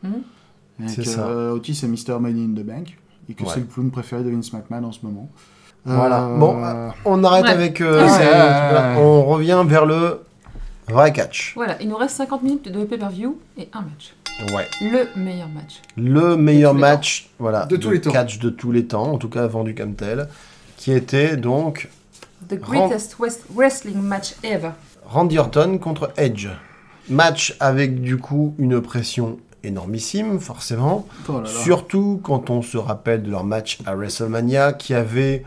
Speaker 4: Mhm.
Speaker 3: Et
Speaker 2: C'est
Speaker 3: que,
Speaker 2: ça.
Speaker 3: euh, Otis est Mr. Money in the Bank. Et que
Speaker 2: Ouais.
Speaker 3: c'est le clown préféré de Vince McMahon en ce moment.
Speaker 2: Voilà.
Speaker 3: Euh,
Speaker 2: Bon, on arrête
Speaker 4: Ouais.
Speaker 2: avec. euh,
Speaker 3: Ouais.
Speaker 2: ces-
Speaker 3: Ouais.
Speaker 2: On revient vers le vrai catch.
Speaker 4: Voilà, il nous reste 50 minutes de pay-per-view et un match.
Speaker 2: Ouais.
Speaker 4: Le meilleur match.
Speaker 2: Le meilleur
Speaker 4: tous les
Speaker 2: match, voilà,
Speaker 3: De tous les temps.
Speaker 2: catch de tous les temps, en tout cas vendu comme tel, qui était donc
Speaker 4: The
Speaker 2: Ren-
Speaker 4: greatest West- wrestling match ever.
Speaker 2: Randy Orton contre Edge. Match avec du coup une pression énormissime, forcément.
Speaker 3: oh là là.
Speaker 2: Surtout quand on se rappelle de leur match à WrestleMania qui avait,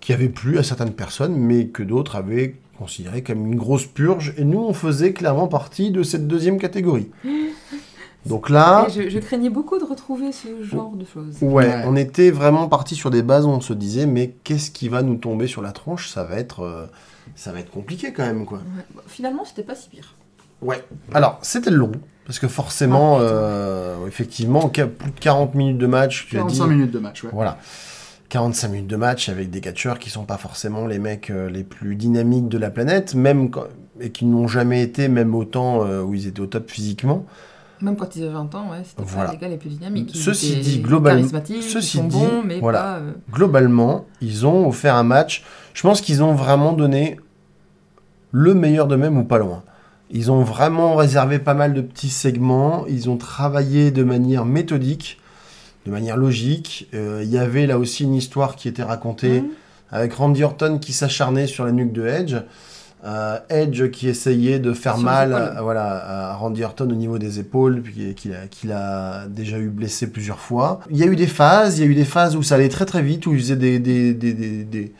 Speaker 2: qui avait plu à certaines personnes, mais que d'autres avaient considéré comme une grosse purge. Et nous, on faisait clairement partie de cette deuxième catégorie. Donc là,
Speaker 4: Et je, je craignais beaucoup de retrouver ce genre de choses.
Speaker 2: ouais,
Speaker 3: Ouais.
Speaker 2: on était vraiment parti sur des bases où on se disait, mais qu'est-ce qui va nous tomber sur la tronche Ça va être, euh, ça va être compliqué quand même, quoi.
Speaker 4: Ouais. Bon, Finalement, c'était pas si pire.
Speaker 2: Ouais. Alors, c'était long. Parce que forcément, euh, effectivement, ca- plus de 40 minutes de match, tu as dit.
Speaker 3: 45 minutes de match, ouais.
Speaker 2: Voilà. 45 minutes de match avec des catcheurs qui sont pas forcément les mecs euh, les plus dynamiques de la planète, même quand- et qui n'ont jamais été, même au temps euh, où ils étaient au top physiquement.
Speaker 4: Même quand ils avaient 20 ans, ouais, c'était
Speaker 2: Voilà.
Speaker 4: pas les gars les plus dynamiques. Ils
Speaker 2: Ceci
Speaker 4: étaient
Speaker 2: dit, globalement-
Speaker 4: Charismatiques,
Speaker 2: ceci
Speaker 4: ils sont
Speaker 2: dit,
Speaker 4: bons, mais
Speaker 2: voilà.
Speaker 4: pas. euh,
Speaker 2: Globalement, ils ont offert un match. Je pense qu'ils ont vraiment donné le meilleur d'eux-mêmes ou pas loin. Ils ont vraiment réservé pas mal de petits segments. Ils ont travaillé de manière méthodique, de manière logique. Euh, Il y avait là aussi une histoire qui était racontée.
Speaker 4: Mhm.
Speaker 2: avec Randy Orton qui s'acharnait sur la nuque de Edge, euh, Edge qui essayait de faire
Speaker 4: Sur les
Speaker 2: mal
Speaker 4: épaules.
Speaker 2: à, voilà, à Randy Orton au niveau des épaules, puis qu'il a, qu'il a déjà eu blessé plusieurs fois. Il y a eu des phases, il y a eu des phases où ça allait très très vite, où il faisait des, des, des, des, des-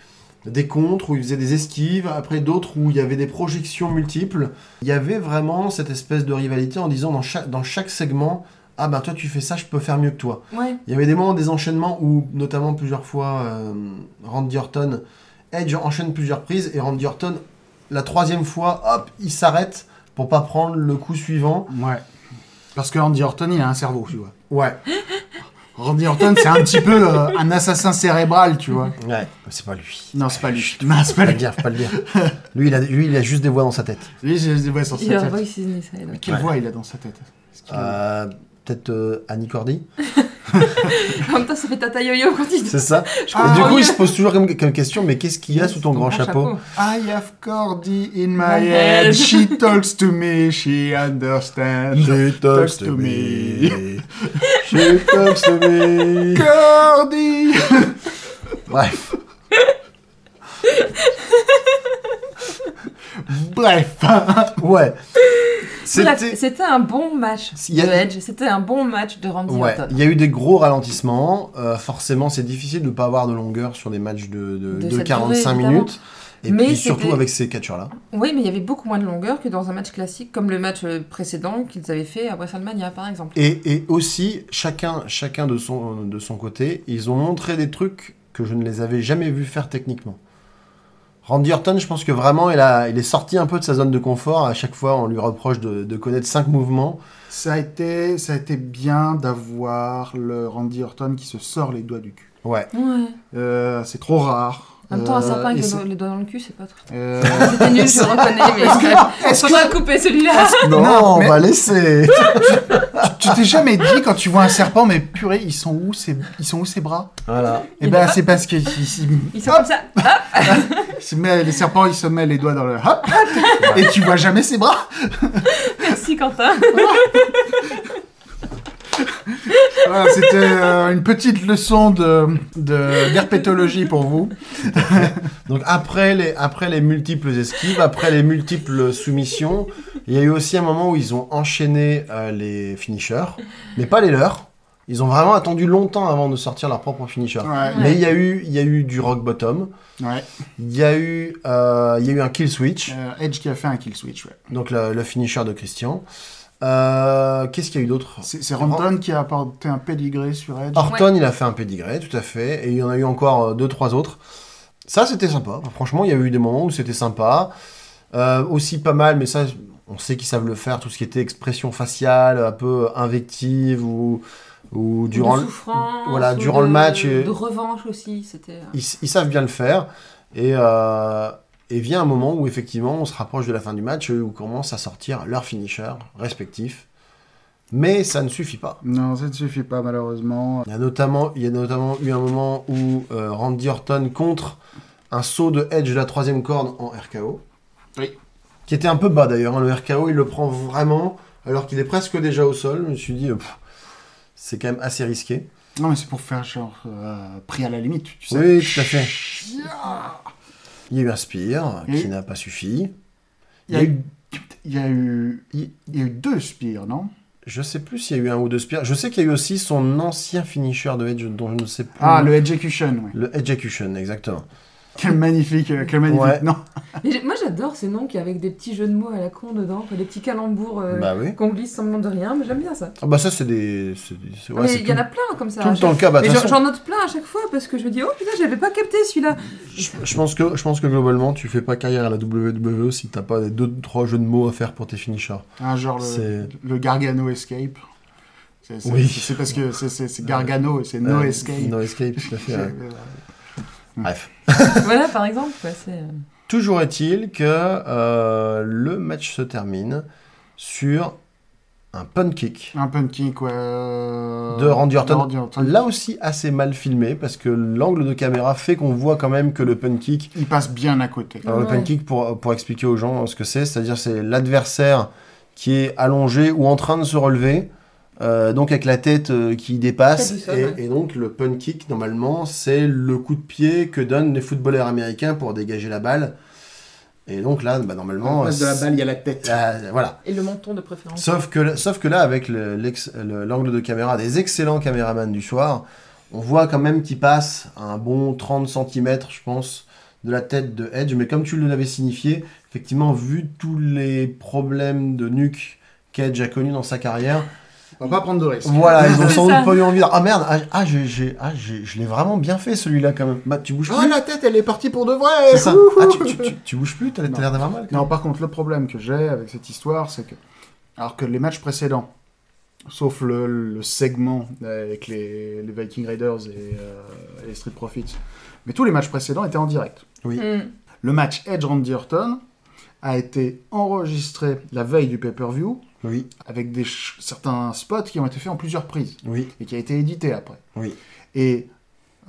Speaker 2: des contres, où il faisait des esquives, après d'autres où il y avait des projections multiples. Il y avait vraiment cette espèce de rivalité en disant dans chaque, dans chaque segment, ah ben toi tu fais ça, je peux faire mieux que toi.
Speaker 4: Ouais,
Speaker 2: Il y avait des moments, des enchaînements où, notamment plusieurs fois, euh, Randy Orton, Edge enchaîne plusieurs prises et Randy Orton, la troisième fois, hop, il s'arrête pour pas prendre le coup suivant.
Speaker 3: Ouais. Parce que Randy Orton, il a un cerveau, tu vois.
Speaker 2: Ouais.
Speaker 3: Randy Orton, c'est un petit peu euh, un assassin cérébral, tu vois.
Speaker 2: Ouais, c'est pas lui.
Speaker 3: Non, c'est pas lui. Non, c'est pas
Speaker 2: Pas le
Speaker 3: lui.
Speaker 2: dire, faut pas le dire. Lui il, a, lui, il a juste des voix dans sa tête.
Speaker 3: Lui, j'ai des voix sur
Speaker 4: il a
Speaker 3: sa tête.
Speaker 4: réussi une essai,
Speaker 3: Mais
Speaker 4: donc.
Speaker 3: quelle
Speaker 2: Ouais.
Speaker 3: voix il a dans sa tête Est-ce qu'il a-
Speaker 2: Euh, Peut-être euh, Annie Cordy,
Speaker 4: En même temps, ça fait tata yo-yo quand il dit.
Speaker 2: c'est ça
Speaker 3: Ah,
Speaker 2: Et du coup,
Speaker 4: oui.
Speaker 2: il se pose toujours comme, comme question, mais qu'est-ce qu'il y a sous ton grand chapeau,
Speaker 3: I have Cordy in
Speaker 4: My
Speaker 3: my head.
Speaker 4: head.
Speaker 3: She talks to me, she understands.
Speaker 2: She talks to me. She talks to me.
Speaker 3: Cordy
Speaker 2: Bref,
Speaker 3: Bref.
Speaker 2: ouais.
Speaker 4: Bref, C'était un bon match
Speaker 2: Il y a-
Speaker 4: de Edge, c'était un bon match de Randy
Speaker 2: Ouais,
Speaker 4: Orton.
Speaker 2: il y a eu des gros ralentissements. Euh, forcément, c'est difficile de ne pas avoir de longueur sur les matchs de, de-
Speaker 4: De
Speaker 2: de
Speaker 4: cette
Speaker 2: 45
Speaker 4: durée,
Speaker 2: minutes. Et
Speaker 4: Mais
Speaker 2: puis
Speaker 4: c'était-
Speaker 2: surtout avec ces catcheurs-là.
Speaker 4: Oui, mais il y avait beaucoup moins de longueur que dans un match classique comme le match euh, précédent qu'ils avaient fait à WrestleMania par exemple.
Speaker 2: Et, et aussi, chacun, chacun de, son, de son côté, ils ont montré des trucs que je ne les avais jamais vus faire techniquement. Randy Orton, je pense que vraiment, il, a, il est sorti un peu de sa zone de confort. À chaque fois, on lui reproche de, de connaître cinq mouvements.
Speaker 3: Ça a été, ça a été bien d'avoir le Randy Orton qui se sort les doigts du cul.
Speaker 2: Ouais,
Speaker 4: Ouais.
Speaker 3: Euh, c'est trop rare.
Speaker 4: En même temps, un
Speaker 3: Euh,
Speaker 4: serpent
Speaker 3: et
Speaker 4: avec le
Speaker 3: c'est-
Speaker 4: doigt- les doigts dans le cul, c'est pas très.
Speaker 3: euh,
Speaker 4: C'était nul, je reconnais, mais
Speaker 3: est-ce
Speaker 4: bref, faudra couper celui-là.
Speaker 2: non,
Speaker 3: Non,
Speaker 2: on
Speaker 3: mais-
Speaker 2: va laisser.
Speaker 3: tu t'es jamais dit quand tu vois un serpent, mais purée, ils sont où ses, ils sont où ses bras
Speaker 2: voilà.
Speaker 3: Eh
Speaker 4: Il
Speaker 3: ben,
Speaker 4: est-
Speaker 3: c'est parce que ils- ils-
Speaker 4: Ils sont comme ça. Ah,
Speaker 3: ils Il se met, les serpents, ils se mettent les doigts dans le hop, et tu vois jamais ses bras.
Speaker 4: Merci Quentin.
Speaker 3: Voilà, c'était euh, une petite leçon de, de d'herpétologie pour vous.
Speaker 2: Donc après les, après les multiples esquives, après les multiples soumissions, il y a eu aussi un moment où ils ont enchaîné euh, les finishers, mais pas les leurs. Ils ont vraiment attendu longtemps avant de sortir leur propre finisher.
Speaker 3: Ouais.
Speaker 2: Mais il y, a eu, il y a eu du rock bottom,
Speaker 3: Ouais.
Speaker 2: il y, a eu, euh, il y a eu un kill switch,
Speaker 3: Euh, Edge qui a fait un kill switch, ouais.
Speaker 2: donc le, le finisher de Christian. Euh, Qu'est-ce qu'il y a eu d'autre
Speaker 3: C'est, c'est Ronton qui a apporté un pédigré sur Edge.
Speaker 2: Horton, il a fait un pédigré, tout à fait, et il y en a eu encore euh, deux, trois autres. Ça, c'était sympa. Franchement, il y a eu des moments où c'était sympa. Euh, aussi pas mal, mais ça, on sait qu'ils savent le faire, tout ce qui était expression faciale, un peu invective ou, ou durant.
Speaker 4: de
Speaker 2: le-
Speaker 4: souffrance,
Speaker 2: voilà,
Speaker 4: ou
Speaker 2: durant
Speaker 4: de-
Speaker 2: le match, et-
Speaker 4: De revanche aussi, c'était. euh,
Speaker 2: Ils, ils savent bien le faire. Et, euh, et vient un moment où, effectivement, on se rapproche de la fin du match, où commencent à sortir leurs finishers respectifs. Mais ça ne suffit pas.
Speaker 3: Non, ça ne suffit pas, malheureusement.
Speaker 2: Il y a notamment, il y a notamment eu un moment où euh, Randy Orton contre un saut de Edge de la troisième corde en RKO.
Speaker 3: Oui.
Speaker 2: Qui était un peu bas d'ailleurs. hein. Le RKO, il le prend vraiment alors qu'il est presque déjà au sol. Je me suis dit, euh, pff, c'est quand même assez risqué.
Speaker 3: Non, mais c'est pour faire genre euh, pris à la limite, tu sais.
Speaker 2: Oui, tout à fait.
Speaker 3: Chia
Speaker 2: Il y a eu un spear
Speaker 3: Oui.
Speaker 4: Mm.
Speaker 2: qui n'a pas suffi.
Speaker 3: Il y a eu. Il y a eu, il y a eu deux spires, non
Speaker 2: Je sais plus s'il y a eu un ou deux spears. Je sais qu'il y a eu aussi son ancien finisher de Edge dont je ne sais plus.
Speaker 3: Ah, le Execution, oui.
Speaker 2: Le Execution, exactement.
Speaker 3: Quel magnifique, euh, quel magnifique
Speaker 2: Ouais.
Speaker 3: nom.
Speaker 4: Mais j'ai- moi j'adore ces noms qui avec des petits jeux de mots à la con dedans, quoi, des petits calembours euh,
Speaker 2: Bah oui.
Speaker 4: qu'on glisse sans demande de rien, mais j'aime bien ça.
Speaker 2: Ah bah ça, c'est des. c'est des- c'est- ouais,
Speaker 4: mais
Speaker 2: c'est
Speaker 4: il
Speaker 2: tout-
Speaker 4: y en a plein comme ça.
Speaker 2: tout
Speaker 4: à
Speaker 2: le
Speaker 4: chaque-
Speaker 2: temps le cas. Bah, de
Speaker 4: Mais j'en
Speaker 2: toute façon-
Speaker 4: j'en note plein à chaque fois parce que je me dis oh putain j'avais pas capté celui-là.
Speaker 2: Je, je pense que, je pense que globalement, tu fais pas carrière à la WWE si t'as pas deux, trois jeux de mots à faire pour tes finishers.
Speaker 3: Ah, genre le,
Speaker 2: C'est-
Speaker 3: le Gargano Escape. C'est c'est-
Speaker 2: Oui.
Speaker 3: c'est- c'est parce que c'est- c'est c'est Gargano et c'est No
Speaker 2: Euh,
Speaker 3: Escape.
Speaker 2: No escape, tout à fait. ouais. Bref.
Speaker 4: voilà par exemple quoi, c'est, euh,
Speaker 2: Toujours est-il que euh, le match se termine sur un pun kick.
Speaker 3: Un punk kick, ouais. euh,
Speaker 2: De Randy Orton.
Speaker 3: de Randy Orton.
Speaker 2: Là aussi assez mal filmé parce que l'angle de caméra fait qu'on voit quand même que le pun kick
Speaker 3: Il passe bien à côté.
Speaker 2: Alors, le
Speaker 4: Ouais.
Speaker 2: pancake, pour, pour expliquer aux gens ce que c'est, c'est-à-dire c'est l'adversaire qui est allongé ou en train de se relever, euh, donc avec la tête euh, qui dépasse.
Speaker 4: Tête du sol,
Speaker 2: et,
Speaker 4: ouais.
Speaker 2: et donc le pun kick, normalement, c'est le coup de pied que donnent les footballeurs américains pour dégager la balle. Et donc là, bah, normalement...
Speaker 3: En face de la
Speaker 2: c'est-
Speaker 3: balle, il y a la tête.
Speaker 2: là, voilà.
Speaker 4: Et le menton de préférence.
Speaker 2: Sauf que, sauf que là, avec le- l'ex- le- l'angle de caméra des excellents caméramans du soir, on voit quand même qu'il passe un bon 30 cm, je pense, de la tête de Edge. Mais comme tu l'avais signifié, effectivement, vu tous les problèmes de nuque qu'Edge a connu dans sa carrière,
Speaker 3: On va pas prendre de risque.
Speaker 2: voilà, ils ont sans
Speaker 4: C'est ça.
Speaker 2: doute pas eu envie de dire, Ah merde, ah, ah, j'ai- j'ai- ah, j'ai- je l'ai vraiment bien fait celui-là quand même. Bah, tu bouges
Speaker 3: Ah,
Speaker 2: plus.
Speaker 3: la tête, elle est partie pour de vrai.
Speaker 2: C'est ça.
Speaker 3: Wouhou
Speaker 2: Ah, tu, tu- tu- tu bouges plus, t'as t'as l'air d'avoir mal. quand
Speaker 3: Non, par contre, le problème que j'ai avec cette histoire, c'est que. Alors que les matchs précédents, sauf le, le segment avec les, les Viking Raiders et euh, les Street Profits, mais tous les matchs précédents étaient en direct.
Speaker 4: Mm.
Speaker 3: Le match Edge Randy Orton a été enregistré la veille du pay-per-view
Speaker 2: même. Oui,
Speaker 3: avec des ch- certains spots qui ont été faits en plusieurs prises
Speaker 2: oui,
Speaker 3: et qui a été édité après.
Speaker 2: oui.
Speaker 3: Et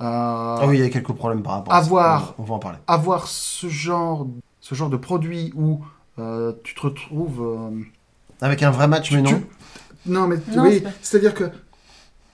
Speaker 3: euh,
Speaker 2: Ah oui, il y a quelques problèmes par rapport à ça.
Speaker 3: Avoir-
Speaker 2: On va en parler.
Speaker 3: avoir ce genre, ce genre de produit où euh, tu te retrouves euh,
Speaker 2: Avec un vrai match, mais non.
Speaker 3: tu- Non, mais
Speaker 4: Non,
Speaker 3: oui,
Speaker 4: c'est pas-
Speaker 3: c'est-à-dire que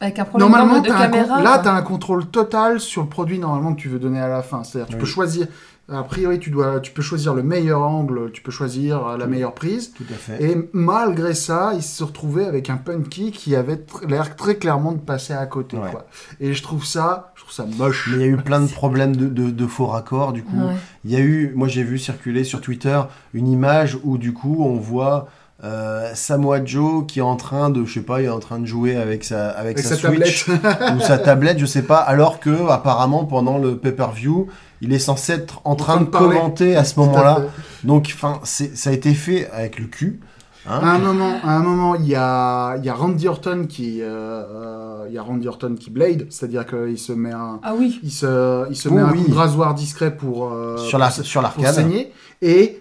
Speaker 4: Avec un problème
Speaker 3: normalement,
Speaker 4: d'angle de
Speaker 3: t'as un con-
Speaker 4: caméra.
Speaker 3: là,
Speaker 4: quoi.
Speaker 3: tu as un contrôle total sur le produit normalement que tu veux donner à la fin. C'est-à-dire, tu
Speaker 2: Oui.
Speaker 3: peux choisir, a priori, tu, dois, tu peux choisir le meilleur angle, tu peux choisir euh, la meilleure prise.
Speaker 2: Tout à fait.
Speaker 3: Et malgré ça, ils se retrouvaient avec un punky qui avait tr- l'air très clairement de passer à côté.
Speaker 2: Ouais.
Speaker 3: Quoi. Et je trouve ça, je trouve ça moche.
Speaker 2: Mais il y a eu plein de problèmes de, de- de faux raccords, du coup.
Speaker 4: Ouais.
Speaker 2: Il y a eu, moi j'ai vu circuler sur Twitter une image où, du coup, on voit euh, Samoa Joe qui est en train de, je sais pas, il est en train de jouer avec sa, avec
Speaker 3: Avec sa
Speaker 2: sa, Switch ou sa tablette, je sais pas, alors que, apparemment, pendant le pay-per-view, il est censé être en train
Speaker 3: train
Speaker 2: de,
Speaker 3: de parler.
Speaker 2: commenter à ce
Speaker 3: Tout à
Speaker 2: moment-là.
Speaker 3: fait.
Speaker 2: Donc, enfin, c'est- ça a été fait avec le cul. hein.
Speaker 3: À un moment, à un moment, il y a, il y a Randy Orton qui, euh, euh, il y a Randy Orton qui blade, c'est-à-dire qu'il se met un,
Speaker 4: Ah oui.
Speaker 3: il se, il se
Speaker 2: Oh
Speaker 3: met un
Speaker 2: oui.
Speaker 3: coup de rasoir discret pour, euh,
Speaker 2: sur la-
Speaker 3: pour,
Speaker 2: sur
Speaker 3: pour
Speaker 2: l'arcade.
Speaker 3: saigner. Et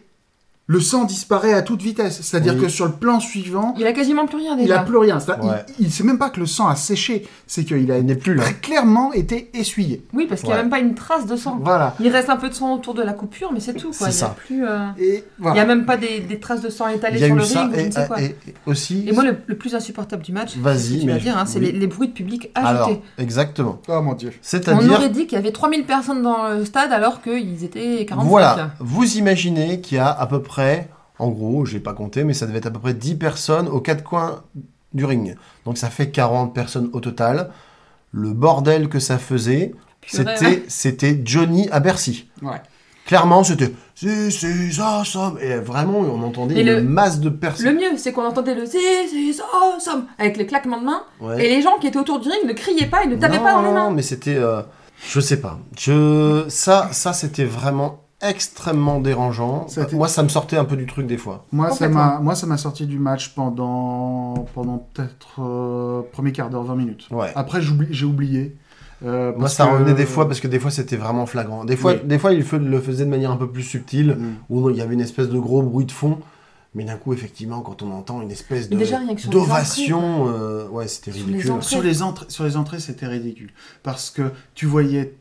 Speaker 3: le sang disparaît à toute vitesse. C'est-à-dire
Speaker 2: Oui.
Speaker 3: que sur le plan suivant,
Speaker 4: Il a quasiment plus rien
Speaker 3: il
Speaker 4: déjà.
Speaker 3: a plus rien. C'est-à-dire,
Speaker 2: Ouais.
Speaker 3: Il, il sait même pas que le sang a séché. C'est qu'il a
Speaker 2: Il n'est plus là.
Speaker 3: très clairement été essuyé.
Speaker 4: Oui, parce qu'il n'y
Speaker 2: Ouais.
Speaker 4: a même pas une trace de sang.
Speaker 3: Voilà.
Speaker 4: Il reste un peu de sang autour de la coupure, mais c'est tout.
Speaker 2: C'est
Speaker 4: Quoi. Il n'y
Speaker 2: ça. Ah.
Speaker 4: a, plus, euh,
Speaker 3: Et
Speaker 4: il y
Speaker 3: voilà.
Speaker 4: a même pas des, des traces de sang étalées
Speaker 2: Il y a
Speaker 4: sur
Speaker 2: eu
Speaker 4: le
Speaker 2: ça
Speaker 4: ring ou je
Speaker 2: et,
Speaker 4: ne sais quoi.
Speaker 2: et-
Speaker 4: Et,
Speaker 2: et aussi.
Speaker 4: moi, le, le plus insupportable du match,
Speaker 2: Vas-y,
Speaker 4: c'est ce que tu vas
Speaker 2: mais-
Speaker 4: dire, hein, c'est
Speaker 2: oui.
Speaker 4: les, les bruits de public
Speaker 2: Alors,
Speaker 4: ajoutés.
Speaker 2: exactement.
Speaker 3: Oh mon dieu.
Speaker 4: On
Speaker 2: C'est-à-dire
Speaker 4: aurait dit qu'il y avait 3000 personnes dans le stade alors qu'ils étaient 45.
Speaker 2: Voilà, vous imaginez qu'il y a à peu près, en gros, j'ai pas compté, mais ça devait être à peu près 10 personnes aux quatre coins du ring. Donc ça fait 40 personnes au total. Le bordel que ça faisait,
Speaker 4: Purée. hein.
Speaker 2: c'était c'était Johnny à Bercy.
Speaker 3: Ouais.
Speaker 2: Clairement, c'était c'est c'est ça, ça. Et vraiment, on entendait
Speaker 4: Et
Speaker 2: une
Speaker 4: le-
Speaker 2: masse de personnes.
Speaker 4: Le mieux, c'est qu'on entendait le c'est, c'est awesome avec les claquements de mains.
Speaker 2: Ouais.
Speaker 4: Et les gens qui étaient autour du ring ne criaient pas et ne tapaient
Speaker 2: non,
Speaker 4: pas dans les
Speaker 2: non,
Speaker 4: mains.
Speaker 2: mais c'était. euh, je sais pas. Je, ça, ça c'était vraiment extrêmement dérangeant.
Speaker 3: Ça a été-
Speaker 2: Moi, ça me sortait un peu du truc des fois.
Speaker 3: Moi, ça
Speaker 4: Complètement.
Speaker 3: m'a, moi, ça m'a sorti du match pendant, pendant peut-être euh, premier quart d'heure, 20 minutes.
Speaker 2: Ouais.
Speaker 3: Après, j'oublie- j'ai oublié. euh,
Speaker 2: Moi,
Speaker 3: parce
Speaker 2: ça
Speaker 3: que-
Speaker 2: revenait des fois parce que des fois c'était vraiment flagrant. Des fois,
Speaker 3: Oui.
Speaker 2: des fois, il fe- le faisait de manière un peu plus subtile
Speaker 3: Mm.
Speaker 2: où il y avait une espèce de gros bruit de fond. Mais d'un coup, effectivement, quand on entend une espèce de
Speaker 4: Déjà, rien que sur les
Speaker 2: d'ovation, euh, ouais, c'était
Speaker 4: Sur les
Speaker 2: ridicule.
Speaker 4: entrées.
Speaker 3: Sur les entrées, sur les entrées, c'était ridicule parce que tu voyais.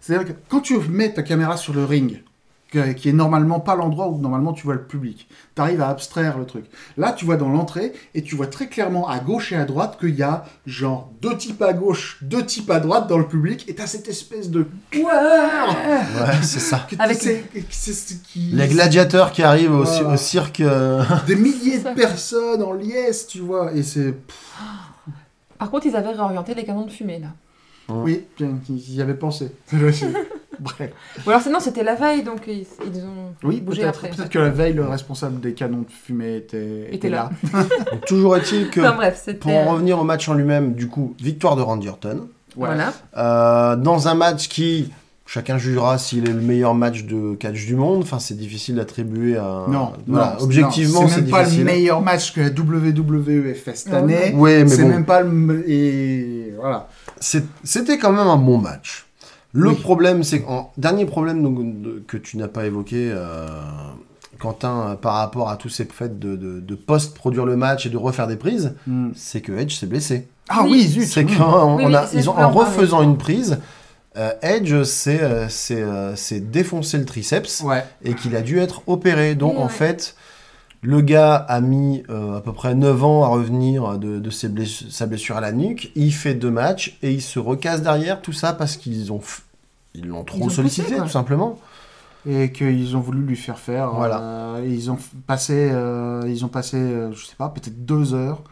Speaker 3: C'est-à-dire que quand tu mets ta caméra sur le ring, que- qui est normalement pas l'endroit où normalement tu vois le public, t'arrives à abstraire le truc. Là, tu vois dans l'entrée et tu vois très clairement à gauche et à droite qu'il y a genre deux types à gauche, deux types à droite dans le public et t'as cette espèce de
Speaker 4: Ouais.
Speaker 2: Ouais, c'est ça.
Speaker 3: que
Speaker 4: Avec-
Speaker 3: c'est- que c'est ce qui-
Speaker 2: Les gladiateurs qui arrivent au, ci-
Speaker 3: Voilà.
Speaker 2: au cirque. euh,
Speaker 3: des milliers de
Speaker 4: Ça.
Speaker 3: personnes en liesse, tu vois, et c'est
Speaker 4: Par contre, ils avaient réorienté les canons de fumée là.
Speaker 2: Hein
Speaker 3: oui, bien, ils y avaient pensé. Bref.
Speaker 4: Ou alors sinon, c'était la veille, donc ils, ils ont
Speaker 3: Oui,
Speaker 4: bougé
Speaker 3: peut-être
Speaker 4: après.
Speaker 3: peut-être que la veille, le responsable des canons de fumée était,
Speaker 4: Était là.
Speaker 2: donc, toujours est-il que
Speaker 4: Enfin bref, c'était. euh,
Speaker 2: pour en revenir au match en lui-même, du coup, victoire de Randy Orton.
Speaker 3: Ouais.
Speaker 4: Voilà.
Speaker 2: Euh, dans un match qui, chacun jugera s'il est le meilleur match de catch du monde. Enfin, c'est difficile d'attribuer à.
Speaker 3: Non,
Speaker 2: Voilà,
Speaker 3: non,
Speaker 2: objectivement,
Speaker 3: non,
Speaker 2: c'est
Speaker 3: même pas
Speaker 2: difficile.
Speaker 3: le meilleur match que la WWE fait cette
Speaker 4: Non,
Speaker 3: année.
Speaker 2: Ouais, mais
Speaker 3: c'est
Speaker 2: bon.
Speaker 3: même pas le me- et voilà.
Speaker 2: C'est- C'était quand même un bon match. Le
Speaker 3: Oui.
Speaker 2: problème, c'est qu'en dernier problème donc, de- que tu n'as pas évoqué, euh, Quentin, euh, par rapport à tous ces faits de, de, de post-produire le match et de refaire des prises, c'est que Edge s'est blessé.
Speaker 3: Ah
Speaker 4: Oui.
Speaker 3: oui, Hmm. zut.
Speaker 2: C'est
Speaker 3: oui.
Speaker 2: qu'en
Speaker 4: Oui,
Speaker 2: on
Speaker 4: oui,
Speaker 2: a-
Speaker 4: c'est
Speaker 2: ils ont,
Speaker 4: vrai,
Speaker 2: en
Speaker 4: on parlait.
Speaker 2: refaisant une prise, euh, Edge s'est euh, s'est, euh, s'est défoncé le triceps
Speaker 3: Ouais.
Speaker 2: et qu'il a dû être opéré. Donc
Speaker 4: Oui,
Speaker 2: en
Speaker 4: ouais.
Speaker 2: fait, le gars a mis euh, à peu près 9 ans à revenir de, de ses blessu- sa blessure à la nuque. Il fait deux matchs et il se recasse derrière. Tout ça parce qu'ils ont f- ils l'ont trop
Speaker 4: Ils ont
Speaker 2: sollicité
Speaker 4: poussé, quoi.
Speaker 2: tout simplement.
Speaker 3: Et qu'ils ont voulu lui faire faire.
Speaker 2: Voilà.
Speaker 3: euh, et ils ont f- passé, euh, ils ont passé, euh, je sais pas, peut-être deux heures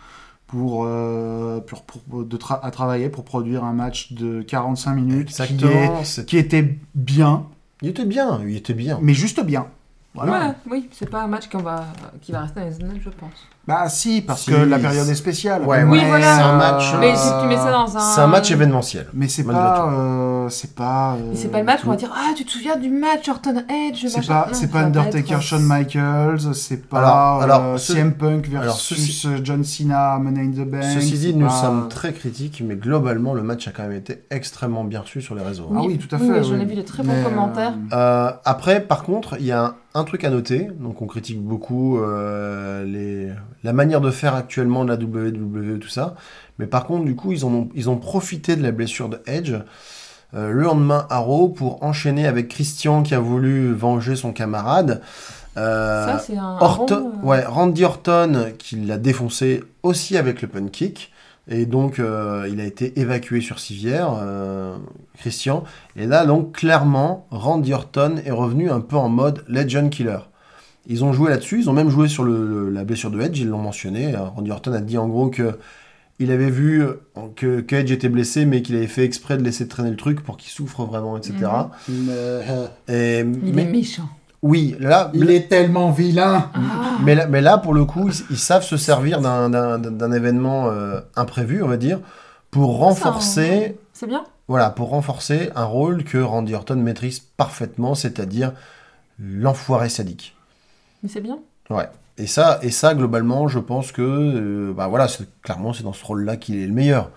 Speaker 3: pour, euh, pour, pour- de tra- à travailler pour produire un match de 45 minutes qui, est-
Speaker 2: Exactement. c'est-
Speaker 3: qui était bien,
Speaker 2: Il était bien. Il était bien.
Speaker 3: mais juste bien.
Speaker 4: Ouais, oui, c'est pas un match qu'on va... qui va rester dans les annales, je pense.
Speaker 3: Bah si, parce
Speaker 2: Si,
Speaker 3: que la période
Speaker 2: c'est-
Speaker 3: est spéciale.
Speaker 2: Ouais,
Speaker 4: Oui, ouais. voilà.
Speaker 2: C'est un match,
Speaker 4: Mais
Speaker 2: Euh,
Speaker 4: si tu mets ça dans un.
Speaker 2: C'est un match événementiel.
Speaker 3: Mais c'est
Speaker 2: Malgré
Speaker 3: pas, euh, c'est pas. euh,
Speaker 4: Mais C'est pas le match où on va dire Ah, tu te souviens du match Orton Edge
Speaker 3: C'est
Speaker 4: machin.
Speaker 3: pas,
Speaker 4: Non,
Speaker 3: c'est
Speaker 4: ça
Speaker 3: pas
Speaker 4: va
Speaker 3: Undertaker,
Speaker 4: être-
Speaker 3: Shawn Michaels, c'est pas
Speaker 2: Alors- alors,
Speaker 3: euh,
Speaker 2: ce-
Speaker 3: CM Punk versus
Speaker 2: alors, ceci-
Speaker 3: euh, John Cena, Money in the Bank.
Speaker 2: Ceci
Speaker 3: c'est
Speaker 2: dit, nous
Speaker 3: pas-
Speaker 2: sommes très critiques, mais globalement, le match a quand même été extrêmement bien reçu sur les réseaux. hein.
Speaker 3: Ah oui,
Speaker 4: Oui,
Speaker 3: tout à
Speaker 4: oui,
Speaker 3: fait.
Speaker 4: oui, j'en ai vu de très bons
Speaker 3: Mais, euh,
Speaker 4: commentaires.
Speaker 2: Euh, après, par contre, il y a un, un truc à noter. Donc, on critique beaucoup euh, les, la manière de faire actuellement de la WWE, tout ça. Mais par contre, du coup, ils, en ont, ils ont profité de la blessure de Edge euh, le lendemain à Raw pour enchaîner avec Christian qui a voulu venger son camarade. Euh,
Speaker 4: Ça, c'est un.
Speaker 2: Orton,
Speaker 4: bon, euh,
Speaker 2: ouais, Randy Orton qui l'a défoncé aussi avec le pun kick. Et donc, euh, il a été évacué sur civière, euh, Christian. Et là, donc, clairement, Randy Orton est revenu un peu en mode Legend Killer. Ils ont joué là-dessus, ils ont même joué sur le- le- la blessure de Edge, ils l'ont mentionné. Euh, Randy Orton a dit en gros que il avait vu euh, que, que Edge était blessé, mais qu'il avait fait exprès de laisser traîner le truc pour qu'il souffre vraiment, etc.
Speaker 3: mais-
Speaker 2: Et,
Speaker 4: Mhm. Il
Speaker 2: mais-
Speaker 4: est méchant.
Speaker 2: oui, là,
Speaker 3: Il est tellement vilain.
Speaker 4: Ah.
Speaker 2: mais là, mais là, pour le coup, ils, ils savent se servir d'un- d'un d'un événement euh, imprévu, on va dire, pour renforcer,
Speaker 4: C'est bien
Speaker 2: voilà, pour renforcer un rôle que Randy Orton maîtrise parfaitement, c'est-à-dire l'enfoiré sadique.
Speaker 4: Mais c'est bien.
Speaker 2: Ouais. Et ça, et ça, globalement, je pense que, euh, bah voilà, c'est- clairement, c'est dans ce rôle-là qu'il est le meilleur.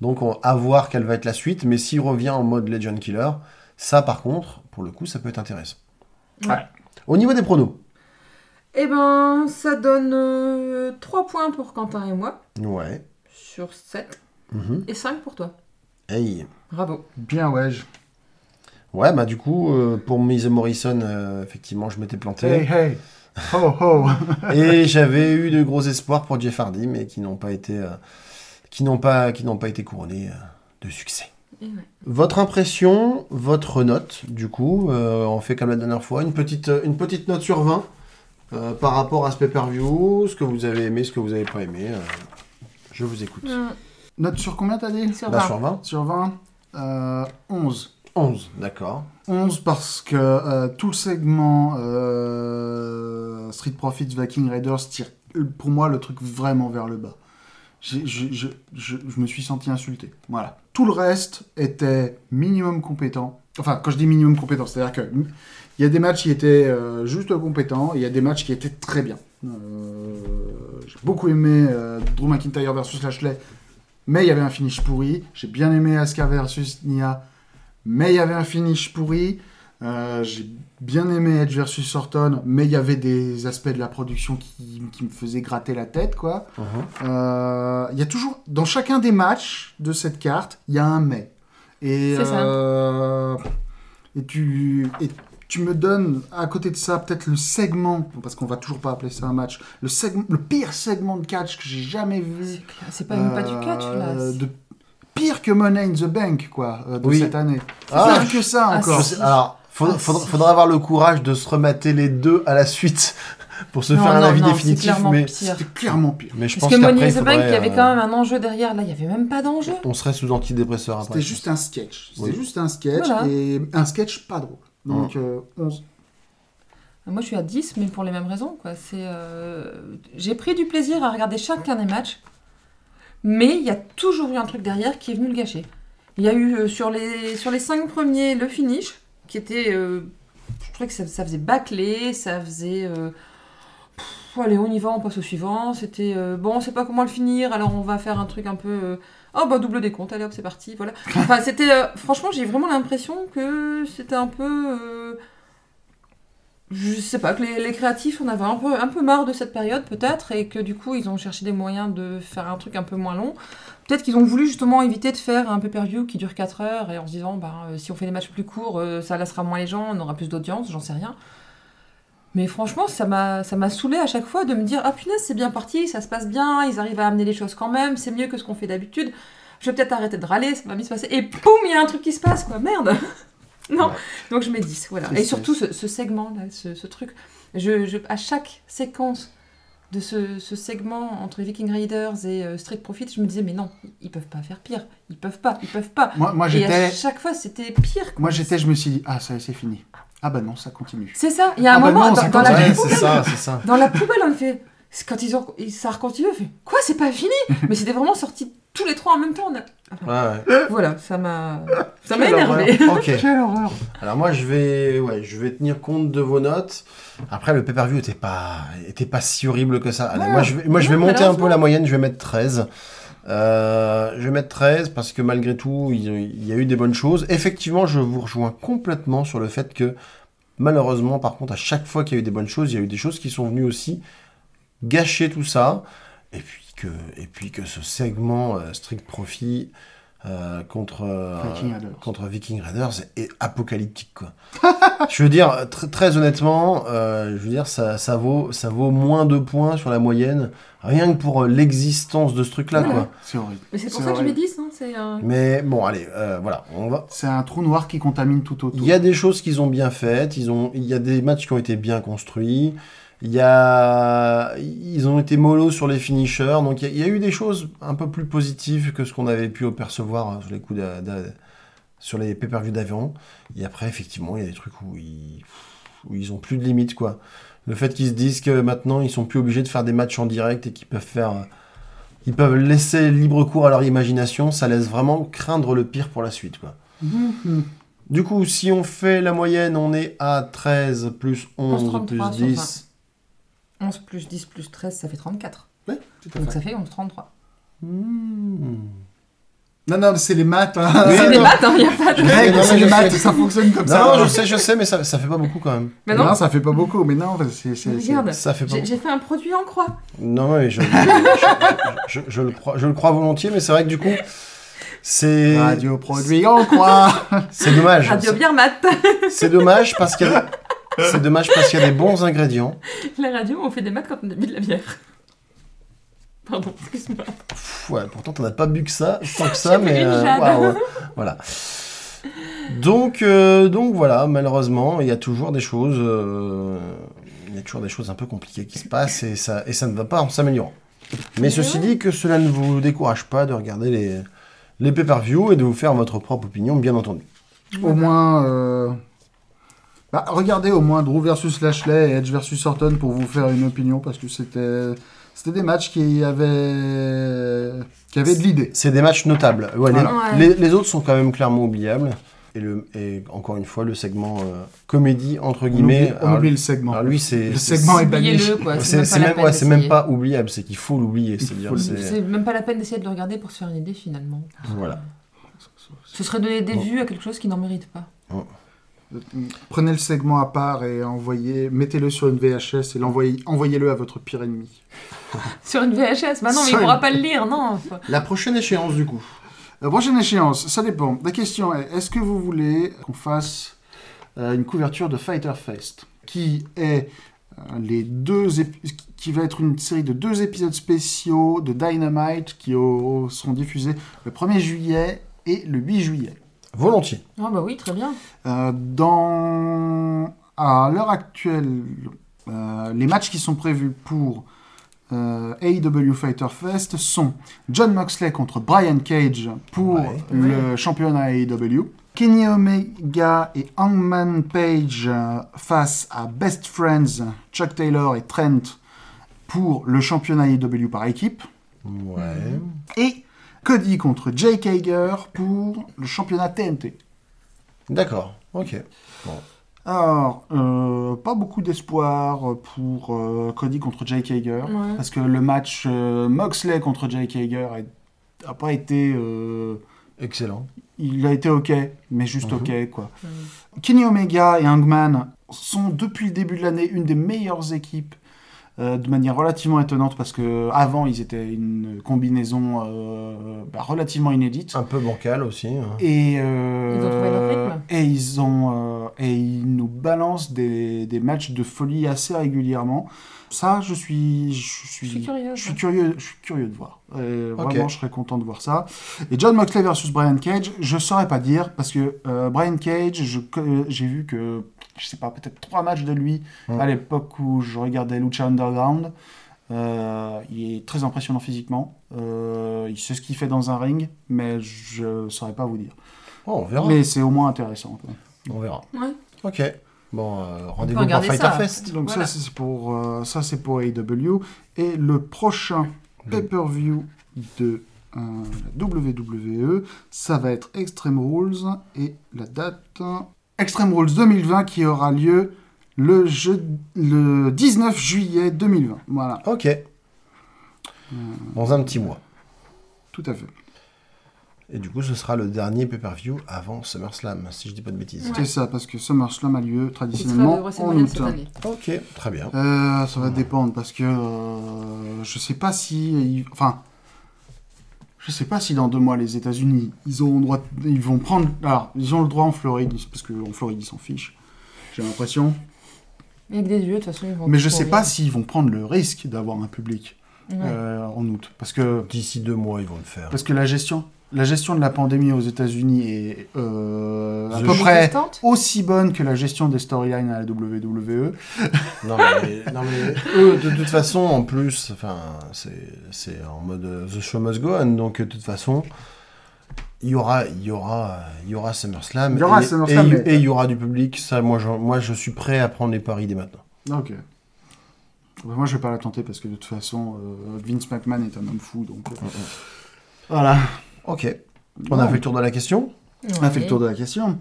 Speaker 2: Donc, on, à voir quelle va être la suite. Mais s'il revient en mode Legend Killer, ça, par contre, pour le coup, ça peut être intéressant.
Speaker 4: Ouais.
Speaker 2: Au niveau des pronos,
Speaker 4: Eh ben, ça donne 3 points pour Quentin et moi,
Speaker 2: Ouais.
Speaker 4: sur 7,
Speaker 2: Mhm.
Speaker 4: et 5 pour toi.
Speaker 2: Hey.
Speaker 4: Bravo.
Speaker 3: Bien, ouais. je-
Speaker 2: Ouais, bah du coup, euh, pour Miss Morrison, euh, effectivement, je m'étais
Speaker 3: Hey,
Speaker 2: planté.
Speaker 3: hey. Ho, ho.
Speaker 2: Et j'avais eu de gros espoirs pour Jeff Hardy, mais qui n'ont pas été, euh, qui n'ont pas, qui n'ont pas été couronnés euh, de succès.
Speaker 4: Et ouais.
Speaker 2: Votre impression, votre note, du coup, euh, on fait comme la dernière fois, une petite, euh, une petite note sur 20 euh, par rapport à ce pay-per-view, ce que vous avez aimé, ce que vous avez pas aimé. euh, je vous écoute.
Speaker 4: Euh,
Speaker 3: Note sur combien t'as dit
Speaker 4: Sur
Speaker 2: Là,
Speaker 4: 20.
Speaker 2: sur 20
Speaker 3: Sur 20 euh, 11.
Speaker 2: 11, d'accord.
Speaker 3: 11 parce que euh, tout le segment euh, Street Profits Viking Raiders tire euh, pour moi le truc vraiment vers le bas. J'ai- Je, je- je- je me suis senti insulté. Voilà. Tout le reste était minimum compétent. Enfin, quand je dis minimum compétent, c'est-à-dire que mm, il y a des matchs qui étaient euh, juste compétents, et il y a des matchs qui étaient très bien. Euh, J'ai beaucoup aimé euh, Drew McIntyre versus Lashley, mais il y avait un finish pourri. J'ai bien aimé Asuka versus Nia, mais il y avait un finish pourri. Euh, J'ai bien aimé Edge versus Orton, mais il y avait des aspects de la production qui, qui me faisaient gratter la tête, quoi. Euh, Il y a toujours, dans chacun des matchs de cette carte, il y a un mais. Et,
Speaker 4: C'est ça.
Speaker 3: euh, et tu et tu me donnes à côté de ça peut-être le segment, parce qu'on va toujours pas appeler ça un match, le segment, le pire segment de catch que j'ai jamais vu.
Speaker 4: C'est clair, C'est pas, même pas du catch, là.
Speaker 3: Euh,
Speaker 4: c'est-
Speaker 3: de- Pire que Money in the Bank, quoi, euh, de
Speaker 2: Oui.
Speaker 3: cette année.
Speaker 2: Ah,
Speaker 3: Pire que ça,
Speaker 4: Ah,
Speaker 3: encore.
Speaker 2: Je sais- alors, faudra,
Speaker 4: Ah,
Speaker 2: faudra-
Speaker 4: si.
Speaker 2: faudra avoir le courage de se remater les deux à la suite pour se
Speaker 4: Non,
Speaker 2: faire un
Speaker 4: non,
Speaker 2: avis
Speaker 4: non, c'est
Speaker 2: définitif,
Speaker 4: clairement
Speaker 2: mais,
Speaker 4: pire.
Speaker 3: C'était clairement pire.
Speaker 2: mais je
Speaker 4: Parce
Speaker 2: pense
Speaker 4: que Money
Speaker 2: qu'après,
Speaker 4: in
Speaker 2: il
Speaker 4: the Bank,
Speaker 2: faudrait,
Speaker 4: il y avait
Speaker 2: euh,
Speaker 4: quand même un enjeu derrière. Là, il y avait même pas d'enjeu.
Speaker 2: on serait sous antidépresseur après.
Speaker 3: C'était juste un sketch. C'était
Speaker 2: Ah, Oui. Mmh.
Speaker 3: juste un sketch
Speaker 4: Voilà.
Speaker 3: et un sketch pas drôle. Donc, euh, on s-
Speaker 4: Moi, je suis à 10, mais pour les mêmes raisons. quoi. C'est, euh, J'ai pris du plaisir à regarder chacun des matchs, mais il y a toujours eu un truc derrière qui est venu le gâcher. Il y a eu euh, sur les, sur les 5 premiers le finish, qui était. euh, je trouvais que ça, ça faisait bâcler, ça faisait. euh, pff, allez, on y va, on passe au suivant. C'était euh, bon, on sait pas comment le finir, alors on va faire un truc un peu. euh, oh bah double décompte, allez hop, c'est parti, voilà. Enfin, c'était. euh, franchement, j'ai vraiment l'impression que c'était un peu. euh, je sais pas, que les, les créatifs en avaient un peu, un peu marre de cette période peut-être et que du coup ils ont cherché des moyens de faire un truc un peu moins long. Peut-être qu'ils ont voulu justement éviter de faire un pay-per-view qui dure 4 heures et en se disant bah, euh, si on fait des matchs plus courts euh, ça lassera moins les gens, on aura plus d'audience, j'en sais rien. Mais franchement ça m'a ça m'a saoulé à chaque fois de me dire ah punaise c'est bien parti, ça se passe bien, ils arrivent à amener les choses quand même, c'est mieux que ce qu'on fait d'habitude. Je vais peut-être arrêter de râler, ça va mieux se passer. Et poum, il y a un truc qui se passe, quoi, merde Non,
Speaker 2: Ouais.
Speaker 4: donc je mets 10, voilà.
Speaker 2: Tristesse.
Speaker 4: Et surtout ce, ce segment, là, ce, ce truc. Je, je- à chaque séquence de ce, ce segment entre Viking Raiders et euh, Street Profit, je me disais, mais non, ils peuvent pas faire pire. Ils peuvent pas, ils peuvent pas.
Speaker 3: moi, moi
Speaker 4: Et à
Speaker 3: j'étais,
Speaker 4: chaque fois, c'était pire. quoi.
Speaker 3: moi j'étais, je me suis dit, ah ça y est, c'est fini. Ah bah non, ça continue.
Speaker 4: C'est ça, il y a un
Speaker 3: Ah bah
Speaker 4: moment,
Speaker 3: non, ça
Speaker 4: dans, dans la
Speaker 3: continue.
Speaker 2: Ouais,
Speaker 4: poubelle,
Speaker 2: c'est ça, c'est ça.
Speaker 4: dans la poubelle, on me fait. c'est Quand ils ont, ils- ça recontinue, on fait quoi, c'est pas fini Mais c'était vraiment sorti tous les trois en même temps. on a-
Speaker 2: Ouais,
Speaker 4: Voilà, ça m'a, ça m'a
Speaker 2: Quelle
Speaker 4: énervé.
Speaker 2: ouais. Ok.
Speaker 3: Quelle horreur
Speaker 2: Alors moi je vais ouais, je vais tenir compte de vos notes. Après le pay-per-view était pas était pas si horrible que ça. Allez,
Speaker 4: Ouais.
Speaker 2: moi je vais, moi je
Speaker 4: Non,
Speaker 2: vais monter un peu
Speaker 4: malheureusement.
Speaker 2: la moyenne, je vais mettre 13. Euh, je vais mettre 13 parce que malgré tout, il y a- il y a eu des bonnes choses. Effectivement, je vous rejoins complètement sur le fait que malheureusement, par contre, à chaque fois qu'il y a eu des bonnes choses, il y a eu des choses qui sont venues aussi gâcher tout ça. Et puis que, et puis que ce segment euh, Strict Profit euh, contre, euh,
Speaker 3: Viking Raiders.
Speaker 2: contre Viking Raiders est apocalyptique. Quoi. je veux dire, tr- très honnêtement, euh, je veux dire, ça, ça, vaut, ça vaut moins de points sur la moyenne, rien que pour euh, l'existence de ce truc-là.
Speaker 4: Voilà.
Speaker 2: quoi.
Speaker 3: C'est horrible.
Speaker 4: Mais c'est pour
Speaker 3: C'est
Speaker 4: ça que je mets
Speaker 3: horrible.
Speaker 4: 10, hein, c'est un-
Speaker 2: Mais bon, allez, euh, voilà, on va.
Speaker 3: C'est un trou noir qui contamine tout autour.
Speaker 2: Il y a des choses qu'ils ont bien faites. Ils ont, il y a des matchs qui ont été bien construits. Il y a, ils ont été mollo sur les finishers. Donc il y, a, il y a eu des choses un peu plus positives que ce qu'on avait pu apercevoir euh, sur les coups d'a- d'a- sur les pay-per-view d'avant. Et après, effectivement, il y a des trucs où ils, où ils ont plus de limites, quoi. Le fait qu'ils se disent que maintenant ils sont plus obligés de faire des matchs en direct et qu'ils peuvent faire, euh, ils peuvent laisser libre cours à leur imagination, ça laisse vraiment craindre le pire pour la suite, quoi. Mm-hmm.
Speaker 3: Mhm.
Speaker 2: Du coup, si on fait la moyenne, on est à 13 plus 11
Speaker 4: 33
Speaker 2: plus
Speaker 4: sur
Speaker 2: 10.
Speaker 4: 11 plus 10 plus 13, ça fait 34.
Speaker 2: Ouais, tout à
Speaker 4: Donc
Speaker 2: fait.
Speaker 4: ça fait 11, 33.
Speaker 2: Hmm.
Speaker 3: Non, non, mais c'est les maths. hein.
Speaker 2: Oui,
Speaker 4: C'est
Speaker 3: Attends.
Speaker 4: des maths, hein, il n'y a pas de...
Speaker 2: Ouais,
Speaker 3: Règles,
Speaker 2: non,
Speaker 3: c'est
Speaker 2: mais
Speaker 3: les
Speaker 2: je
Speaker 3: maths,
Speaker 2: sais.
Speaker 3: ça fonctionne comme ça.
Speaker 2: Non, je sais, je sais, mais ça, ça fait pas beaucoup quand même.
Speaker 4: Mais non,
Speaker 3: ça fait pas beaucoup, mais non, c'est. c'est-
Speaker 4: regarde,
Speaker 2: Ça fait pas
Speaker 4: j'ai j'ai fait un produit en croix.
Speaker 2: Non, mais je, je, je- je- je le, crois, je le crois volontiers, mais c'est vrai que du coup, c'est
Speaker 3: c'est- Radio produit, on croit.
Speaker 2: c'est dommage.
Speaker 4: Radio bière mat.
Speaker 2: C'est- C'est dommage parce qu'il y a c'est dommage parce qu'il y a des bons ingrédients.
Speaker 4: La radio, on fait des maths quand on a bu de la bière. Pardon, excuse-moi.
Speaker 2: Pff, ouais, pourtant, t'en as pas bu que ça, tant que ça, mais
Speaker 4: bu une
Speaker 2: euh,
Speaker 4: jade.
Speaker 2: waouh, ouais. voilà. Donc, euh, donc voilà, malheureusement, il y a toujours des choses, euh, il y a toujours des choses un peu compliquées qui se passent et ça et ça ne va pas en s'améliorant. Mais
Speaker 4: Mais
Speaker 2: ceci dit, que cela ne vous décourage pas de regarder les les pay-per-view et de vous faire votre propre opinion, bien entendu.
Speaker 3: au moins. euh, Bah, regardez au moins Drew versus Lashley et Edge versus Orton pour vous faire une opinion parce que c'était. C'était des matchs qui avaient. qui avaient de l'idée.
Speaker 2: C'est des matchs notables. Ouais, les-
Speaker 4: Voilà. Ouais.
Speaker 2: les, les autres sont quand même clairement oubliables. Et, le, et encore une fois, le segment euh, comédie, entre
Speaker 3: On oublie,
Speaker 2: guillemets.
Speaker 3: on
Speaker 2: alors-
Speaker 3: oublie le segment.
Speaker 2: alors lui, c'est.
Speaker 3: Le
Speaker 2: c'est-
Speaker 3: segment est banni.
Speaker 4: Oubliez-le, quoi.
Speaker 2: C'est c'est
Speaker 4: la
Speaker 2: même,
Speaker 4: peine
Speaker 2: ouais, c'est même
Speaker 4: d'essayer.
Speaker 2: pas oubliable, c'est qu'il faut l'oublier. C'est dire,
Speaker 3: faut
Speaker 2: c'est-
Speaker 4: C'est même pas la peine d'essayer de le regarder pour se faire une idée, finalement.
Speaker 2: Voilà.
Speaker 4: Ce serait donner des
Speaker 2: Bon.
Speaker 4: vues à quelque chose qui n'en mérite pas.
Speaker 3: Prenez le segment à part et envoyez. mettez-le sur une VHS et l'envoyez- envoyez-le à votre pire ennemi.
Speaker 4: Sur une VHS, bah non, mais
Speaker 3: Sur
Speaker 4: il pourra
Speaker 3: une-
Speaker 4: pas le lire, non. faut-
Speaker 2: La prochaine échéance, du coup.
Speaker 3: La Euh, prochaine échéance, ça dépend. La question est est-ce que vous voulez qu'on fasse euh, une couverture de Fighter Fest qui est euh, les deux ép- qui va être une série de deux épisodes spéciaux de Dynamite qui au- seront diffusés le 1er juillet et le 8 juillet.
Speaker 2: Volontiers.
Speaker 4: Ah bah oui, très bien.
Speaker 3: Euh, dans à l'heure actuelle, euh, les matchs qui sont prévus pour euh, AEW Fighter Fest sont John Moxley contre Brian Cage pour
Speaker 2: Ouais.
Speaker 3: le championnat AEW. Kenny Omega et Hangman Page euh, face à Best Friends, Chuck Taylor et Trent pour le championnat AEW par équipe.
Speaker 2: Ouais.
Speaker 3: Mhm. Et Cody contre Jake Hager pour le championnat TNT.
Speaker 2: D'accord. Ok.
Speaker 3: Alors, euh, pas beaucoup d'espoir pour euh, Cody contre Jake Hager.
Speaker 4: Ouais.
Speaker 3: Parce que le match euh, Moxley contre Jake Hager est- a pas été. euh,
Speaker 2: Excellent.
Speaker 3: il a été ok, mais juste
Speaker 2: Mhm.
Speaker 3: ok, quoi. Kenny Omega et Hangman sont depuis le début de l'année une des meilleures équipes. euh, de manière relativement étonnante parce que avant ils étaient une combinaison euh, bah, relativement inédite
Speaker 2: Un peu bancal aussi. hein.
Speaker 3: et, euh,
Speaker 4: Ils ont trouvé leur rythme.
Speaker 3: et ils ont euh, et ils nous balancent des, des matchs de folie assez régulièrement. Ça, je suis je suis,
Speaker 4: Je suis curieuse.
Speaker 3: je suis curieux, je suis curieux de voir. Euh,
Speaker 2: Ok.
Speaker 3: Vraiment, je serais content de voir ça. Et John Moxley versus Brian Cage, je saurais pas dire parce que euh, Brian Cage, je co- j'ai vu que je sais pas peut-être trois matchs de lui
Speaker 2: Mm.
Speaker 3: à l'époque où je regardais Lucha Underground. Euh, il est très impressionnant physiquement. Euh, il sait ce qu'il fait dans un ring, mais je saurais pas vous dire.
Speaker 2: Oh, on
Speaker 4: Ah.
Speaker 2: verra.
Speaker 3: Mais c'est au moins intéressant. quoi.
Speaker 2: On verra.
Speaker 4: Ouais.
Speaker 2: Ok. Bon, euh, rendez-vous pour
Speaker 4: regarder
Speaker 2: Fighter
Speaker 4: ça.
Speaker 2: Fest.
Speaker 3: Donc
Speaker 4: Voilà.
Speaker 3: ça c'est pour euh, ça c'est pour AEW et le prochain pay-per-view de euh, la WWE, ça va être Extreme Rules et la date euh, Extreme Rules 2020 qui aura lieu le jeu le 19 juillet 2020. Voilà,
Speaker 2: Ok.
Speaker 3: Hmm.
Speaker 2: Dans un petit mois.
Speaker 3: tout à fait.
Speaker 2: Et du coup, ce sera le dernier pay-per-view avant SummerSlam, si je dis pas de bêtises.
Speaker 3: C'est ça parce que SummerSlam a lieu
Speaker 4: Il sera le
Speaker 3: traditionnellement en
Speaker 4: WrestleMania
Speaker 3: août.
Speaker 4: cette année.
Speaker 2: Ok, très bien.
Speaker 3: Euh, ça va dépendre parce que euh, je sais pas si ils- enfin je sais pas si dans deux mois les États-Unis ils auront droit ils vont prendre alors ils ont le droit en Floride parce que en Floride ils s'en fichent j'ai l'impression
Speaker 4: Et Avec des yeux, de toute façon, ils vont
Speaker 3: mais
Speaker 4: tout
Speaker 3: je sais
Speaker 4: courir.
Speaker 3: pas s'ils vont prendre le risque d'avoir un public
Speaker 4: Ouais.
Speaker 3: euh, en août parce que
Speaker 2: D'ici deux mois, ils vont le faire.
Speaker 3: parce que la gestion la gestion de la pandémie aux États-Unis est euh, à
Speaker 2: The
Speaker 3: peu
Speaker 2: shit.
Speaker 3: près
Speaker 4: Existante.
Speaker 3: aussi bonne que la gestion des storylines à la E. WWE
Speaker 2: Non mais, non, mais eux, de toute façon, en plus, enfin, c'est c'est en mode euh, The Show Must Go On, donc euh, de toute façon, il y aura, il y aura, euh, il y aura SummerSlam.
Speaker 3: Il y aura
Speaker 2: et-
Speaker 3: SummerSlam,
Speaker 2: et-
Speaker 3: mais-
Speaker 2: et il y aura du public. Ça, moi, je, moi, je suis prêt à prendre les paris dès maintenant.
Speaker 3: Ah, Ok. Bah, moi, je vais pas la tenter parce que de toute façon, euh, Vince McMahon est un homme fou, donc. euh, Voilà.
Speaker 2: Ok. On a
Speaker 3: Bon.
Speaker 2: fait le tour de la question.
Speaker 3: On a fait
Speaker 4: Ouais.
Speaker 3: le tour de la question.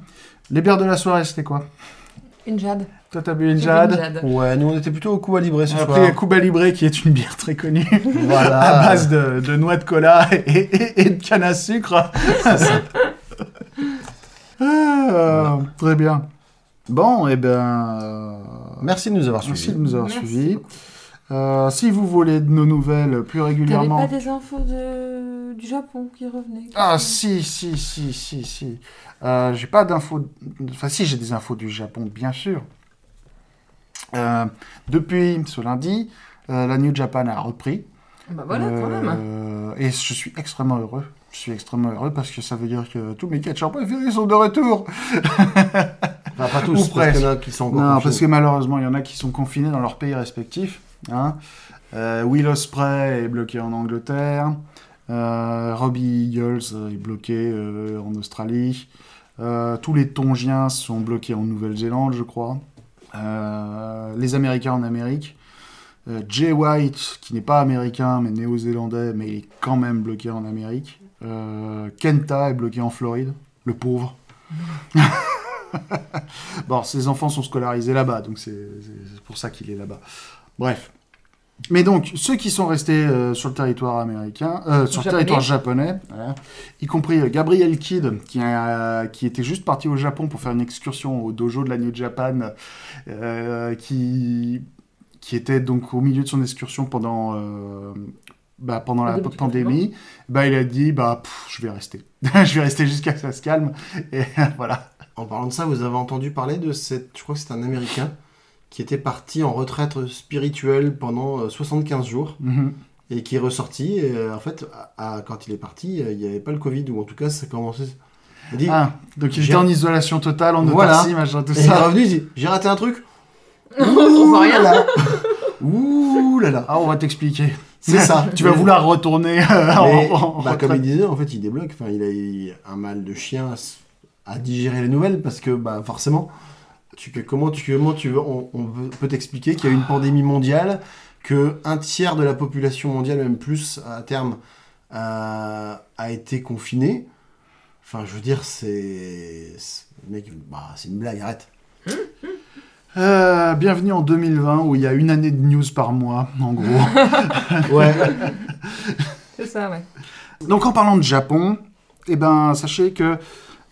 Speaker 3: Les bières de la soirée, c'était quoi
Speaker 4: Une Jade.
Speaker 3: Toi, t'as bu une
Speaker 4: J'ai bu une
Speaker 3: jade.
Speaker 4: Jade.
Speaker 2: Ouais, nous on était plutôt au coup à librer ce
Speaker 3: On a
Speaker 2: soir. Ah.
Speaker 3: pris Cuba Libre, qui est une bière très connue,
Speaker 2: Voilà.
Speaker 3: à base de, de noix de cola et, et- et de canne à sucre. Ah, Très bien. Bon, et bien... euh,
Speaker 2: Merci de nous avoir
Speaker 3: Merci
Speaker 2: suivis.
Speaker 3: de nous avoir
Speaker 4: Merci
Speaker 3: suivis.
Speaker 4: beaucoup.
Speaker 3: Euh, si vous voulez de nos nouvelles plus
Speaker 4: T'avais
Speaker 3: régulièrement...
Speaker 4: pas des infos de... du Japon qui revenaient qui-
Speaker 3: Ah si, si, si, si, si. Euh, j'ai pas d'infos... Enfin si, j'ai des infos du Japon, bien sûr. Euh, depuis ce lundi, euh, la New Japan a repris.
Speaker 4: Bah voilà, quand même.
Speaker 3: Euh, Et je suis extrêmement heureux. Je suis extrêmement heureux parce que ça veut dire que tous mes catcheurs préférés sont de retour.
Speaker 2: Enfin, pas
Speaker 3: Ou
Speaker 2: tous, parce
Speaker 3: presque.
Speaker 2: qu'il y en a qui sont encore
Speaker 3: Non,
Speaker 2: confinés.
Speaker 3: parce que malheureusement, il y en a qui sont confinés dans leurs pays respectifs. Hein. Euh, Will Ospreay est bloqué en Angleterre. Euh, Robbie Eagles est bloqué euh, en Australie. Euh, tous les Tongiens sont bloqués en Nouvelle-Zélande, je crois. Euh, les Américains en Amérique. Euh, Jay White, qui n'est pas américain mais néo-zélandais, mais il est quand même bloqué en Amérique. Euh, Kenta est bloqué en Floride, le pauvre. Bon, ses enfants sont scolarisés là-bas, donc c'est c'est- c'est pour ça qu'il est là-bas. Bref. Mais donc, ceux qui sont restés euh, sur le territoire américain, euh, sur le
Speaker 4: Japonais.
Speaker 3: territoire japonais, voilà, y compris euh, Gabriel Kidd, qui, a- qui était juste parti au Japon pour faire une excursion au dojo de la New Japan, euh, qui, qui était donc au milieu de son excursion pendant, euh, bah, pendant
Speaker 4: Au
Speaker 3: la
Speaker 4: début du
Speaker 3: pandémie, bah, il a dit bah, pff, Je vais rester. je vais rester jusqu'à ce que ça se calme. Et voilà.
Speaker 6: En parlant de ça, vous avez entendu parler de cette. Je crois que c'est un Américain qui était parti en retraite spirituelle pendant euh, 75 jours
Speaker 3: Mhm.
Speaker 6: et qui est ressorti. Et, euh, en fait, à- à- quand il est parti, euh, il n'y avait pas le Covid ou en tout cas, ça commençait. Il dit
Speaker 3: Ah, donc il
Speaker 6: J'ai-
Speaker 3: était en isolation totale, en
Speaker 6: Voilà.
Speaker 3: autarcie, machin, tout
Speaker 6: Et il est
Speaker 3: ça.
Speaker 6: revenu, il dit J'ai raté un truc
Speaker 4: On voit rien.
Speaker 6: là là. Ouh là là
Speaker 3: Ah, on va t'expliquer.
Speaker 6: C'est ça
Speaker 3: tu vas
Speaker 6: Mais-
Speaker 3: vouloir retourner euh, en,
Speaker 6: mais,
Speaker 3: en- en
Speaker 6: bah, comme
Speaker 3: retraite.
Speaker 6: il disait, en fait, il débloque. Enfin, il a eu un mal de chien à, s- à digérer les nouvelles parce que, bah, forcément, tu, que- comment tu, comment tu veux, on, on veut- peut t'expliquer qu'il y a une pandémie mondiale, que un tiers de la population mondiale, même plus à terme, euh, a été confiné. Enfin, je veux dire, c'est, c'est- mec, bah, c'est une blague. Arrête.
Speaker 3: Euh, bienvenue en 2020 où il y a une année de news par mois, en gros.
Speaker 6: Ouais.
Speaker 4: C'est ça, ouais.
Speaker 3: Donc en parlant de Japon, eh ben, sachez que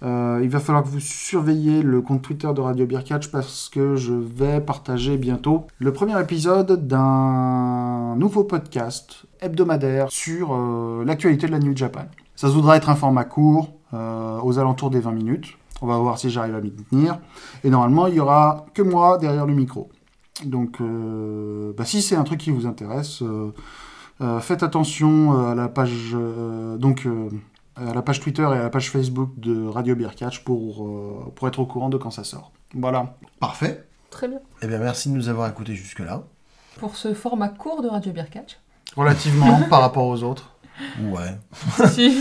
Speaker 3: euh, il va falloir que vous surveillez le compte Twitter de Radio Beer Catch parce que je vais partager bientôt le premier épisode d'un nouveau podcast hebdomadaire sur euh, l'actualité de la New Japan. Ça se voudra être un format court, euh, aux alentours des 20 minutes. On va voir si j'arrive à m'y tenir. Et normalement, il y aura que moi derrière le micro. Donc, euh, bah, si c'est un truc qui vous intéresse, euh, euh, faites attention euh, à la page euh, donc euh, à la page Twitter et à la page Facebook de Radio Beer Catch pour, euh, pour être au courant de quand ça sort. Voilà.
Speaker 2: Parfait.
Speaker 4: Très bien.
Speaker 2: Eh bien, merci de nous avoir écoutés jusque-là.
Speaker 4: Pour ce format court de Radio Beer Catch.
Speaker 3: Relativement par rapport aux autres.
Speaker 2: Ouais.
Speaker 4: si.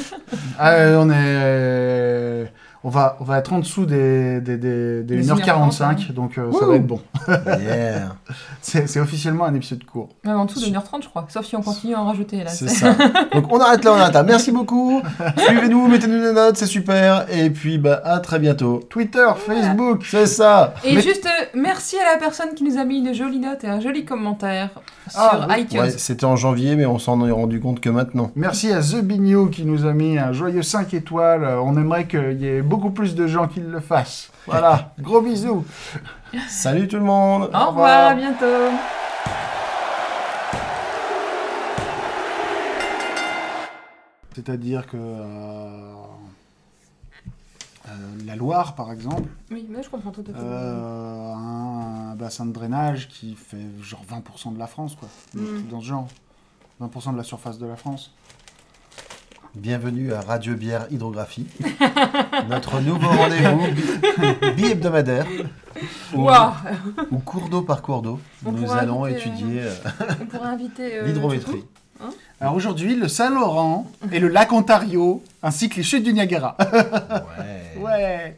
Speaker 3: Ah, on est on va on va être en dessous des, des, des, des
Speaker 4: Des
Speaker 3: 1h45 donc euh, ça va être bon.
Speaker 2: Yeah.
Speaker 3: C'est c'est officiellement un épisode court.
Speaker 4: Même en dessous de 1h30, je crois. Sauf si on continue à en rajouter, là.
Speaker 2: C'est ça. Donc on arrête là, on arrête là. Merci beaucoup. Suivez-nous, mettez-nous des notes, c'est super. Et puis bah à très bientôt.
Speaker 3: Twitter, Facebook,
Speaker 2: C'est ça.
Speaker 4: Et
Speaker 3: Mais-
Speaker 4: juste, euh, merci à la personne qui nous a mis une jolie note et un joli commentaire
Speaker 3: Ah,
Speaker 4: sur
Speaker 3: oui.
Speaker 4: iTunes.
Speaker 2: Ouais, c'était en janvier, mais on s'en est rendu compte que maintenant.
Speaker 3: Merci à The Bignou qui nous a mis un joyeux 5 étoiles. Euh, On aimerait qu'il y ait beaucoup plus de gens qui le fassent. Voilà, gros bisous.
Speaker 2: Salut tout le monde.
Speaker 4: Au revoir, à bientôt.
Speaker 3: C'est-à-dire que euh, euh, la Loire, par exemple,
Speaker 4: Oui, mais je comprends tout à fait.
Speaker 3: euh, a un bassin de drainage qui fait genre 20% de la France, quoi. Un
Speaker 4: Mm.
Speaker 3: truc Dans ce genre. 20% de la surface de la France.
Speaker 2: Bienvenue à Radio Bière Hydrographie, notre nouveau rendez-vous bi-hebdomadaire
Speaker 4: Ouah,
Speaker 2: ou cours d'eau par cours d'eau.
Speaker 4: On
Speaker 2: Nous
Speaker 4: pourra
Speaker 2: allons
Speaker 4: inviter, euh,
Speaker 2: étudier euh,
Speaker 4: on pourrait inviter. euh,
Speaker 2: l'hydrométrie.
Speaker 3: Alors aujourd'hui, le Saint-Laurent et le lac Ontario, ainsi que les chutes du Niagara.
Speaker 2: Ouais.
Speaker 3: ouais.